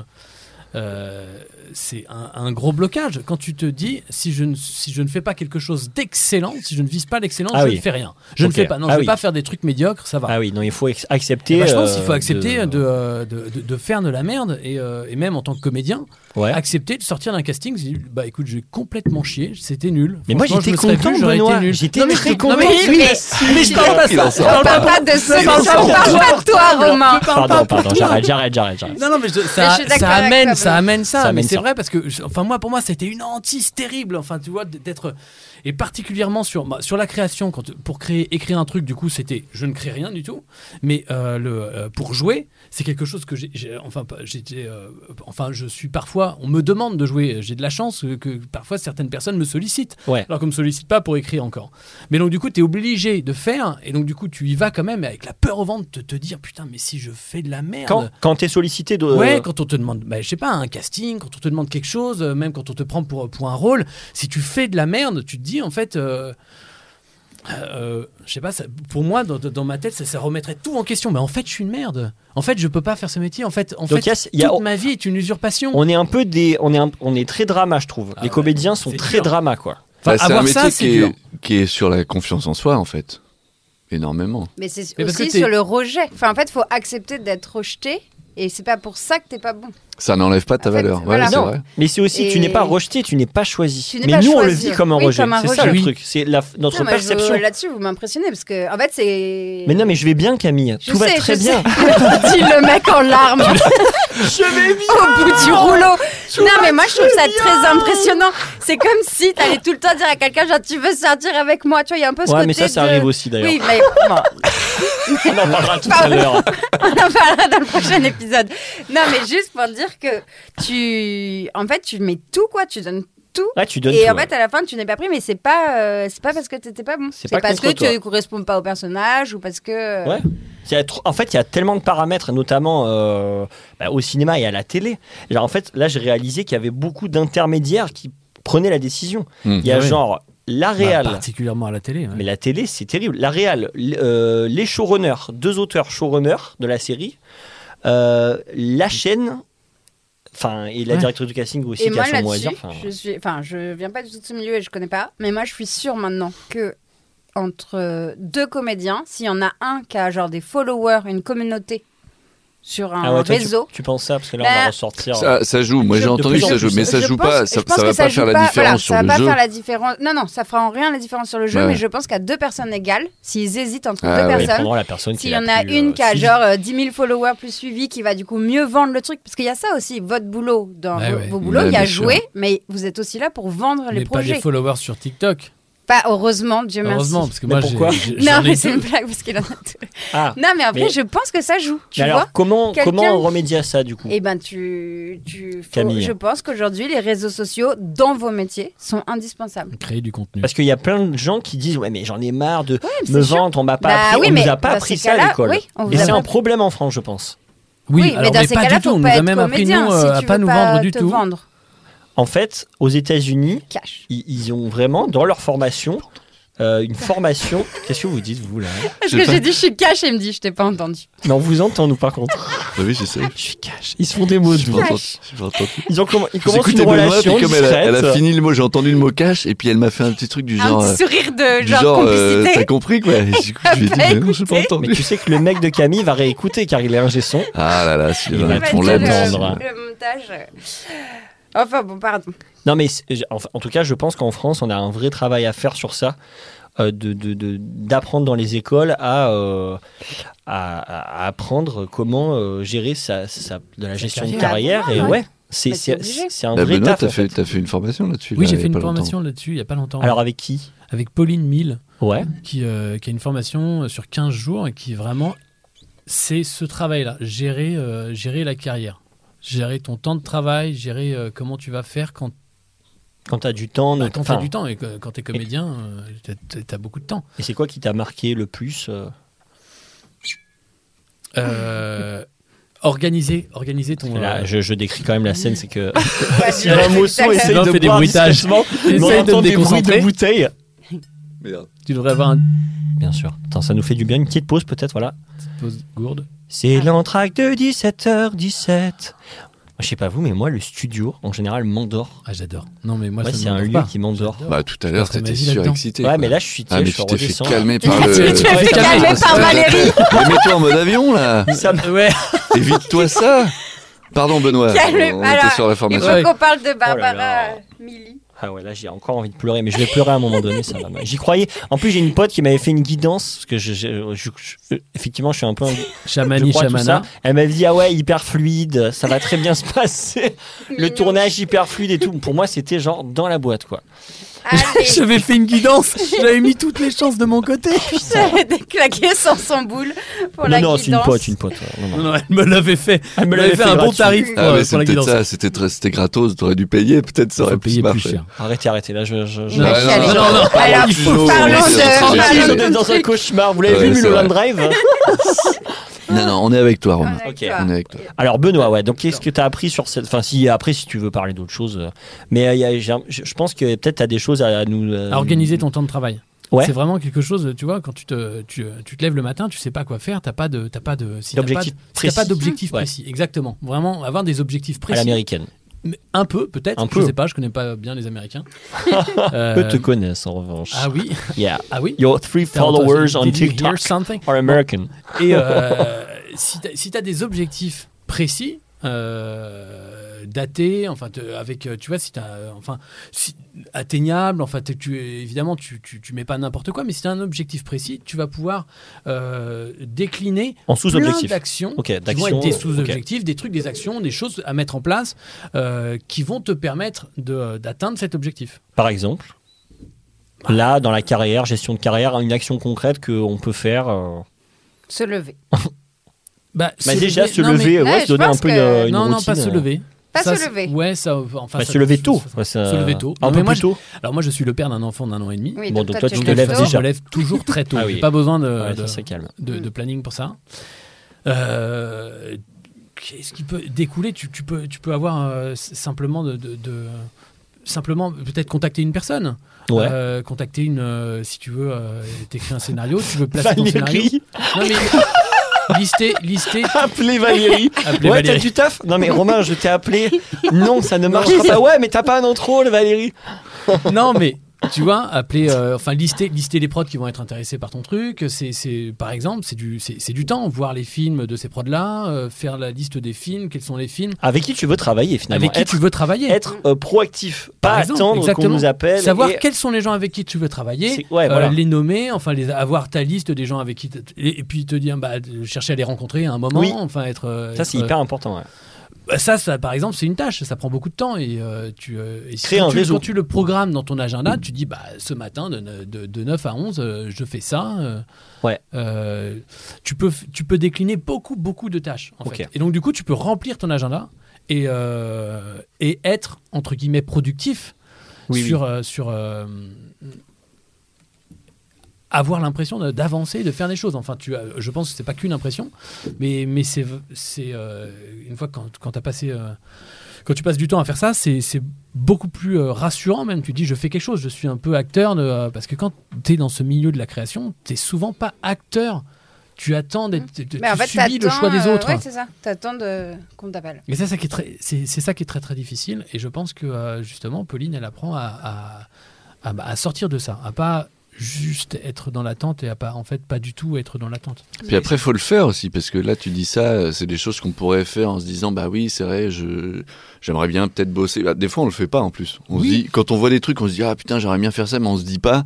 A: euh, c'est un, un gros blocage. Quand tu te dis, si je ne, si je ne fais pas quelque chose d'excellent, si je ne vise pas l'excellence,
C: Ah
A: je
C: oui.
A: ne fais rien. Je
C: Ok.
A: ne fais pas. Non,
C: Ah
A: je ne
C: oui.
A: vais pas faire des trucs médiocres, ça va.
C: Ah oui, non, il faut ex- accepter.
A: Et bah, je pense
C: euh,
A: qu'il faut accepter de... euh, De, de- de faire de la merde et, euh, et même en tant que comédien,
C: Ouais.
A: accepter de sortir d'un casting. se dire, Bah écoute, j'ai complètement chié, c'était nul.
C: Mais moi,
A: Franchement,
C: j'étais
A: je me serais
C: content,
A: plus, j'aurais été
C: Benoît.
A: nul.
C: J'étais
A: Non, mais
C: très
A: je te- non, mais
C: content.
A: oui, mais- mais je parle pas de ça. Je
B: On
A: parle
B: parle
A: pas
B: pas de ce
A: Je parle
B: on
A: pas-
B: parle pas de toi, Romain.
C: Pardon, pardon, j'arrête, j'arrête, j'arrête. j'arrête.
A: Non, non, mais je-
B: Mais je
A: ça,
B: suis d'accord
A: ça
B: avec
A: amène,
B: toi,
A: ça
B: Benoît.
A: amène ça.
C: Ça
A: mais
C: amène
A: c'est
C: ça.
A: vrai parce que, je- enfin, moi, pour moi, c'était une hantise terrible. Enfin, tu vois, d'être. et particulièrement sur, bah, sur la création. Quand, pour créer, écrire un truc, du coup, c'était je ne crée rien du tout, mais euh, le, euh, pour jouer, c'est quelque chose que j'ai, j'ai- enfin, pas- j'étais, euh, enfin, je suis parfois, on me demande de jouer, j'ai de la chance euh, que parfois certaines personnes me sollicitent,
C: Ouais.
A: alors qu'on me sollicite pas pour écrire encore. Mais donc du coup, tu es obligé de faire, et donc du coup, tu y vas quand même avec la peur au ventre de te dire, putain, mais si je fais de la merde.
C: Quand, quand t'es sollicité de.
A: Ouais, quand on te demande, bah, je sais pas, un casting, quand on te demande quelque chose, euh, même quand on te prend pour, pour un rôle, si tu fais de la merde, tu te dis en fait, euh, euh, je sais pas, ça- pour moi, dans, dans- dans ma tête, ça, ça remettrait tout en question. Mais en fait, je suis une merde. En fait, je peux pas faire ce métier. En fait, en
C: Donc, il
A: fait,
C: y a- il y a-
A: toute ma vie est une usurpation.
C: On est un peu des. On est, un- on est très drama, je trouve.
A: Ah
C: les
A: ouais,
C: comédiens sont
A: c'est
C: très
A: dur.
C: drama, quoi.
A: Enfin,
D: Bah, c'est un
A: avoir
D: métier
A: ça, c'est
D: qui,
A: dur.
D: est, qui est sur la confiance en soi, en fait. Énormément.
B: Mais c'est
A: Mais parce
B: aussi
A: que t'es-
B: sur le rejet. Enfin, en fait, faut accepter d'être rejeté. Et c'est pas pour ça que t'es pas bon.
D: Ça n'enlève pas ta
B: En fait,
D: valeur. Ouais,
B: voilà.
D: c'est
C: Non.
D: vrai.
C: Mais c'est aussi, tu
B: Et-
C: n'es pas rejeté, tu n'es pas choisi.
B: Tu n'es
C: mais
B: pas
C: nous, on le
B: choisi.
C: vit comme un
B: Oui,
C: rejet.
B: comme un
C: C'est ça
B: rejet.
C: le
A: Oui.
C: truc. C'est la- notre
B: Non, moi, je-
C: perception.
B: Là-dessus, vous m'impressionnez parce que, en fait, c'est.
C: Mais non, mais je vais bien, Camille.
B: Je
C: Tout va
B: sais,
C: très
B: je
C: bien.
B: sais. <laughs> dit le mec en larmes. <laughs> Au bout du rouleau. non, mais moi, je trouve ça très impressionnant. C'est comme si t'allais tout le temps dire à quelqu'un, genre, tu veux sortir avec moi. Tu vois, il y a un peu ce
C: Ouais,
B: côté.
C: mais ça, ça
B: de-
C: arrive aussi d'ailleurs.
B: Oui, mais bon,
C: On en
B: <laughs>
C: parlera tout à
B: Pardon.
C: l'heure.
B: <laughs> on en parlera dans le prochain épisode. Non, mais juste pour dire que tu. En fait, tu mets tout, quoi. Tu donnes tout.
C: Ouais, tu donnes
B: Et
C: tout,
B: en
C: ouais.
B: fait, à la fin, tu n'es pas pris, mais c'est pas, euh, c'est pas parce que t'étais pas bon.
C: C'est pas
B: parce que
C: contre toi.
B: tu ne corresponds pas au personnage ou parce que. euh,
C: Ouais. Il y a trop- en fait, il y a tellement de paramètres, notamment euh, bah, au cinéma et à la télé. Genre, en fait, là, j'ai réalisé qu'il y avait beaucoup d'intermédiaires qui prenaient la décision.
D: Hmm.
C: Il y a
A: Ouais.
C: genre la
A: Mmh. Ah Bah,
C: réal.
A: particulièrement à la télé. ouais.
C: mais la télé, c'est terrible. La réal, l- euh, les showrunners, deux auteurs showrunners de la série, euh, la chaîne, enfin, et la
A: Mmh. Ouais.
C: directrice du casting aussi
B: Et
C: qui a
B: moi
C: son mot à
B: là-dessus,
C: dire. enfin,
B: je suis, enfin, je viens pas du tout de ce milieu et je connais pas, mais moi je suis sûre maintenant que entre euh, deux comédiens, s'il y en a un qui a genre des followers, une communauté sur un
C: Ah ouais, toi, tu-
B: réseau.
C: Tu, penses ça parce que là, on
B: Bah,
C: va ressortir. euh,
D: Ça, ça joue. Moi,
C: Je-
D: j'ai
C: de
D: entendu
C: plus
D: que
C: en
D: ça joue,
C: plus,
D: mais ça
B: je
D: joue
B: pense-
D: pas.
B: je
D: Ça,
B: pense
D: ça
B: que
D: va pas faire
B: joue
D: la
B: voilà,
D: différence sur
B: ça
D: le
B: va pas
D: jeu.
B: faire la différence. Non, non, ça fera en rien la différence sur le jeu,
D: Ouais.
B: mais je pense qu'à deux personnes égales, s'ils hésitent entre
D: Ah
B: deux
D: ouais.
C: Ils
B: personnes,
C: prendront la personne qui
B: s'il y
C: est
B: en
C: la
B: a
C: plus,
B: une
C: euh,
B: qui a
C: suivie.
B: genre euh, 10 000 followers plus suivis, qui va du coup mieux vendre le truc, parce qu'il y a ça aussi, votre boulot dans
A: Ouais,
B: vos,
A: ouais.
B: vos boulots,
D: Ouais,
B: il y a
D: bien sûr.
B: jouer, mais vous êtes aussi là pour vendre les
A: Mais pas
B: projets.
A: des followers sur TikTok.
B: Pas heureusement, Dieu merci.
A: Heureusement, parce que
C: Mais
A: moi,
C: pourquoi
A: j'ai- j'ai-
B: <laughs> Non,
A: j'en ai
B: mais c'est une
A: deux.
B: blague parce qu'il en a tout.
C: Ah,
B: Non, mais après,
C: Mais-
B: je pense que ça joue, tu
C: mais alors,
B: vois.
C: comment,
B: quelqu'un-
C: comment remédier à ça du coup
B: Eh ben, tu. tu faut-
C: Camille.
B: Je pense qu'aujourd'hui, les réseaux sociaux, dans vos métiers, sont indispensables.
A: Créer du contenu.
C: Parce qu'il y a plein de gens qui disent Ouais, mais j'en ai marre de
B: Ouais, mais
C: me
B: Oh, c'est sûr.
C: vendre, on m'a pas
B: Bah
C: appris,
B: oui,
C: on nous
B: mais
C: a pas
B: dans
C: appris
B: ces
C: ça à
B: cas-là,
C: l'école.
B: oui, on vous
C: Et
B: a
C: c'est
B: pas-
C: un problème en France, je pense.
A: Oui,
B: oui, mais
A: alors,
B: dans ces
A: pas
B: cas-là,
A: du tout.
B: faut
A: On nous
B: pas
A: a
B: être
A: même appris, nous,
B: comédien
A: euh,
B: si
A: à
B: tu
A: pas
B: veux
A: nous
B: pas
A: vendre du
B: te
A: tout.
B: vendre.
C: En fait, aux États-Unis,
B: Cash.
C: ils, ils ont vraiment dans leur formation euh, une
B: <laughs>
C: formation. Qu'est-ce que vous dites, vous là hein
B: Parce
D: Je
B: que
D: sais
B: j'ai dit, je suis cash, et il me dit, je t'ai pas entendu.
C: Non, on vous entend, nous, par contre.
D: Bah oui, j'essaie.
C: Je suis cash. Ils se font des mots de
D: J'ai
C: vous.
D: pas entendu- j'ai pas entendu.
C: Ils, ont comm- ils
D: J'ai
C: commencent
D: écouté
C: une
D: Benoît,
C: relation
D: puis comme elle a, elle a
C: discrète.
D: fini le mot, j'ai entendu le mot cash, et puis elle m'a fait un petit truc du genre.
B: Un
D: euh,
B: petit sourire de
D: du
B: genre,
D: genre, euh,
B: complicité.
D: t'as compris quoi Et Du coup, je lui ai dit,
B: Bah,
D: mais non, j'ai pas
B: écoutez.
C: Mais
D: entendu.
C: tu sais que le mec de Camille va réécouter car il est ingé son.
D: Ah là là,
C: Il
D: Sylvain,
C: va
B: Pas
D: on
B: dit
D: l'aime.
C: le-
D: Sylvain.
B: le, le montage. euh. Enfin, bon,
A: <laughs>
B: pardon.
C: Non, mais c'est- j'ai- en, en tout cas, je pense qu'en France, on a un vrai travail à faire sur ça, euh, de- de- de- d'apprendre dans les écoles à, euh, à, à- à apprendre comment euh, gérer sa, sa- de la gestion de
B: carrière.
C: carrière. Et
B: Ouais.
C: ouais, c'est
B: Bah, t'es
C: c'est-
B: obligé.
C: c'est un
D: Bah,
C: vrai
D: Benoît,
C: taf.
D: t'as
C: en fait.
D: fait, t'as fait une formation là-dessus
A: Oui,
D: là,
A: j'ai
D: il y a
A: fait une
D: pas longtemps.
A: formation là-dessus il y a pas longtemps.
C: Alors avec qui
A: avec Pauline Mille.
C: Ouais.
A: qui, euh, qui a une formation sur 15 jours et qui vraiment, c'est ce travail-là, gérer, euh, gérer la carrière, gérer ton temps de travail, gérer euh, comment tu vas faire quand,
C: Quand t'as du temps.
A: bah,
C: donc-
A: quand tu as
C: enfin,
A: du temps et que- quand tu es comédien, euh, tu as, beaucoup de
C: <laughs>
A: temps.
C: Et c'est quoi qui t'a marqué le plus euh
A: Euh, organiser, organiser ton...
C: Là,
A: euh,
C: je, je décris quand même la scène, c'est
A: <laughs>
C: que <laughs>
B: Ouais,
C: Sylvain
B: du-
C: Mousson essaye
A: Sylvain
C: de
A: fait des
C: boire
A: bruitages.
C: discrètement, mais on
A: Essaye de
C: entend
A: me
C: des bruits de
A: déconcentrer.
C: bouteilles.
D: Merde.
A: Tu devrais avoir une
C: Bien sûr. Attends, ça nous fait du bien. Une petite pause peut-être, voilà.
A: petite pause gourde.
B: Ah.
C: C'est l'entraque de 17h17. Je sais pas vous, mais moi, le studio, en général, m'endort.
A: Ah, j'adore. Non, mais moi,
C: Moi,
A: ça
C: c'est
A: me
C: un
A: manque
C: lieu
A: pas.
C: qui m'endort.
D: Bah, tout à
A: Je
D: l'heure,
A: passerai ma
D: t'étais
A: vie là-dedans.
D: surexcité.
C: Ouais,
D: quoi.
C: mais là, je suis
D: Ah,
C: tiède,
D: mais
C: je
D: tu t'es fait
C: redescends.
D: calmer par
B: Tu
D: le.
B: t'es fait calmer
D: Ouais, calme-toi,
B: par
D: s'il te
B: Valérie.
D: plaît. Mais mets-toi en mode avion, là
C: Ça me-
A: <laughs> Ouais,
D: Évite-toi ça Pardon, Benoît.
B: Calme-
D: On
B: Alors,
D: était sur la
B: Il
D: formation.
A: Ouais.
B: faut qu'on parle de
C: Oh là là.
B: Barbara Milly.
C: Ah ouais, là, j'ai encore envie de pleurer, mais je vais pleurer à un moment donné, ça va. J'y croyais. En plus, j'ai une pote qui m'avait fait une guidance, parce que je, je- je- je- effectivement, je suis un peu... un- je
A: Chamani,
C: crois à tout
A: Chamana.
C: ça. Elle m'a dit, ah ouais, hyper fluide, ça va très bien se passer. Le
B: <laughs> Mignon.
C: tournage hyper fluide et tout. Pour moi, c'était genre dans la boîte, quoi.
B: Ah, <laughs> Allez,
A: <laughs> J'avais fait une guidance, j'avais mis toutes les chances de mon côté.
B: je des claquer sans son boule pour la
C: non, non, c'est une
B: guidance.
C: pote, une pote. ouais, non, non.
A: Non, non, elle me l'avait fait.
C: Elle me
A: Elle
C: l'avait
A: m'avait fait,
C: fait
A: un bon
C: gratuit.
A: tarif pour, euh,
D: Ah, mais
A: pour
D: c'est
A: la
D: peut-être
A: guidance.
D: ça, c'était tr- c'était gratos, t'aurais dû payer, peut-être ça
A: Faut
D: aurait
A: payer plus
D: plus marché.
A: cher.
C: Arrêtez, arrêtez. Là, je. je, je...
D: Ouais,
B: Merci,
D: non,
B: allez.
A: non, non.
B: Alors,
D: Il faut-
B: parlons
D: c'est- c'est-
B: de...
D: c'est-
C: Ah,
B: parlons
C: vous
D: c'est-
B: de
C: êtes dans un
B: truc.
C: cauchemar. Vous l'avez
D: Ouais,
C: vu,
D: c'est
C: Mulholland
B: <laughs>
C: Drive
D: Non, non, on est avec toi, Romain.
B: Avec
C: Ok.
B: toi.
D: On est avec toi.
C: Alors Benoît, ouais. Donc qu'est-ce que tu as appris sur cette Enfin, si après, si tu veux parler d'autre chose, euh, mais euh, il y a- j'ai un- je je pense que peut-être tu as des choses à, à nous. euh,
A: à organiser ton temps de travail.
C: Ouais.
A: C'est vraiment quelque chose, tu vois, quand tu te, tu, tu te lèves le matin, tu sais pas quoi faire, t'as pas de, t'as pas de, si t'as pas
C: D'objectif
A: de- si t'as pas
C: précis.
A: d'objectif
C: Ouais.
A: précis, exactement. Vraiment, avoir des objectifs
C: à
A: précis.
C: l'américaine.
A: Mais Un peu, peut-être.
C: Un
A: Je
C: peu.
A: sais pas, je connais pas bien les <laughs> Américains. Euh,
C: Eux te connaissent en revanche.
A: ah oui,
C: Yeah.
A: ah oui.
C: Your three followers on
A: Did you hear
C: TikTok
A: something
C: are American.
A: Et <laughs> euh, si tu as, des objectifs précis, euh, datés, enfin, te- avec, euh, tu vois, si tu enfin, si, atteignable, enfin, t'es- tu, évidemment, tu, tu, tu mets pas n'importe quoi, mais si tu as un objectif précis, tu vas pouvoir euh, décliner
C: En
A: plein
C: sous-objectif.
A: d'actions
C: Ok,
A: qui vont
C: d'action.
A: être des
C: euh, ok.
A: sous-objectifs, des trucs, des actions, des choses à mettre en place euh, qui vont te permettre de- d'atteindre cet objectif.
C: Par exemple, là, dans la carrière, gestion de carrière, une action concrète qu'on peut faire. euh,
B: Se lever.
A: Bah,
C: bah,
A: se
C: déjà,
A: lever-
C: se
A: non, mais-
C: lever, ouais,
B: Ouais,
C: se
B: je
C: donner un
B: pense
C: peu
B: que-
C: une, une
A: non, non,
C: routine,
A: pas se
C: euh,
A: lever.
B: Pas
A: Ça,
B: se
A: c'est-
B: lever.
A: Ouais, ça. Enfin,
C: bah,
A: ça-
C: se lever
A: ça-
C: tôt.
A: ça-
C: ouais, ça-
A: se lever tôt.
C: Un
A: Non,
C: peu
A: mais moi,
C: plus tôt.
A: Alors moi, je suis le père d'un enfant d'un an et demi.
B: Oui,
C: Bon, donc toi,
A: Donc,
C: tu te lèves
A: je
C: déjà.
A: me lève toujours très tôt.
C: Ah oui.
A: J'ai pas besoin de,
C: Ouais,
A: de-
C: ça, c'est calme.
A: de- de planning pour ça. Euh, Qu'est-ce qui peut découler tu, tu peux, tu peux avoir euh, s- simplement de... de- de- Simplement, peut-être contacter une personne.
C: Ouais.
A: Euh, contacter une. euh, si tu veux, euh, t'écris un scénario,
C: <laughs>
A: tu veux placer ton scénario.
C: Valérie,
A: Non, mais. lister, lister.
C: <laughs> appelez Valérie.
A: Appeler
C: Ouais, t'as
A: Valérie.
C: du taf Non, mais Romain, je t'ai appelé. <laughs> Non, ça ne marchera pas. Ouais, mais t'as pas un intro, le Valérie.
A: non mais tu vois appeler euh, enfin lister lister les prods qui vont être intéressés par ton truc c'est c'est par exemple c'est du c'est c'est du temps voir les films de ces prods là faire la liste des films quels sont les films
C: Avec qui tu veux travailler finalement
A: avec qui
C: être,
A: tu veux travailler
C: être, euh, proactif, pas
A: Par exemple,
C: attendre qu'on
A: exactement.
C: nous appelle.
A: savoir
C: et-
A: quels sont les gens avec qui tu veux travailler
C: C'est- ouais,
A: euh,
C: voilà.
A: les nommer enfin les avoir ta liste des gens avec qui t- et, et puis te dire bah de chercher à les rencontrer à un moment
C: Oui.
A: enfin être euh,
C: Ça, c'est
A: être,
C: hyper important. ouais.
A: Bah, Ça, ça, par exemple, c'est une tâche, ça prend beaucoup de temps et euh, tu euh, et si
C: Créer
A: quand
C: un
A: tu,
C: réseau.
A: quand tu le programmes dans ton agenda, tu dis bah ce matin de, ne- de, de 9 à 11, euh, je fais ça. euh,
C: Ouais.
A: euh, tu peux f- tu peux décliner beaucoup beaucoup de tâches en
C: Ok.
A: fait. Et donc du coup, tu peux remplir ton agenda et euh, et être entre guillemets productif
C: Oui,
A: sur euh, sur euh, avoir l'impression de- d'avancer, de faire des choses. Enfin, tu, as- je pense que c'est pas qu'une impression, mais mais c'est c'est euh, une fois quand quand as passé euh, quand tu passes du temps à faire ça, c'est c'est beaucoup plus euh, rassurant même. Tu dis je fais quelque chose, je suis un peu acteur de, euh, parce que quand tu es dans ce milieu de la création, t'es souvent pas acteur. Tu attends d'être tu- tu
B: Mais en fait,
A: subis le
B: t'attends,
A: choix des
B: euh,
A: autres. hein.
B: Ouais, c'est ça. T'attends de... qu'on t'appelle.
A: Mais c'est ça qui est très, c'est, c'est ça qui est très très difficile. Et je pense que euh, justement, Pauline, elle apprend à, à- à- bah, à sortir de ça, à pas juste être dans l'attente et à pas en fait pas du tout être dans l'attente.
D: Puis après, faut le faire aussi, parce que là, tu dis ça, euh, c'est des choses qu'on pourrait faire en se disant, bah oui, c'est vrai, je, j'aimerais bien peut-être bosser. Bah, des fois, on le fait pas en plus. On
A: Oui.
D: se dit, quand on voit des trucs, on se dit, ah putain, j'aimerais bien faire ça, mais on se dit pas,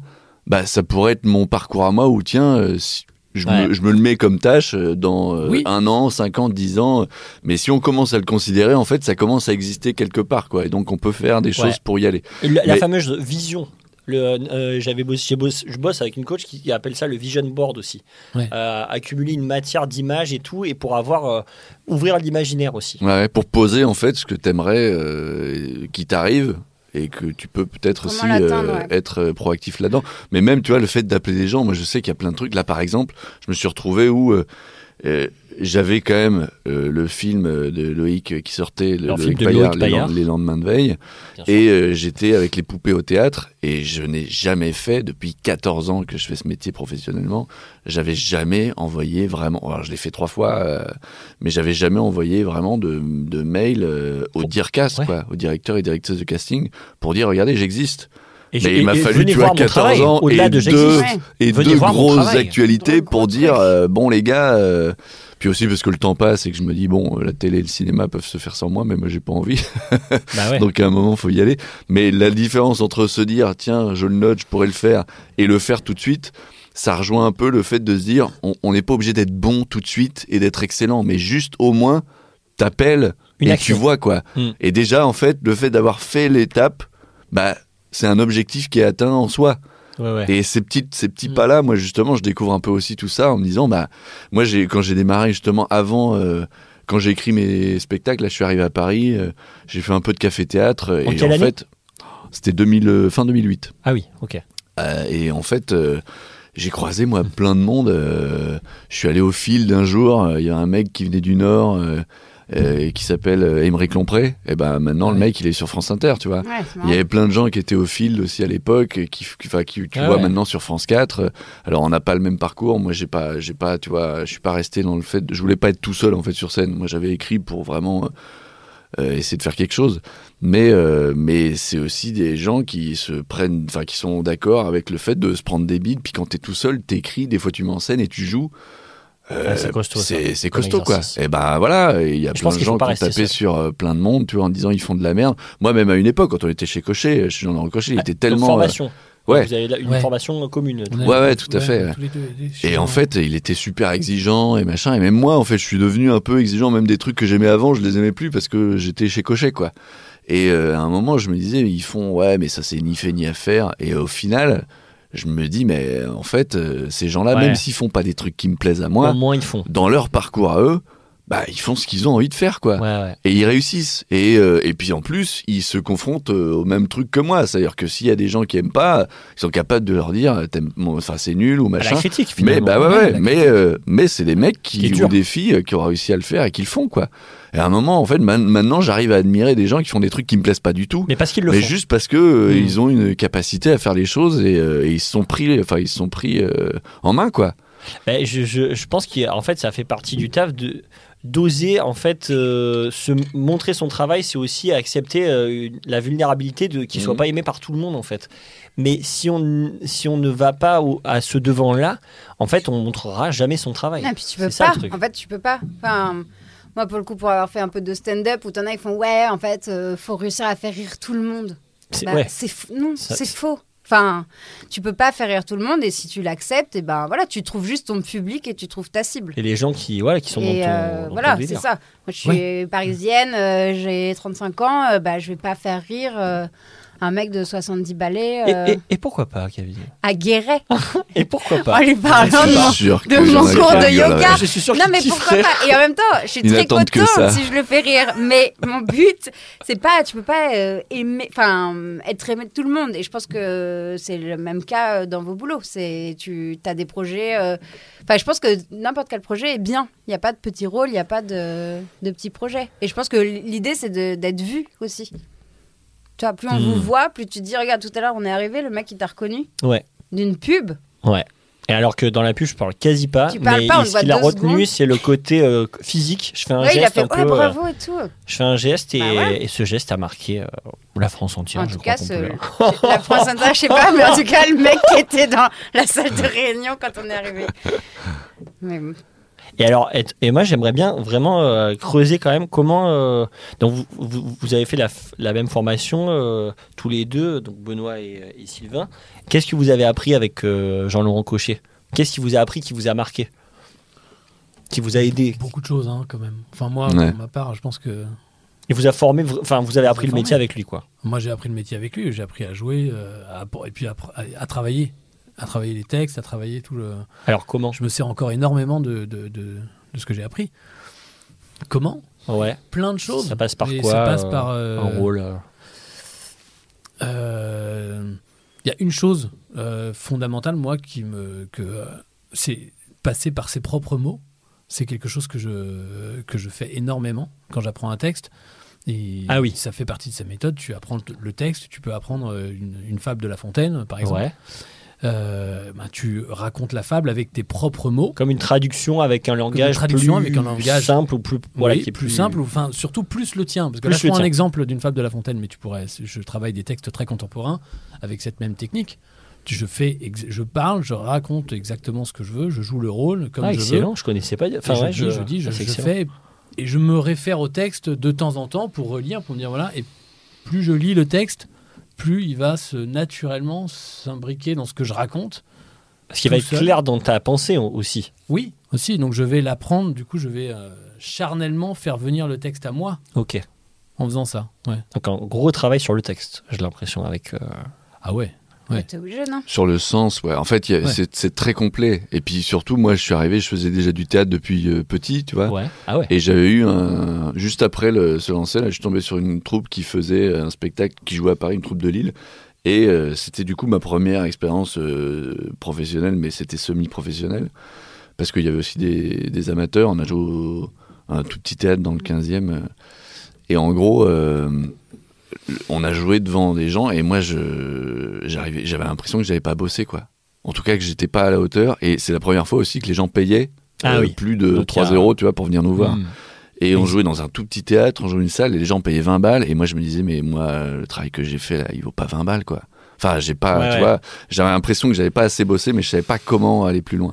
D: bah ça pourrait être mon parcours à moi, ou tiens, euh, si- je,
C: Ouais.
D: me, je me le mets comme tâche euh, dans euh,
A: Oui.
D: un an, cinq ans, dix ans. Mais si on commence à le considérer, en fait, ça commence à exister quelque part, quoi. Et donc, on peut faire des choses pour y aller.
C: Et La, la
D: Mais-
C: fameuse vision. Le, euh, j'avais bossé, j'ai bossé- je bosse avec une coach qui, qui appelle ça le vision board aussi.
A: Ouais.
C: Euh, accumuler une matière d'images et tout, et pour avoir euh, ouvrir l'imaginaire aussi.
D: Ouais, ouais, pour poser, en fait, ce que t'aimerais euh, qui t'arrive et que tu peux peut-être
B: Comment
D: aussi
B: l'atteindre,
D: euh,
B: ouais.
D: être euh, proactif là-dedans. Mais même, tu vois, le fait d'appeler des gens, moi je sais qu'il y a plein de trucs. Là, par exemple, je me suis retrouvé où euh, euh, j'avais quand même euh, le film euh, de Loïc euh, qui sortait, le,
C: Leur film de Loïc
D: les
C: Payard.
D: lend- les lendemains de veille.
C: Bien sûr.
D: Et euh, j'étais avec les poupées au théâtre et je n'ai jamais fait, depuis 14 ans que je fais ce métier professionnellement, j'avais jamais envoyé vraiment, alors je l'ai fait trois fois, euh, mais j'avais jamais envoyé vraiment de, de mail euh, au DIRCAST,
C: Ouais.
D: quoi, au directeur et directrice de casting, pour dire regardez, j'existe.
C: Et
D: Mais il m'a fallu,
C: venez
D: tu vois,
C: voir mon
D: 14
C: travail,
D: ans
C: au-delà
D: et
C: de
D: deux-
C: j'existe.
B: Ouais.
D: Et
C: Venez
D: deux
C: voir mon
D: grosses
C: travail.
D: actualités
B: Gros, gros
D: pour dire,
B: truc.
D: euh, bon les gars, euh, puis aussi parce que le temps passe et que je me dis, bon, euh, la télé et le cinéma peuvent se faire sans moi, mais moi j'ai pas envie.
C: Bah ouais.
D: <laughs> Donc à un moment, faut y aller. Mais la différence entre se dire, tiens, je le note, je pourrais le faire, et le faire tout de suite, ça rejoint un peu le fait de se dire, on on n'est pas obligé d'être bon tout de suite et d'être excellent, mais juste au moins, t'appelles
C: Une
D: et
C: action.
D: tu vois quoi.
C: Mm.
D: Et déjà, en fait, le fait d'avoir fait l'étape, bah, c'est un objectif qui est atteint en soi.
C: Ouais, ouais.
D: Et ces petites, ces petits
A: Mm.
D: pas là, moi justement, je découvre un peu aussi tout ça en me disant, bah, moi j'ai quand j'ai démarré justement avant, euh, quand j'ai écrit mes spectacles, là je suis arrivé à Paris, euh, j'ai fait un peu de café théâtre et
C: quelle
D: en
C: année
D: fait, c'était 2000, euh, fin 2008.
C: Ah oui, ok.
D: Euh, et en fait, euh, j'ai croisé moi plein de monde. euh, je suis allé au fil d'un jour. euh, Il y a un mec qui venait du Nord euh, euh, et qui s'appelle euh, Aymeric Lompré. Et ben maintenant, le mec, il est sur France Inter, tu vois.
B: Ouais, c'est marrant.
D: Il y avait plein de gens qui étaient au fil aussi à l'époque, et qui, qui, enfin, qui tu
C: Ah
D: vois
C: ouais.
D: maintenant sur France 4. euh, Alors on n'a pas le même parcours. Moi j'ai pas, j'ai pas, tu vois, je suis pas resté dans le fait. de- je voulais pas être tout seul en fait sur scène. Moi j'avais écrit pour vraiment euh, euh, essayer de faire quelque chose. Mais euh, mais c'est aussi des gens qui se prennent, enfin qui sont d'accord avec le fait de se prendre des bides. Puis quand t'es tout seul, t'écris. Des fois tu mets en scène et tu joues. Euh,
C: Ah, c'est costaud, ça,
D: C'est c'est
C: comme
D: costaud quoi.
C: exercice.
D: Et ben voilà, il y a
C: Je
D: plein
C: pense
D: de
C: qu'il faut
D: gens qui
C: pas
D: ont
C: rester
D: tapé
C: seul.
D: sur euh, plein de monde, tu vois, en disant ils font de la merde. Moi, même à une époque, quand on était chez Cochet, euh, chez Jean-Laurent Cochet, il était
C: Donc,
D: tellement. euh,
C: formation.
D: ouais.
C: Vous avez là une
A: Ouais.
C: formation commune.
A: On a-
D: Ouais, ouais, tout à fait.
A: tous les deux, les-
D: Et
C: euh.
D: en
A: je-
D: fait, il était super exigeant et machin. Et même moi, en fait, je suis devenu un peu exigeant. Même des trucs que j'aimais avant, je les aimais plus parce que j'étais chez Cochet, quoi. Et euh, à un moment, je me disais, ils font, ouais, mais ça, c'est ni fait ni à faire. Et au final, je me dis, mais en fait, euh, ces gens-là,
C: Ouais.
D: même s'ils font pas des trucs qui me plaisent à moi,
C: Au moins, ils font.
D: dans leur parcours à eux, bah, ils font ce qu'ils ont envie de faire, quoi.
C: Ouais, ouais.
D: Et ils réussissent. Et, euh, et puis en plus, ils se confrontent euh, au même truc que moi. C'est-à-dire que s'il y a des gens qui aiment pas, ils sont capables de leur dire, euh, T'aimes- bon, enfin c'est nul ou
C: À
D: machin.
C: la critique,
D: Mais
C: finalement.
D: bah ouais,
C: la
D: ouais. mais euh, mais c'est des mecs
C: Qui est
D: qui
C: dur.
D: ou des filles euh, qui ont réussi à le faire et qui le font quoi. Et à un moment en fait, man- maintenant j'arrive à admirer des gens qui font des trucs qui me plaisent pas du tout,
C: Mais parce qu'ils le
D: mais
C: font.
D: juste parce que euh,
C: Mm.
D: ils ont une capacité à faire les choses et, euh, et ils se sont pris, enfin ils se sont pris euh, en main quoi.
C: Ben, je, je- je pense qu'en fait, ça fait partie du taf de d'oser en fait euh, se montrer son travail c'est aussi accepter euh, une- la vulnérabilité de qu'il soit
D: Mhm.
C: pas aimé par tout le monde en fait mais si on si on ne va pas au- à ce devant là en fait on montrera jamais son travail
B: Non, Ah, puis tu peux
C: C'est ça,
B: pas.
C: le truc.
B: En fait, tu peux pas. Enfin, moi, pour le coup, pour avoir fait un peu de stand-up, où t'en as, ils font ouais, en fait, euh, faut réussir à faire rire tout le monde.
C: c'est
B: Bah,
C: ouais.
B: c'est f- non,
C: Ça-
B: c'est faux. Enfin, tu peux pas faire rire tout le monde, et si tu l'acceptes, et ben voilà, tu trouves juste ton public et tu trouves ta cible.
C: et les gens qui voilà qui sont dans
B: Et
C: ton-
B: euh,
C: dans ton
B: voilà, c'est
C: délire.
B: ça. Moi, je suis parisienne, euh, j'ai 35 ans, euh, bah, je vais pas faire rire euh, un mec de 70 balais
C: Et-
B: euh,
C: et, et pourquoi pas Kevin
B: à Guéret
C: et pourquoi
B: en
C: pas
B: lui parlant
D: Je suis
B: de mon-
D: sûr
B: de
D: que
B: mon
D: j'en ai
B: cours
D: pas
B: de
D: rigolé.
B: yoga.
C: je suis sûr
B: Non
C: qu'il
B: mais pourquoi
C: kifferait.
B: pas Et en même temps, je suis
D: Ils
B: très
D: attendent que
B: contente
D: ça.
B: si je le fais rire. Mais mon but, c'est pas, tu peux pas euh, aimer, enfin être aimé de tout le monde. Et je pense que c'est le même cas euh, dans vos boulots. C'est tu as des projets. euh, Enfin, je pense que n'importe quel projet est bien. Il n'y a pas de petits rôles, il n'y a pas de, de petits projets. Et je pense que l'idée c'est de- d'être vu aussi. Tu vois, plus on
C: Mm.
B: vous voit, plus tu te dis regarde tout à l'heure on est arrivé, le mec il t'a reconnu.
C: Ouais.
B: D'une pub.
C: Et alors que dans la pub, je parle quasi pas.
B: Tu parles
C: mais
B: pas, on te
C: ce
B: voit
C: qu'il a
B: deux
C: retenu,
B: secondes.
C: c'est le côté euh, physique. Je fais un
B: Ouais, il a
C: geste
B: fait
C: un peu.
B: ouais
C: euh,
B: bravo et tout.
C: je fais un geste et,
B: Bah ouais.
C: et ce geste a marqué euh, la France entière.
B: En
C: je
B: tout
C: crois
B: cas,
C: qu'on
B: ce-
C: peut le-
B: la France Inter, je sais pas, mais en tout cas, le mec qui était dans la salle de réunion quand on est arrivé. Mais bon.
C: Et alors, et, et moi, j'aimerais bien vraiment euh, creuser quand même comment. euh, donc, vous, vous- vous avez fait la, f- la même formation euh, tous les deux, donc Benoît et, et Sylvain. Qu'est-ce que vous avez appris avec euh, Jean-Laurent Cochet Qu'est-ce qui vous a appris, qui vous a marqué, qui vous a aidé
A: Beaucoup de choses, hein, quand même. Enfin, moi,
D: Ouais.
A: pour ma part, je pense que.
C: Il vous a formé. vr- Enfin, vous avez appris le
A: formé.
C: métier avec lui, quoi.
A: Moi, j'ai appris le métier avec lui, j'ai appris à jouer, euh, à- et puis à, à travailler. À travailler les textes, à travailler tout le.
C: Alors comment
A: Je me sers encore énormément de, de, de, de ce que j'ai appris. Comment
C: Ouais.
A: Plein de choses.
C: Ça passe par
A: Et
C: quoi
A: Ça passe
C: euh,
A: par. euh,
C: Un rôle. euh,
A: euh, Il y a une chose euh, fondamentale, moi, qui me. que euh, c'est passer par ses propres mots. C'est quelque chose que je, que je fais énormément quand j'apprends un texte. Et
C: Ah oui.
A: Ça fait partie de sa méthode. Tu apprends le texte, tu peux apprendre euh, une, une fable de La Fontaine, par exemple.
C: Ouais.
A: Euh, bah, tu racontes la fable avec tes propres mots.
C: Comme une traduction avec un
A: une
C: langage
A: traduction
C: plus
A: avec un langage-
C: simple ou plus voilà
A: Oui,
C: qui est
A: plus simple, ou enfin surtout plus le tien. Parce que
C: Plus
A: là, je
C: le
A: prends un
C: tien.
A: exemple d'une fable de La Fontaine, mais tu pourrais. Je travaille des textes très contemporains avec cette même technique. Je fais, ex- je parle, je raconte exactement ce que je veux, je joue le rôle comme
C: Ah,
A: je veux.
C: excellent, je connaissais pas.
A: Et
C: Enfin, ouais,
A: je, dis, je dis, je,
C: ah, c'est
A: je
C: excellent.
A: fais, et je me réfère au texte de temps en temps pour relire, pour me dire voilà. Et plus je lis le texte, plus il va se naturellement s'imbriquer dans ce que je raconte.
C: Ce qui va
A: tout
C: être
A: seul.
C: clair dans ta pensée au- aussi.
A: Oui, aussi. Donc je vais l'apprendre. Du coup, je vais euh, charnellement faire venir le texte à moi
C: Ok.
A: en faisant ça. Ouais.
C: Donc un gros travail sur le texte, j'ai l'impression avec. euh,
A: Ah ouais.
B: Bah, T'es obligé, non
D: Sur le sens, ouais. En fait, il y a-
A: Ouais.
D: c'est c'est très complet. Et puis surtout, moi, je suis arrivé, je faisais déjà du théâtre depuis euh, petit, tu vois.
C: Ouais. Ah ouais.
D: Et j'avais eu un. Juste après le, se lancer, là, je suis tombé sur une troupe qui faisait un spectacle, qui jouait à Paris, une troupe de Lille. Et euh, c'était du coup ma première expérience euh, professionnelle, mais c'était semi-professionnelle. Parce qu'il y avait aussi des, des amateurs. On a joué au- à un tout petit théâtre dans le 15e. euh, et en gros, euh, on a joué devant des gens. Et moi, je- j'arrivais- j'avais l'impression que j'avais pas bossé, quoi. En tout cas, que j'étais pas à la hauteur. Et c'est la première fois aussi que les gens payaient euh,
C: Ah oui.
D: plus de
C: Donc,
D: 3
C: il y a-
D: euros, tu vois, pour venir nous voir.
A: Hmm.
D: Et on jouait dans un tout petit théâtre, on jouait une salle, et les gens payaient 20 balles. Et moi, je me disais, mais moi, le travail que j'ai fait là, il vaut pas 20 balles, quoi. Enfin, j'ai pas,
C: Ouais,
D: tu
C: ouais.
D: vois, j'avais l'impression que j'avais pas assez bossé, mais je savais pas comment aller plus loin.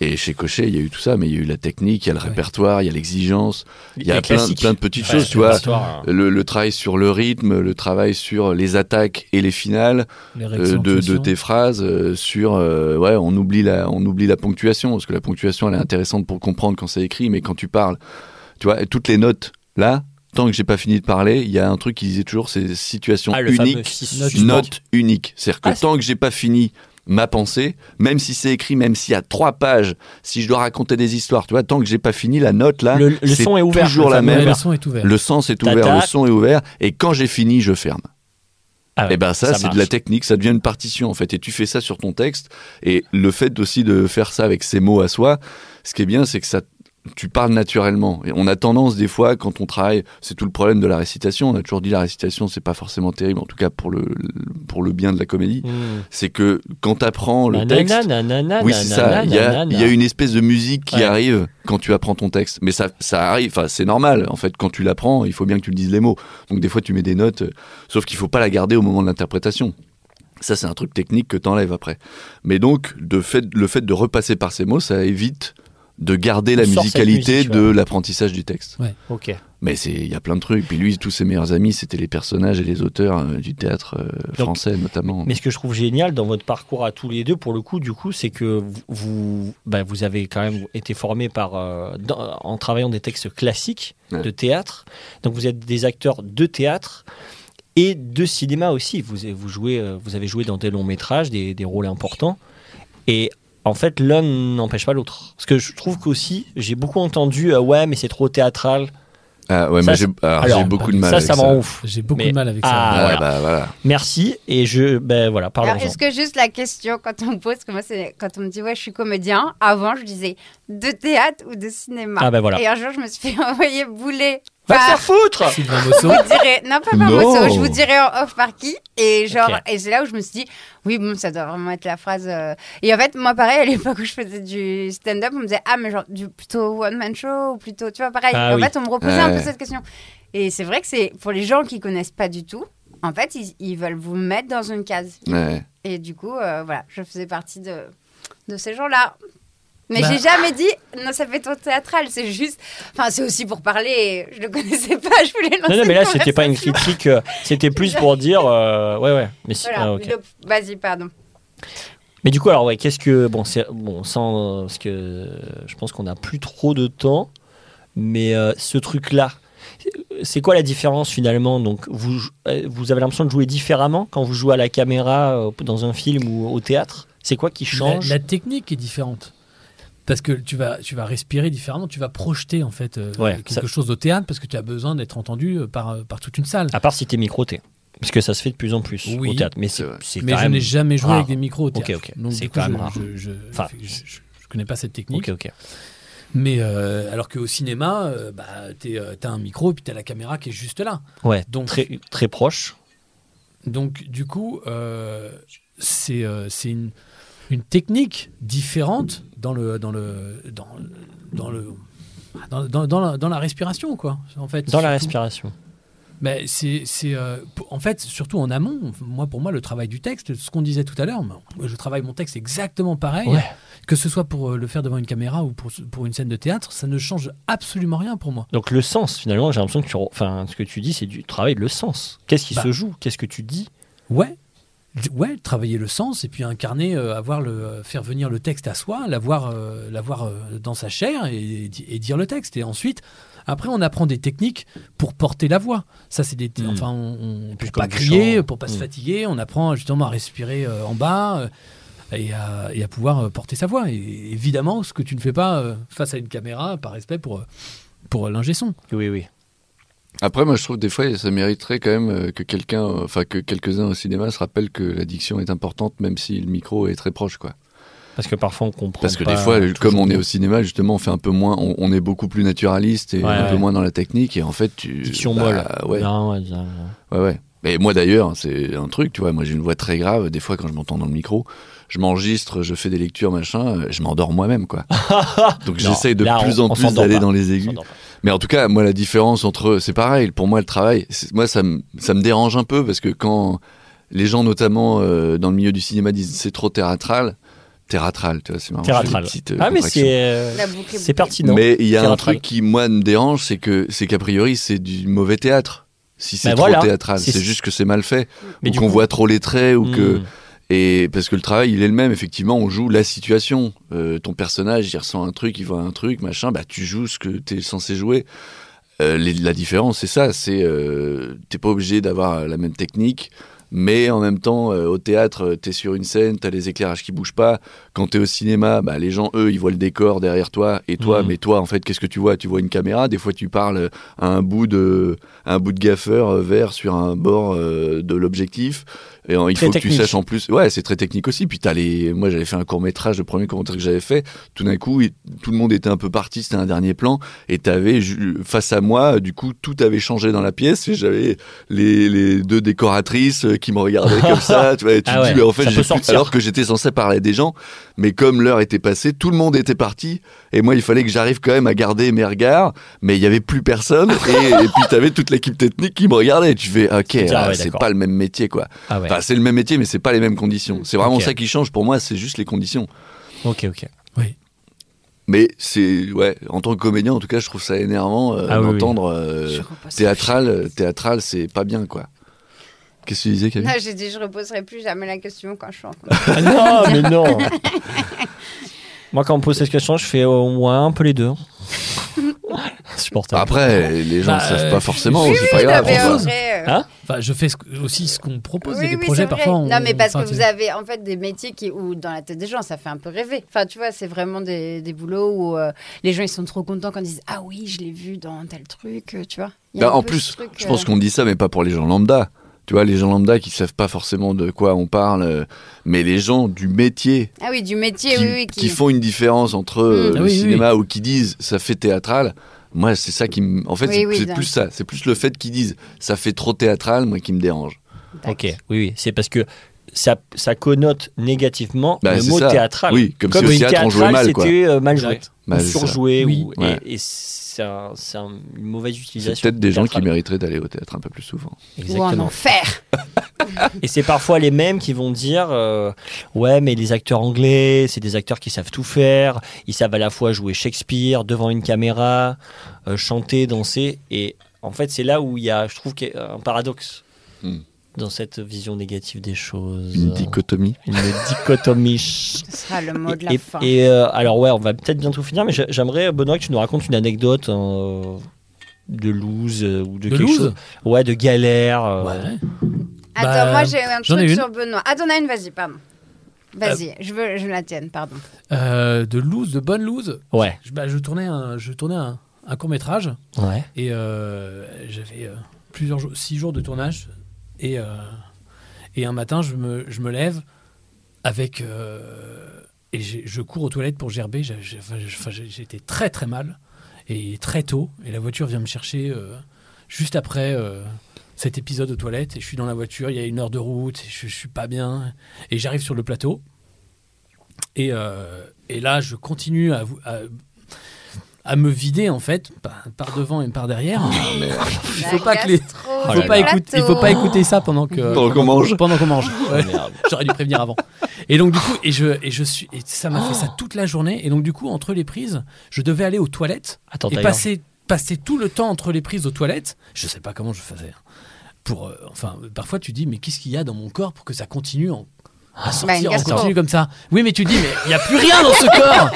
D: Et chez Cochet, il y a eu tout ça, mais il y a eu la technique, il y a le répertoire, il y a l'exigence, il y a plein,
C: classiques.
D: plein de petites
C: Ouais,
D: choses, tu vois.
C: l'histoire, hein.
D: Le, le travail sur le rythme, le travail sur les attaques et les finales
A: Les
D: euh, de, de tes phrases, euh, sur euh, ouais, on oublie la, on oublie la ponctuation parce que la ponctuation elle est intéressante pour comprendre quand c'est écrit, mais quand tu parles, tu vois, et toutes les notes là, tant que j'ai pas fini de parler, il y a un truc qui disait toujours c'est situation
C: Ah, le fameux
D: unique,
C: fils
A: Note.
C: suspect.
D: note unique. C'est-à-dire que
C: Ah, c'est-
D: tant que j'ai pas fini ma pensée, même si c'est écrit, même s'il y a trois pages, si je dois raconter des histoires, tu vois, tant que j'ai pas fini la note là,
C: Le- le
D: c'est
C: son est ouvert,
D: toujours
C: le
D: la
C: fameux
D: même.
A: le son est ouvert.
D: Le sens est
C: Tata.
D: ouvert, le son est ouvert, et quand j'ai fini, je ferme.
C: Ah ouais,
D: et ben ça, c'est de la
C: marche.
D: technique, ça devient une partition en fait, et tu fais ça sur ton texte. Et le fait aussi de faire ça avec ses mots à soi, ce qui est bien, c'est que ça, tu parles naturellement. Et on a tendance des fois quand on travaille, c'est tout le problème de la récitation. On a toujours dit la récitation, c'est pas forcément terrible, en tout cas pour le pour le bien de la comédie.
C: Hmm.
D: C'est que quand t'apprends le
C: Nanana,
D: texte,
C: nanana,
D: oui, c'est ça.
C: nanana,
D: Il y, a,
C: nanana.
D: il y a une espèce de musique qui
C: Ouais.
D: arrive quand tu apprends ton texte. Mais ça, ça arrive, enfin, c'est normal. En fait, quand tu l'apprends, il faut bien que tu le dises les mots. Donc, des fois, tu mets des notes, euh, sauf qu'il faut pas la garder au moment de l'interprétation. Ça, c'est un truc technique que tu enlèves après. Mais donc, de fait, le fait de repasser par ces mots, ça évite de garder la
C: On sort cette
D: musicalité
C: musique,
D: de l'apprentissage du texte.
C: Ok.
D: Mais c'est- il y a plein de trucs. Puis lui, tous ses meilleurs amis, c'était les personnages et les auteurs euh, du théâtre euh, français, notamment.
C: Mais ce que je trouve génial dans votre parcours à tous les deux, pour le coup, du coup, c'est que vous- vous, bah, vous avez quand même été formé par, euh, dans- en travaillant des textes classiques
D: Ouais.
C: de théâtre. Donc vous êtes des acteurs de théâtre et de cinéma aussi. Vous, vous, jouez, euh, vous avez joué dans des longs métrages, des, des rôles importants. Et en fait, l'un n'empêche pas l'autre. Parce que je trouve qu'aussi, j'ai beaucoup entendu, euh, ouais, mais c'est trop théâtral.
D: Ah ouais,
C: Ça,
D: moi, j'ai alors,
C: alors,
D: j'ai beaucoup de mal.
C: ça,
D: avec
C: ça me rend ouf.
A: J'ai beaucoup
C: Mais-
A: de mal avec
C: Ah,
A: ça.
D: Ah,
C: voilà.
D: bah, voilà.
C: Merci. Et je, ben voilà,
B: Alors,
C: parlons-en.
B: Ah, Est-ce que juste la question, quand on me pose, parce que moi, c'est quand on me dit, ouais, je suis comédien, avant, je disais de théâtre ou de cinéma.
C: Ah ben voilà.
B: Et un jour, je me suis fait <laughs> envoyer bouler
C: Va te
B: par.
C: faire foutre <laughs>
A: Sylvain Mosso.
B: vous dirai, non, pas par
D: Non.
B: Mosso, je vous dirai en off par qui. Et genre,
C: Ok.
B: et c'est là où je me suis dit, oui, bon, ça doit vraiment être la phrase. euh. Et en fait, moi, pareil, à l'époque où je faisais du stand-up, on me disait, ah, mais genre, du, plutôt one-man show, ou plutôt, tu vois, pareil.
C: Ah
B: Et en
C: oui.
B: fait, on me reposait un peu
D: Ouais.
B: cette question. Et c'est vrai que c'est, pour les gens qui connaissent pas du tout, en fait, ils, ils veulent vous mettre dans une case.
D: Ouais.
B: Et du coup, euh, voilà, je faisais partie de, de ces gens-là. Mais
A: Bah.
B: j'ai jamais dit, non, ça fait trop théâtral, c'est juste. Enfin, c'est aussi pour parler, je le connaissais pas, je voulais lancer. <laughs>
C: Non, non, mais là,
B: une
C: c'était pas une
B: conversation.
C: critique. euh, C'était
B: <laughs>
C: plus pour dire. euh, ouais, ouais. Mais, si-
B: Voilà,
C: ah, ok.
B: le- vas-y, pardon.
C: mais du coup, alors, ouais, qu'est-ce que. Bon, c'est- bon sans. euh, parce que euh, je pense qu'on n'a plus trop de temps. Mais euh, ce truc-là, c'est quoi la différence finalement Donc, vous, euh, vous avez l'impression de jouer différemment quand vous jouez à la caméra euh, dans un film ou au théâtre C'est quoi qui change
A: La, la technique est différente. Parce que tu vas, tu vas respirer différemment, tu vas projeter en fait euh,
C: Ouais,
A: quelque
C: ça-
A: chose au théâtre parce que tu as besoin d'être entendu euh, par, euh, par toute une salle.
C: À part si t'es microté. Parce que ça se fait de plus en plus
A: Oui,
C: au théâtre. Mais c'est
D: c'est vrai.
C: c'est
A: Mais
C: quand
A: je
C: même.
A: n'ai jamais joué
C: rare.
A: avec des micros au
C: Ok,
A: théâtre.
C: ok.
A: Donc,
C: C'est
A: du coup,
C: quand même
A: je-
C: rare.
A: Je, je-
C: Enfin,
A: je- je- je connais pas cette technique.
C: Ok, ok.
A: Mais euh, alors qu'au cinéma, euh, bah, tu as un micro et puis tu as la caméra qui est juste là.
C: Ouais,
A: Donc-
C: très, très proche.
A: Donc, du coup, euh, c'est euh, c'est une, une technique différente dans le dans le dans, dans le dans, dans- dans la, dans la respiration, quoi. En fait,
C: Dans la
A: surtout.
C: respiration.
A: Mais c'est c'est, euh, p- en fait surtout en amont. Moi, pour moi, le travail du texte, ce qu'on disait tout à l'heure, moi, je travaille mon texte exactement pareil,
C: Ouais.
A: que ce soit pour euh, le faire devant une caméra ou pour pour une scène de théâtre, ça ne change absolument rien pour moi.
C: Donc le sens, finalement, j'ai l'impression que tu, re- enfin, ce que tu dis, c'est du travail de le sens. Qu'est-ce qui
A: Bah.
C: se joue Qu'est-ce que tu dis
A: Ouais. d- ouais, travailler le sens et puis incarner, euh, avoir le, euh, faire venir le texte à soi, l'avoir, euh, l'avoir euh, dans sa chair et, et di- et dire le texte. Et ensuite, après, on apprend des techniques pour porter la voix. Ça, c'est des,
C: Mm.
A: enfin, on, on,
C: puis
A: pour
C: comme
A: pas
C: du
A: crier,
C: chant.
A: pour pas se
C: Mm.
A: fatiguer, on apprend justement à respirer euh, en bas. euh, et à, et à pouvoir euh, porter sa voix. Et évidemment, ce que tu ne fais pas euh, face à une caméra, par respect pour, euh, pour l'ingé son.
C: Oui, oui.
D: Après, moi, je trouve que des fois, ça mériterait quand même euh, que quelqu'un, euh, enfin que quelques-uns au cinéma se rappellent que l'addiction est importante, même si le micro est très proche, quoi.
C: Parce que parfois, on comprend.
D: Parce que
C: pas
D: des fois,
C: toujours
D: comme on est
C: tout.
D: au cinéma, justement, on fait un peu moins, on, on est beaucoup plus naturaliste et
C: Ouais,
D: un
C: ouais.
D: peu moins dans la technique. Et en fait, tu.
C: Diction
D: bah,
C: molle.
D: Ouais,
C: Non, ouais, ça-
D: ouais, ouais. Et moi d'ailleurs, hein, c'est un truc, tu vois. Moi, j'ai une voix très grave. Des fois, quand je m'entends dans le micro, je m'enregistre, je fais des lectures, machin. euh, Je m'endors
C: <laughs>
D: moi-même, quoi. Donc,
C: Non,
D: j'essaye de
C: là,
D: plus
C: on-
D: en
C: on
D: plus
C: s'endort
D: d'aller
C: pas.
D: dans les aigus.
C: J'entends pas.
D: Mais en tout cas, moi, la différence entre. C'est pareil, pour moi, le travail, c'est- moi, ça me, ça me dérange un peu parce que quand les gens, notamment euh, dans le milieu du cinéma, disent c'est trop théâtral, théâtral, tu vois, c'est marrant. j'ai des
C: Théâtral.
D: petites, euh,
C: Ah, mais
D: contractions.
C: c'est. euh,
B: La boucle est
C: C'est
B: bouclée.
C: pertinent.
D: Mais il y a un
C: Théâtral.
D: truc qui, moi, me dérange, c'est que c'est qu'a priori, c'est du mauvais théâtre. Si c'est
C: Bah
D: trop
C: voilà.
D: théâtral,
C: C'est-
D: c'est juste que c'est mal fait,
C: Mais
D: ou
C: du
D: qu'on
C: coup-
D: voit trop les traits, ou que
C: Hmm.
D: et parce que le travail, il est le même. Effectivement, on joue la situation. Euh, ton personnage, il ressent un truc, il voit un truc, machin. Bah, tu joues ce que t'es censé jouer. Euh, les- la différence, c'est ça. C'est euh, t'es pas obligé d'avoir la même technique, mais en même temps, euh, au théâtre, euh, t'es sur une scène, t'as les éclairages qui bougent pas. Quand t'es au cinéma, bah, les gens, eux, ils voient le décor derrière toi et toi.
C: Mhm.
D: Mais toi, en fait, qu'est-ce que tu vois Tu vois une caméra. Des fois, tu parles à un bout de un bout de gaffeur euh, vert sur un bord euh, de l'objectif. Et en- il
C: Très
D: faut que
C: technique.
D: tu saches en plus. Ouais, c'est très technique aussi. Puis t'as les. Moi, j'avais fait un court métrage, le premier court métrage que j'avais fait. Tout d'un coup, il- tout le monde était un peu parti. C'était un dernier plan. Et t'avais ju- face à moi, du coup, tout avait changé dans la pièce. Et j'avais les, les deux décoratrices euh, qui me regardaient comme ça. Tu vois, et tu
C: Ah
D: te
C: ouais,
D: dis, mais en fait,
C: ça
D: j'ai
C: peut
D: plus-
C: sortir.
D: alors que j'étais censé parler à des gens, mais comme l'heure était passée, tout le monde était parti. Et moi, il fallait que j'arrive quand même à garder mes regards. Mais il y avait plus personne. Et,
C: <laughs>
D: et puis t'avais toute l'équipe technique qui me regardait. Et tu fais, ok,
C: Ah
D: là,
C: ouais,
D: c'est
C: d'accord.
D: pas le même métier, quoi.
C: Ah ouais.
D: Enfin, c'est le même métier, mais c'est pas les mêmes conditions. C'est vraiment
C: Ok.
D: ça qui change pour moi, c'est juste les conditions.
C: Ok, ok.
D: Mais c'est, ouais, en tant que comédien, en tout cas, je trouve ça énervant euh,
C: Ah oui,
D: d'entendre euh,
B: Je repasse-
D: théâtral, euh, théâtral, c'est pas bien, quoi. Qu'est-ce que tu disais, Camille
B: Non, j'ai dit, je reposerai plus jamais la question quand je suis en
C: Ah non, mais
D: <laughs>
C: non. Moi, quand on me pose cette question, je fais euh, au moins un peu les deux. <laughs> Supportable.
D: Après, les
A: Bah,
D: gens ne savent
A: euh,
D: pas forcément,
A: oui,
D: c'est
A: oui,
D: pas
A: non,
D: grave.
A: mais,
D: on va-
A: euh,
C: Hein
A: Enfin, je fais ce que- aussi ce qu'on me propose. Il y a des
B: c'est
A: projets
B: vrai.
A: parfois. on-
B: Non, mais parce
A: enfin,
B: que
A: c'est-
B: vous avez en fait des métiers qui, où dans la tête des gens, ça fait un peu rêver. Enfin, tu vois, c'est vraiment des, des boulots où euh, les gens ils sont trop contents quand ils disent Ah oui, je l'ai vu dans tel truc, euh, tu vois. Il y a
D: Bah,
B: un
D: en
B: peu
D: plus,
B: ce truc,
D: je
B: euh,
D: pense qu'on dit ça, mais pas pour les gens lambda. Tu vois, les gens lambda qui savent pas forcément de quoi on parle, euh, mais les gens du métier
B: Ah oui, du
D: qui,
B: métier, oui, oui.
D: qui
B: Qui...
D: font une différence entre euh,
B: Mm.
D: le
A: Ah oui, oui,
D: cinéma ou qui disent ça fait théâtral. Moi, c'est ça qui me. En fait,
B: Oui,
D: c'est
B: oui,
D: c'est
B: d'un-
D: plus ça. C'est plus le fait qu'ils disent ça fait trop théâtral, moi, qui me dérange.
C: Ok, oui, oui. C'est parce que ça, ça connote négativement
D: Bah,
C: le
D: c'est
C: mot
D: ça.
C: théâtral.
D: Oui, comme si au
C: Ah, une
D: théâtre, on jouait
C: théâtrale,
D: mal, quoi.
C: C'était euh, mal joué.
A: Exact.
D: Bah,
C: ou
D: c'est ça.
C: surjoué.
A: Oui.
C: ou-
D: Ouais.
C: Et, et c'est un- c'est un- une mauvaise utilisation.
D: C'est peut-être des gens qui
C: théâtrale.
D: mériteraient d'aller au théâtre un peu plus souvent.
B: Ou en
C: Exactement.
B: enfer.
C: Et c'est parfois les mêmes qui vont dire euh, Ouais, mais les acteurs anglais, c'est des acteurs qui savent tout faire. Ils savent à la fois jouer Shakespeare devant une caméra, euh, chanter, danser. Et en fait, c'est là où il y a, je trouve, qu'il y a un paradoxe
D: Hmm.
C: dans cette vision négative des choses.
D: Une dichotomie.
C: Une
B: <laughs>
C: dichotomie.
B: Ce sera le mot de la
C: et,
B: fin.
C: et, euh, alors ouais, on va peut-être bientôt finir, mais j'a- j'aimerais euh, Benoît que tu nous racontes une anecdote euh, de loose euh, ou de,
A: De
C: quelque
A: loose
C: chose, ouais, de galère. euh,
A: Ouais.
B: Attends,
A: bah,
B: moi j'ai un
A: j'en ai
B: truc
A: une.
B: sur Benoît. Ah, t'en as une, vas-y, pardon. Vas-y, je, veux, je veux la tienne, pardon.
A: Euh, de loose, de bonne loose.
C: ouais,
A: Je, bah, je tournais un, je tournais un, court métrage
C: ouais.
A: et euh, j'avais euh, plusieurs jours, six jours de tournage et euh, et un matin je me, je me lève avec euh, et j'ai- je cours aux toilettes pour gerber. J'ai- j'ai- enfin, j'ai- enfin, j'ai- J'étais très très mal et très tôt et la voiture vient me chercher euh, juste après. euh, cet épisode aux toilettes, et je suis dans la voiture, il y a une heure de route, et je, je suis pas bien, et j'arrive sur le plateau, et, euh, et là je continue à, vou- à, à me vider en fait, par, par devant et par derrière.
D: Ah, euh,
A: Il faut pas que les-
C: Oh
A: Il faut
C: là
A: pas
C: là.
A: écouter, il faut pas écouter ça pendant que
D: Pendant qu'on mange. Oh,
A: Pendant qu'on mange. Ouais.
C: Merde.
A: <laughs> J'aurais dû prévenir avant. Et donc du coup, et je et je suis et ça m'a fait ça toute la journée et donc du coup entre les prises, je devais aller aux toilettes
C: Attends,
A: et
C: d'ailleurs.
A: passer passer tout le temps entre les prises aux toilettes. Je sais pas comment je faisais. pour, euh, enfin, parfois tu dis, mais qu'est-ce qu'il y a dans mon corps pour que ça continue en,
B: Bah,
A: à
B: une
A: sortir en
B: gastro.
A: continu comme ça Oui, mais tu dis, mais il n'y a plus rien dans ce
B: <laughs>
A: corps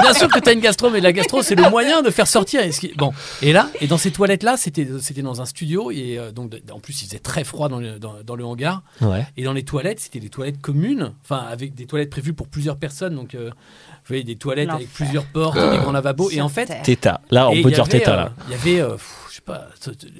A: Bien sûr que tu as une gastro, mais la gastro, c'est le moyen de faire sortir. Et ce qui- Bon, et là, et dans ces toilettes-là, c'était c'était dans un studio, et euh, donc, de- en plus, il faisait très froid dans le, dans- dans le hangar.
C: Ouais.
A: Et dans les toilettes, c'était des toilettes communes, enfin avec des toilettes prévues pour plusieurs personnes, donc euh, vous voyez des toilettes avec
B: L'enfer.
A: plusieurs portes, des grands lavabos, et en fait,
B: Sur Terre.
C: Teta. Là,
A: et
C: Ah, on
A: il
C: peut
A: y
C: dire
A: avait,
C: Teta,
A: euh,
C: là.
A: Il y avait, euh, pff, je sais pas,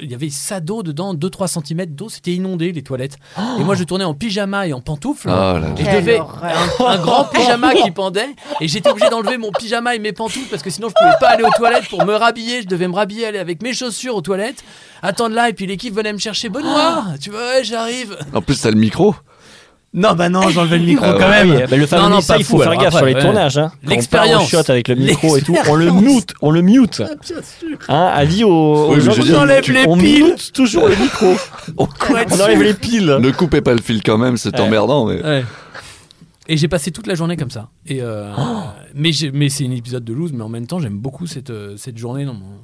A: il y avait ça d'eau dedans, 2-3 cm d'eau, c'était inondé les toilettes. Et moi, je tournais en pyjama et en pantoufles.
D: Ah là là.
A: Et je
B: Quelle
A: devais
B: horreur.
A: un, un grand pyjama qui pendait et j'étais obligé d'enlever mon pyjama et mes pantoufles parce que sinon je pouvais pas aller aux toilettes pour me rhabiller. Je devais me rhabiller, aller avec mes chaussures aux toilettes, attendre là et puis l'équipe venait me chercher. Benoît, tu vois, ouais, j'arrive.
D: En plus, t'as le micro.
A: Non, bah non, j'enlevais le micro
D: Ah
A: quand même.
C: Oui, bah, le fameux
A: Non, non,
C: ça,
A: pas
C: il faut
A: fou,
C: faire
A: alors
C: gaffe sur
A: après,
C: les
A: ouais.
C: tournages. Hein. Quand on part
A: L'expérience.
C: en shot avec le micro et tout. On le mute. On le mute.
A: Ah,
C: Hein, avis aux,
D: Oui,
C: aux
D: mais
C: gens
D: je veux
C: qui-
D: dire,
A: enlève
D: tu-
A: les
C: on
A: piles.
C: mute toujours le
A: <laughs>
C: micro.
A: Au couette.
C: on enlève les piles.
D: Ne coupez pas le fil quand même, c'est
C: Ouais.
D: emmerdant. Mais...
A: Ouais. Et j'ai passé toute la journée comme ça. Et euh, mais j'ai- mais c'est un épisode de loose, mais en même temps j'aime beaucoup cette, euh, cette journée dans mon-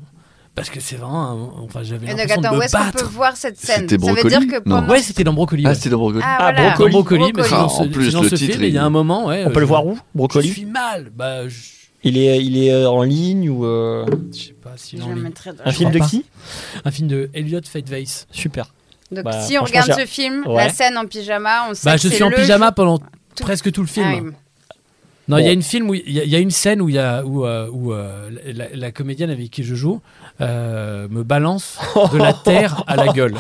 A: parce que c'est vraiment un- enfin j'avais
B: Et donc,
A: l'impression de
B: attends, où
A: me
B: est-ce qu'on peut
A: battre.
B: voir cette scène
D: C'était
B: Ça veut
D: Brocoli
B: dire que
D: Non.
B: pendant...
A: Ouais, c'était dans Brocoli.
D: Ah,
A: ouais.
D: c'était dans Brocoli.
B: Ah,
C: Ah,
B: voilà.
A: Dans Brocoli, mais c'est
D: Ah,
A: dans
D: en
A: ce,
D: plus,
A: c'est dans
D: le
A: ce
D: titre,
A: film, il y a
D: il-
A: un moment. ouais,
C: On peut
A: Euh, je-
C: le voir où
A: Je
C: Brocoli
A: suis mal. Bah, je
C: Il est, il est euh, en ligne ou. euh,
A: je sais pas si
B: Je
A: j'ai
B: le
A: envie.
B: mettrai dans-
C: Un
A: Je
C: film de
A: crois pas.
C: qui
A: Un film de Elliot Faithface.
C: Super.
B: Donc
C: Bah,
B: si on
C: franchement,
B: regarde
C: j'ai-
B: ce film,
C: Ouais.
B: la scène en pyjama, on sait
A: Bah,
B: que
A: je
B: c'est
A: suis en
B: le
A: pyjama pendant
B: Tout-
A: presque tout le
B: jour-
A: film.
B: Ah oui.
A: Non, il y
C: Bon.
A: a une film où il y, a- il y a une scène où il y a où, euh, où, euh, la, la comédienne avec qui je joue euh, me balance de la terre à la <laughs> gueule.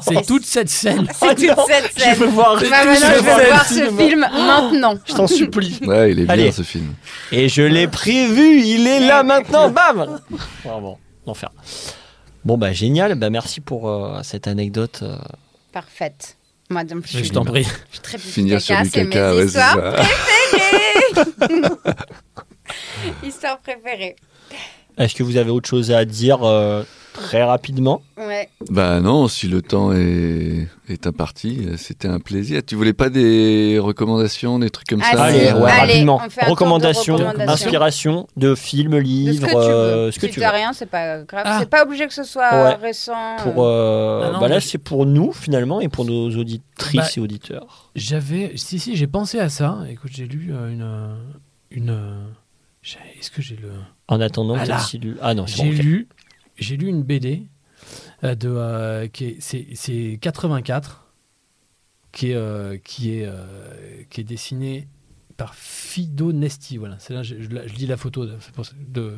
A: C'est toute cette scène.
B: C'est toute cette
C: Je
B: scène.
C: veux voir.
B: Bah, maintenant,
C: veux
B: je veux voir ce
C: cinéma.
B: film maintenant.
C: Je t'en supplie.
D: Ouais, il est bien
C: Allez.
D: ce film.
C: Et je l'ai prévu, il est là maintenant, bam Vraiment, l'enfer. Bon bah génial, bah merci pour euh, cette anecdote. euh.
B: Parfaite. Moi, donc, je,
A: Je
B: suis,
A: t'en prie.
B: je suis très
D: Finir sur du
B: c'est
D: caca,
B: mes
D: ouais, c'est
B: histoires,
D: ça.
B: <laughs> histoires préférées.
C: Est-ce que vous avez autre chose à dire euh, très rapidement
B: Ouais.
D: Bah non, si le temps est, est imparti, euh, c'était un plaisir. Tu voulais pas des recommandations, des trucs comme
B: Ah,
D: ça
C: Allez,
B: si,
C: ouais,
B: allez,
C: rapidement.
B: on fait un tour de
C: Recommandations,
B: recommandations.
C: inspirations de films,
B: De ce que
C: livres,
B: tu veux.
C: euh, ce que
B: si
C: tu
B: t'as
C: veux.
B: rien, c'est pas grave.
A: Ah.
B: C'est pas obligé que ce soit
C: Ouais.
B: récent.
C: Pour,
B: euh,
C: euh,
A: Ah non,
C: bah là
A: mais-
C: c'est pour nous finalement et pour nos auditrices
A: Bah,
C: et auditeurs.
A: J'avais si si j'ai pensé à ça. Écoute, j'ai lu euh, une euh, une. euh, j'ai- Est-ce que j'ai le
C: En attendant,
A: Ah
C: vous
A: là.
C: avez aussi lu- Ah non, c'est
A: J'ai
C: bon, ok.
A: lu j'ai lu une BD euh, de euh, qui est- c'est c'est 84 qui est euh, qui est euh, qui est dessinée par Fido Nesti. Voilà, c'est là je, je la- je lis la photo de c'est pour ça- de,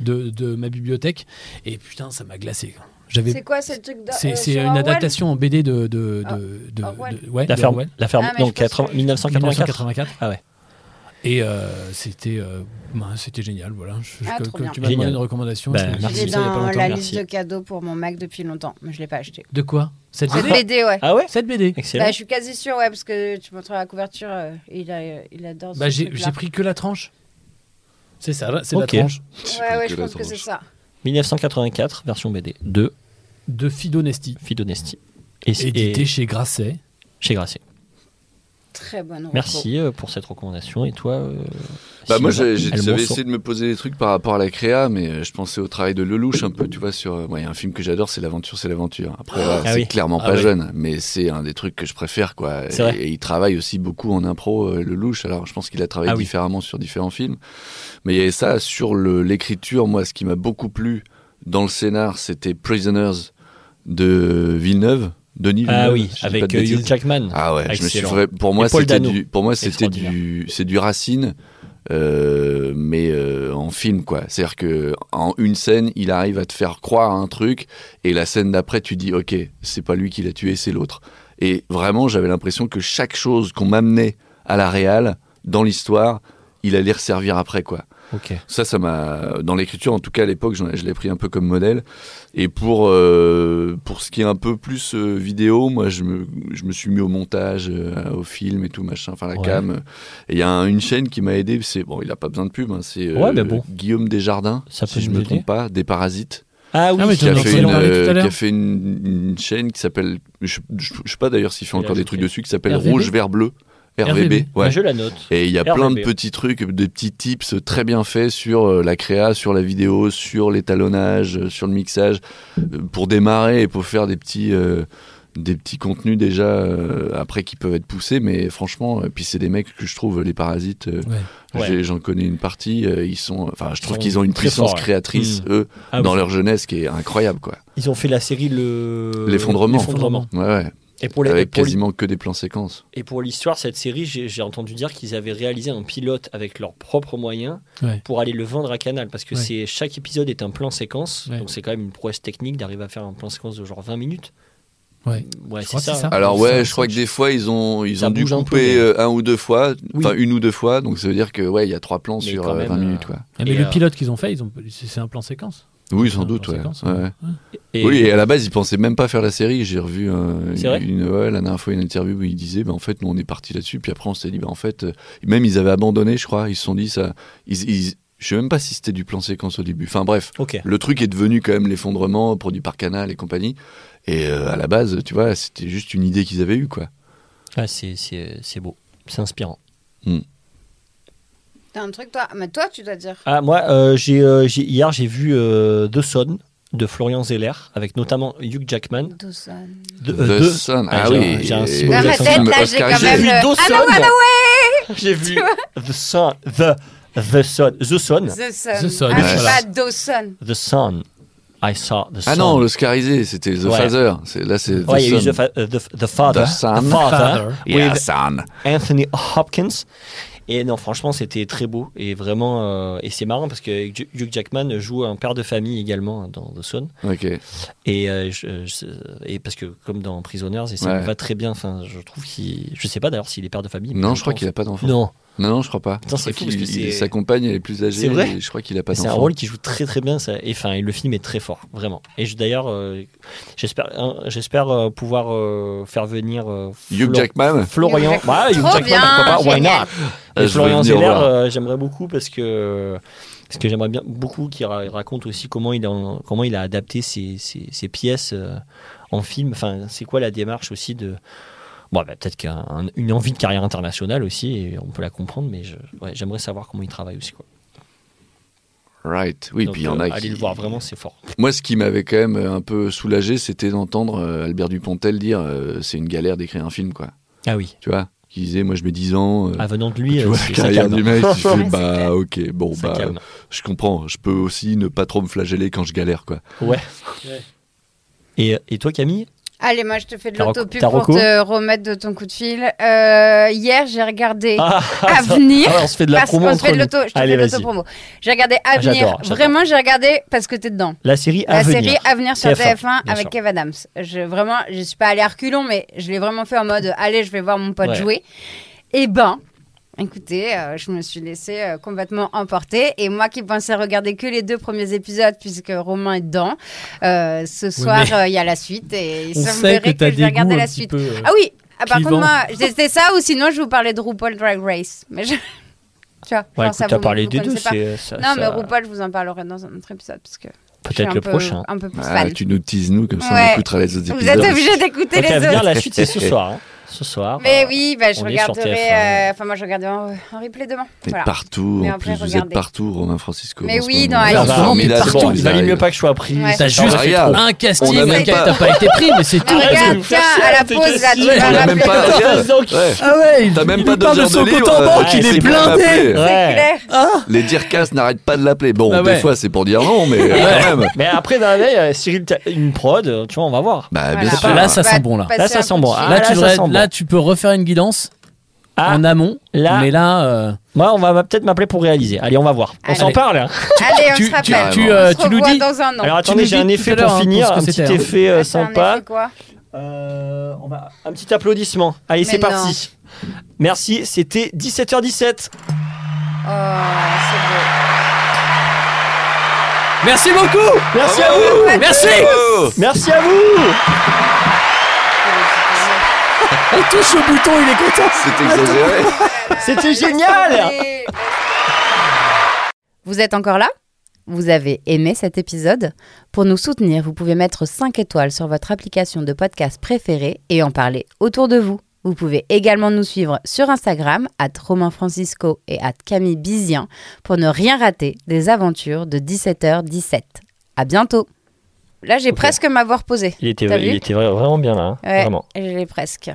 A: de, de ma bibliothèque et putain ça m'a glacé. quoi.
B: C'est
A: J'avais
B: quoi ce truc d'Or-
A: c'est
B: euh,
A: c'est
B: sur
A: une
B: Orwell
A: adaptation en BD de de
B: Ah,
A: de, de-
B: Orwell.
A: de- ouais,
C: La
A: de
C: ferme,
A: Orwell,
C: la ferme
B: Ah, mais
C: non,
B: je pense
C: 80
B: que-
C: 1984.
A: 1984.
C: Ah ouais.
A: Et euh, c'était euh, bah, c'était génial voilà. Je-
B: Ah,
A: que-
B: trop
A: que
B: bien.
A: tu m'as demandé
C: Génial.
A: une recommandation.
C: Bah,
A: je me suis
C: merci.
B: Il
A: dit
B: est
A: ça il y a pas
B: dans
A: longtemps.
B: la
C: merci.
B: liste de cadeaux pour mon Mac depuis longtemps, mais je l'ai pas acheté.
A: De quoi Cette
B: Cette
A: BD
B: BD, ouais.
C: Ah ouais
A: Cette BD
C: Excellent.
B: Bah, je suis quasi sûre, ouais, parce que tu montres la couverture, euh, il, a- il adore ce
A: Bah, j'ai
B: truc-là.
A: j'ai pris que la tranche. C'est ça, là, c'est
C: Ok.
A: la tranche
B: Ouais, ouais,
D: Que
B: je
D: la
B: pense que c'est
D: tranche.
B: ça.
C: 1984, version BD de
A: de Fido Nesti,
C: Fidonesti. Et,
A: édité
C: et
A: chez Grasset.
C: chez Grasset.
B: Très bonne reco.
C: Merci euh, pour cette recommandation. Et toi euh,
D: Bah moi
C: Sylvain
D: j'ai- j'ai-
C: Almonceau
D: j'avais essayé de me poser des trucs par rapport à la créa, mais euh, je pensais au travail de Lelouch un peu, tu vois, sur... euh, ouais, un film que j'adore, c'est L'aventure, c'est l'aventure. Après, voilà,
C: Ah
D: c'est
C: oui.
D: clairement
A: Ah
D: pas
A: ouais.
D: jeune, mais c'est un des trucs que je préfère, quoi.
C: C'est vrai.
D: Et, et il travaille aussi beaucoup en impro, euh, Lelouch, alors je pense qu'il a travaillé
C: Ah oui.
D: différemment sur différents films. Mais il y avait ça, sur le- l'écriture, moi, ce qui m'a beaucoup plu dans le scénar, c'était Prisoners de Villeneuve, Denis Villeneuve.
C: Ah oui,
D: si je dis pas
C: avec
D: de
C: euh,
D: bêtises.
C: Hugh Jackman.
D: Ah ouais, je me suis
C: Excellent.
D: vrai- pour moi
C: Et Paul
D: c'était
C: Dano.
D: du pour moi c'était
C: Extraordinaire.
D: du c'est du Racine euh, mais euh, en film quoi. C'est-à-dire que en une scène, il arrive à te faire croire à un truc et la scène d'après tu dis OK, c'est pas lui qui l'a tué, c'est l'autre. Et vraiment, j'avais l'impression que chaque chose qu'on m'amenait à la réal dans l'histoire, il allait resservir après quoi.
C: Ok.
D: Ça, ça m'a dans l'écriture, en tout cas à l'époque, j'en ai- je l'ai pris un peu comme modèle. Et pour euh, pour ce qui est un peu plus euh, vidéo, moi, je me je me suis mis au montage, euh, au film et tout machin, enfin la
C: Ouais.
D: cam. Et il y a un- une chaîne qui m'a aidé. C'est bon, il a pas besoin de pub. hein, c'est euh,
C: Ouais, mais bon.
D: Guillaume Desjardins,
C: Ça peut
D: si je
C: nous
D: me
C: aider.
D: trompe pas, des Parasites
C: Ah oui,
A: Ah, mais
C: qui
A: t'en
D: qui a,
A: as
C: a
D: fait
C: fait
D: une,
A: entendu parler tout à
D: euh,
A: l'heure.
D: qui a fait une, une chaîne qui s'appelle, je, je, je sais pas d'ailleurs s'il
C: Il
D: fait
C: a
D: encore des
C: ajouté.
D: trucs dessus, qui s'appelle
A: RVB.
D: Rouge, Vert, Bleu, RVB.
A: RVB.
D: euh, Ouais.
C: Je la note.
D: Et il y a
C: RVB.
D: plein de petits trucs, de petits tips très bien faits sur euh, la créa, sur la vidéo, sur l'étalonnage, euh, sur le mixage, euh, pour démarrer et pour faire des petits, euh, des petits contenus déjà euh, après qui peuvent être poussés, mais franchement, euh, puis c'est des mecs que je trouve les parasites. euh,
C: Ouais.
D: j'ai- J'en connais une partie. euh, ils sont, enfin, je trouve
C: sont
D: qu'ils ont une
C: très
D: puissance
C: forts, ouais.
D: créatrice eux
C: Ah
D: dans
C: oui.
D: leur jeunesse qui est incroyable, quoi.
C: Ils ont fait la série le
D: L'effondrement.
C: Euh, l'effondrement.
D: Ouais, ouais.
C: Et pour les- et
D: Avec
C: pour les-
D: quasiment que des plans séquences.
C: Et pour l'histoire, cette série, j'ai j'ai entendu dire qu'ils avaient réalisé un pilote avec leurs propres moyens
A: Ouais.
C: pour aller le vendre à Canal. Parce que
A: Ouais.
C: c'est chaque épisode est un plan séquence.
A: Ouais.
C: Donc c'est quand même une prouesse technique d'arriver à faire un plan séquence de genre 20 minutes. Mmh,
A: Ouais.
C: Ouais, c'est
A: Je crois que
C: Ah, ça.
A: c'est ça.
D: Alors
A: ça,
D: ouais,
A: ça,
D: je crois que des fois ils ont ils
C: Ça
D: ont dû
C: bouge un peu,
D: couper
C: mais-
D: euh, un ou deux fois,
C: Oui.
D: enfin une ou deux fois. Donc ça veut dire que ouais, il y a trois plans
C: Mais
D: sur
C: quand
D: euh,
C: même,
D: 20
C: euh,
D: minutes, quoi.
A: Eh, mais
C: Et,
A: le
C: euh,
A: pilote qu'ils ont fait, ils ont... c'est c'est un plan séquence.
D: Oui, sans
A: un
D: doute.
A: plan
D: ouais.
A: séquence,
D: Ouais,
C: hein.
D: ouais.
C: Et-
D: Oui, et à la base, ils pensaient même pas faire la série. J'ai revu euh,
C: C'est vrai
D: une, ouais, la dernière fois une interview où ils disaient, bah, en fait, nous on est parti là-dessus. Puis après, on s'est dit, bah, en fait, euh, même ils avaient abandonné, je crois. Ils se sont dit ça. Ils, ils- je sais même pas si c'était du plan séquence au début. Enfin bref,
C: Ok.
D: le truc est devenu quand même l'effondrement produit par Canal et compagnie. Et euh, à la base, tu vois, c'était juste une idée qu'ils avaient eue, quoi.
C: Ah, c'est- c'est c'est beau. C'est inspirant.
B: T'as un truc, toi Mais toi, tu dois dire.
C: Ah, moi, euh, j'ai euh, j'ai- hier, j'ai vu euh, The Son de Florian Zeller avec notamment Hugh
A: Hein
C: Jackman.
B: Dawson.
C: De,
D: The
C: euh, de-
D: Sun,
C: Ah,
D: ah,
C: j'ai-
D: oui,
C: j'ai un si
D: et-
C: beau
B: Dans ma
C: accent.
B: tête, là, j'ai quand
D: Oscarisé.
B: même
C: J'ai vu
B: le.
C: Dawson.
B: Ah non, ah non,
C: J'ai vu The Sun. The, the Sun. The Sun.
B: ouais The Sun.
A: The Sun,
B: Ah, c'est
D: voilà.
B: pas Dawson.
C: The Sun. I saw the
D: Ah
C: sun.
D: non, l'oscarisé, c'était The
C: Ouais.
D: Father. C'est- Là, c'est The
C: Ouais, il y a eu
D: Sun.
C: The, Fa- euh, the, the Father.
D: The Son.
C: Father.
A: Father.
C: With
D: Yeah, Son.
C: Anthony Hopkins. Et non, franchement, c'était très beau. Et vraiment, euh, et c'est marrant parce que Hugh Hugh Jackman joue un père de famille également hein, dans The Son.
D: Ok.
C: Et, euh, je- je- et parce que, comme dans Prisoners, et ça
D: Ouais.
C: me va très bien. Enfin, je trouve qu'il. Je sais pas d'ailleurs s'il est père de famille. mais
D: Non, je crois
C: pense.
D: qu'il a pas d'enfant.
C: Non,
D: Non, non, je crois pas.
C: Putain, c'est
D: Je
C: fou
D: crois
C: parce
D: qu'il-
C: que
D: il-
C: c'est-
D: Sa compagne, elle est plus âgée.
C: C'est vrai
D: et Je crois qu'il a pas
C: Bah, c'est un
D: d'enfant.
C: rôle qui joue très très bien. Ça. Et, enfin, le film est très fort, vraiment. Et je- d'ailleurs, euh, j'espère hein, j'espère euh, pouvoir euh, faire venir euh,
D: Hugh
C: Flo-
D: Jackman.
C: Florian.
B: Hugh Jackman.
C: Ouais, Hugh
B: Trop
C: Jackman,
B: bien,
C: pourquoi pas, why
B: génial.
C: not
D: Ah,
C: Et
D: je veux
C: Florian
D: venir
C: Zeller,
D: voir.
C: euh, j'aimerais beaucoup parce que, parce que j'aimerais bien beaucoup qu'il ra- raconte aussi comment il a, comment il a adapté ses, ses- ses pièces euh, en film. Enfin, c'est quoi la démarche aussi de. Bon, bah, peut-être qu'une envie de carrière internationale aussi, et on peut la comprendre, mais je- ouais, j'aimerais savoir comment il travaille aussi. Quoi.
D: Right. Oui,
C: Donc,
D: puis il y en
C: euh,
D: a qui.
C: Allez le voir, vraiment, c'est fort.
D: Moi, ce qui m'avait quand même euh, un peu soulagé, c'était d'entendre euh, Albert Dupontel dire euh, c'est une galère d'écrire un film, quoi.
C: Ah oui.
D: Tu vois Qui disait, moi, je mets 10 ans. euh,
C: Ah, venant de
D: tu
C: lui, euh,
D: vois, la
C: c'est- ça
D: carrière
C: calme.
D: du
C: <laughs>
D: mec, tu
B: Ouais,
D: fais
B: c'est
D: bah
B: clair.
D: ok, bon
C: Ça
D: bah
C: calme.
D: je comprends, je peux aussi ne pas trop me flageller quand je galère quoi.
C: Ouais.
A: Ouais.
C: Et, et toi, Camille
B: Allez, moi, je te fais de
C: Ta reco-
B: l'autopub
C: ta
B: pour
C: reco
B: te remettre de ton coup de fil. Euh, hier, j'ai regardé <laughs>
C: Ah,
B: Avenir.
C: ah, On se fait de la
B: Parce
C: promo
B: qu'on se
C: entre
B: fait de
C: nous.
B: l'auto, je te
C: Allez,
B: fais de
C: vas-y. Ah,
B: l'auto-promo. J'ai regardé Avenir.
C: j'adore, j'adore.
B: Vraiment, j'ai regardé parce que t'es dedans.
C: La série
B: La
C: Avenir.
B: série Avenir sur
C: TF1,
B: TF1,
C: bien
B: avec
C: sûr.
B: Kev Adams. Je, vraiment, je suis pas allée à reculons, mais je l'ai vraiment fait en mode allez, je vais voir mon pote
C: Ouais.
B: jouer. Et ben, écoutez, euh, je me suis laissée euh, complètement emporter. Et moi qui pensais regarder que les deux premiers épisodes, puisque Romain est dedans, euh, ce soir, euh,
A: mais-
B: il y a la suite. Et il
A: On
B: semblerait
A: sait que t'as
B: je vais
A: des goûts
B: regarder
A: un
B: la
A: petit
B: suite.
A: peu. euh,
B: Ah oui, ah, par contre,
A: clivants.
B: moi, c'était ça ou sinon, je vous parlais de RuPaul Drag Race. Mais je. <laughs> Tu vois, je
C: Ouais,
B: pense à
C: écoute, t'as
B: vous-
C: parlé
B: vous
C: des deux.
B: connaissez pas.
C: c'est- ça-
B: Non, mais
C: ça-
B: RuPaul, je vous en parlerai dans un autre épisode parce que je suis
C: Peut-être
B: un
C: le
B: peu-
C: prochain.
B: Un peu plus
D: Ah,
B: fan.
D: tu nous teases nous comme ça on
B: Ouais.
D: écoutera les autres
B: Vous
D: épisodes.
B: êtes obligé d'écouter
C: Ok, à
B: les
C: venir,
B: autres.
C: la suite, c'est ce soir. hein. Ce soir.
B: Mais
C: euh,
B: oui, bah, je
C: on est sur
B: regarderai.
C: TF1.
B: euh, Enfin, moi, je regarderai en, en replay demain.
D: Et
B: Voilà.
D: partout,
B: Mais
D: en
B: après,
D: plus vous êtes
B: regardez.
D: partout Romain Francisco.
B: Mais
D: en ce
B: oui,
D: moment.
B: dans
D: C'est
C: en ce moment,
A: mais
D: formidable,
A: partout,
D: quand
C: Il
D: ils
C: valait mieux
D: arrivent.
C: pas que je sois pris.
B: Ouais.
C: ça
A: T'as
C: fait
A: juste
C: trop.
D: regarde.
A: un
D: On
A: casting
D: a
A: dans
D: même
A: lequel
D: pas-
A: t'as
D: <laughs>
A: pas été pris, mais c'est
B: Mais
A: tout.
B: regarde, tiens, à la
C: t'es
B: pause, là, tu
C: cassé.
B: vas
D: On a même
B: rappeler.
D: pas.
C: Regarde donc.
D: Ouais.
A: Ah ouais,
D: T'as même
A: il
D: pas deux
A: parle de
D: heures de
A: son
D: livre,
A: compte en
D: euh,
A: banque,
C: ouais,
A: il
C: c'est
A: est
C: pour
A: blindé.
D: l'appeler.
C: Ouais.
B: Claire,
D: Les dircas n'arrêtent pas de l'appeler. Bon,
A: Bah ouais.
D: des fois c'est pour dire non, mais quand même.
C: Mais après, dans la veille, euh, Cyril, t'as une prod, euh, tu vois, on va voir.
D: Bah
B: Voilà.
D: bien sûr.
A: Là, ça
B: va
A: sent bon, là.
B: passer
C: Là, ça
B: un
C: sent
B: coup de
C: bon.
B: fil.
C: Ah,
A: Là,
C: là,
A: tu,
C: ça
A: devrais-
C: sent bon.
A: là, tu peux refaire une guidance
C: Ah,
A: en amont,
C: là.
A: mais là, euh,
C: moi, on va peut-être m'appeler pour réaliser. Allez, on va voir. On
B: Allez.
C: s'en parle. hein.
B: Allez, on
A: tu,
B: se
A: tu,
B: rappelle.
A: tu,
D: On
A: euh,
B: On se
A: tu nous
B: revoit
A: dis.
B: dans un an.
C: Alors,
A: nous
C: attendez, j'ai
A: dis
C: un
A: tout à
C: effet
A: l'heure,
C: pour
A: hein,
C: finir.
A: pour ce
C: Un
A: que
C: petit
A: c'était, hein.
C: effet
B: Ah,
C: euh,
B: c'est un
C: sympa.
B: effet quoi
C: Euh, on va- Un petit applaudissement. Allez,
B: Mais
C: c'est parti. Merci, c'était 17h17.
B: Oh,
A: Merci beaucoup
C: Merci à vous.
A: Merci
C: Merci à vous.
A: On touche le bouton, il est content
D: C'est exagéré.
B: c'est beau.
C: C'était génial.
B: Vous êtes encore là Vous avez aimé cet épisode Pour nous soutenir, vous pouvez mettre 5 étoiles sur votre application de podcast préférée et en parler autour de vous. Vous pouvez également nous suivre sur Instagram, à Romain Francisco et à Camille Bizien, pour ne rien rater des aventures de 17h17. À bientôt Là, j'ai
C: Ok.
B: presque m'avoir posé.
C: Il était,
B: T'as vu
C: il était vra- vraiment bien là. hein.
B: Ouais,
C: Vraiment.
B: je l'ai presque.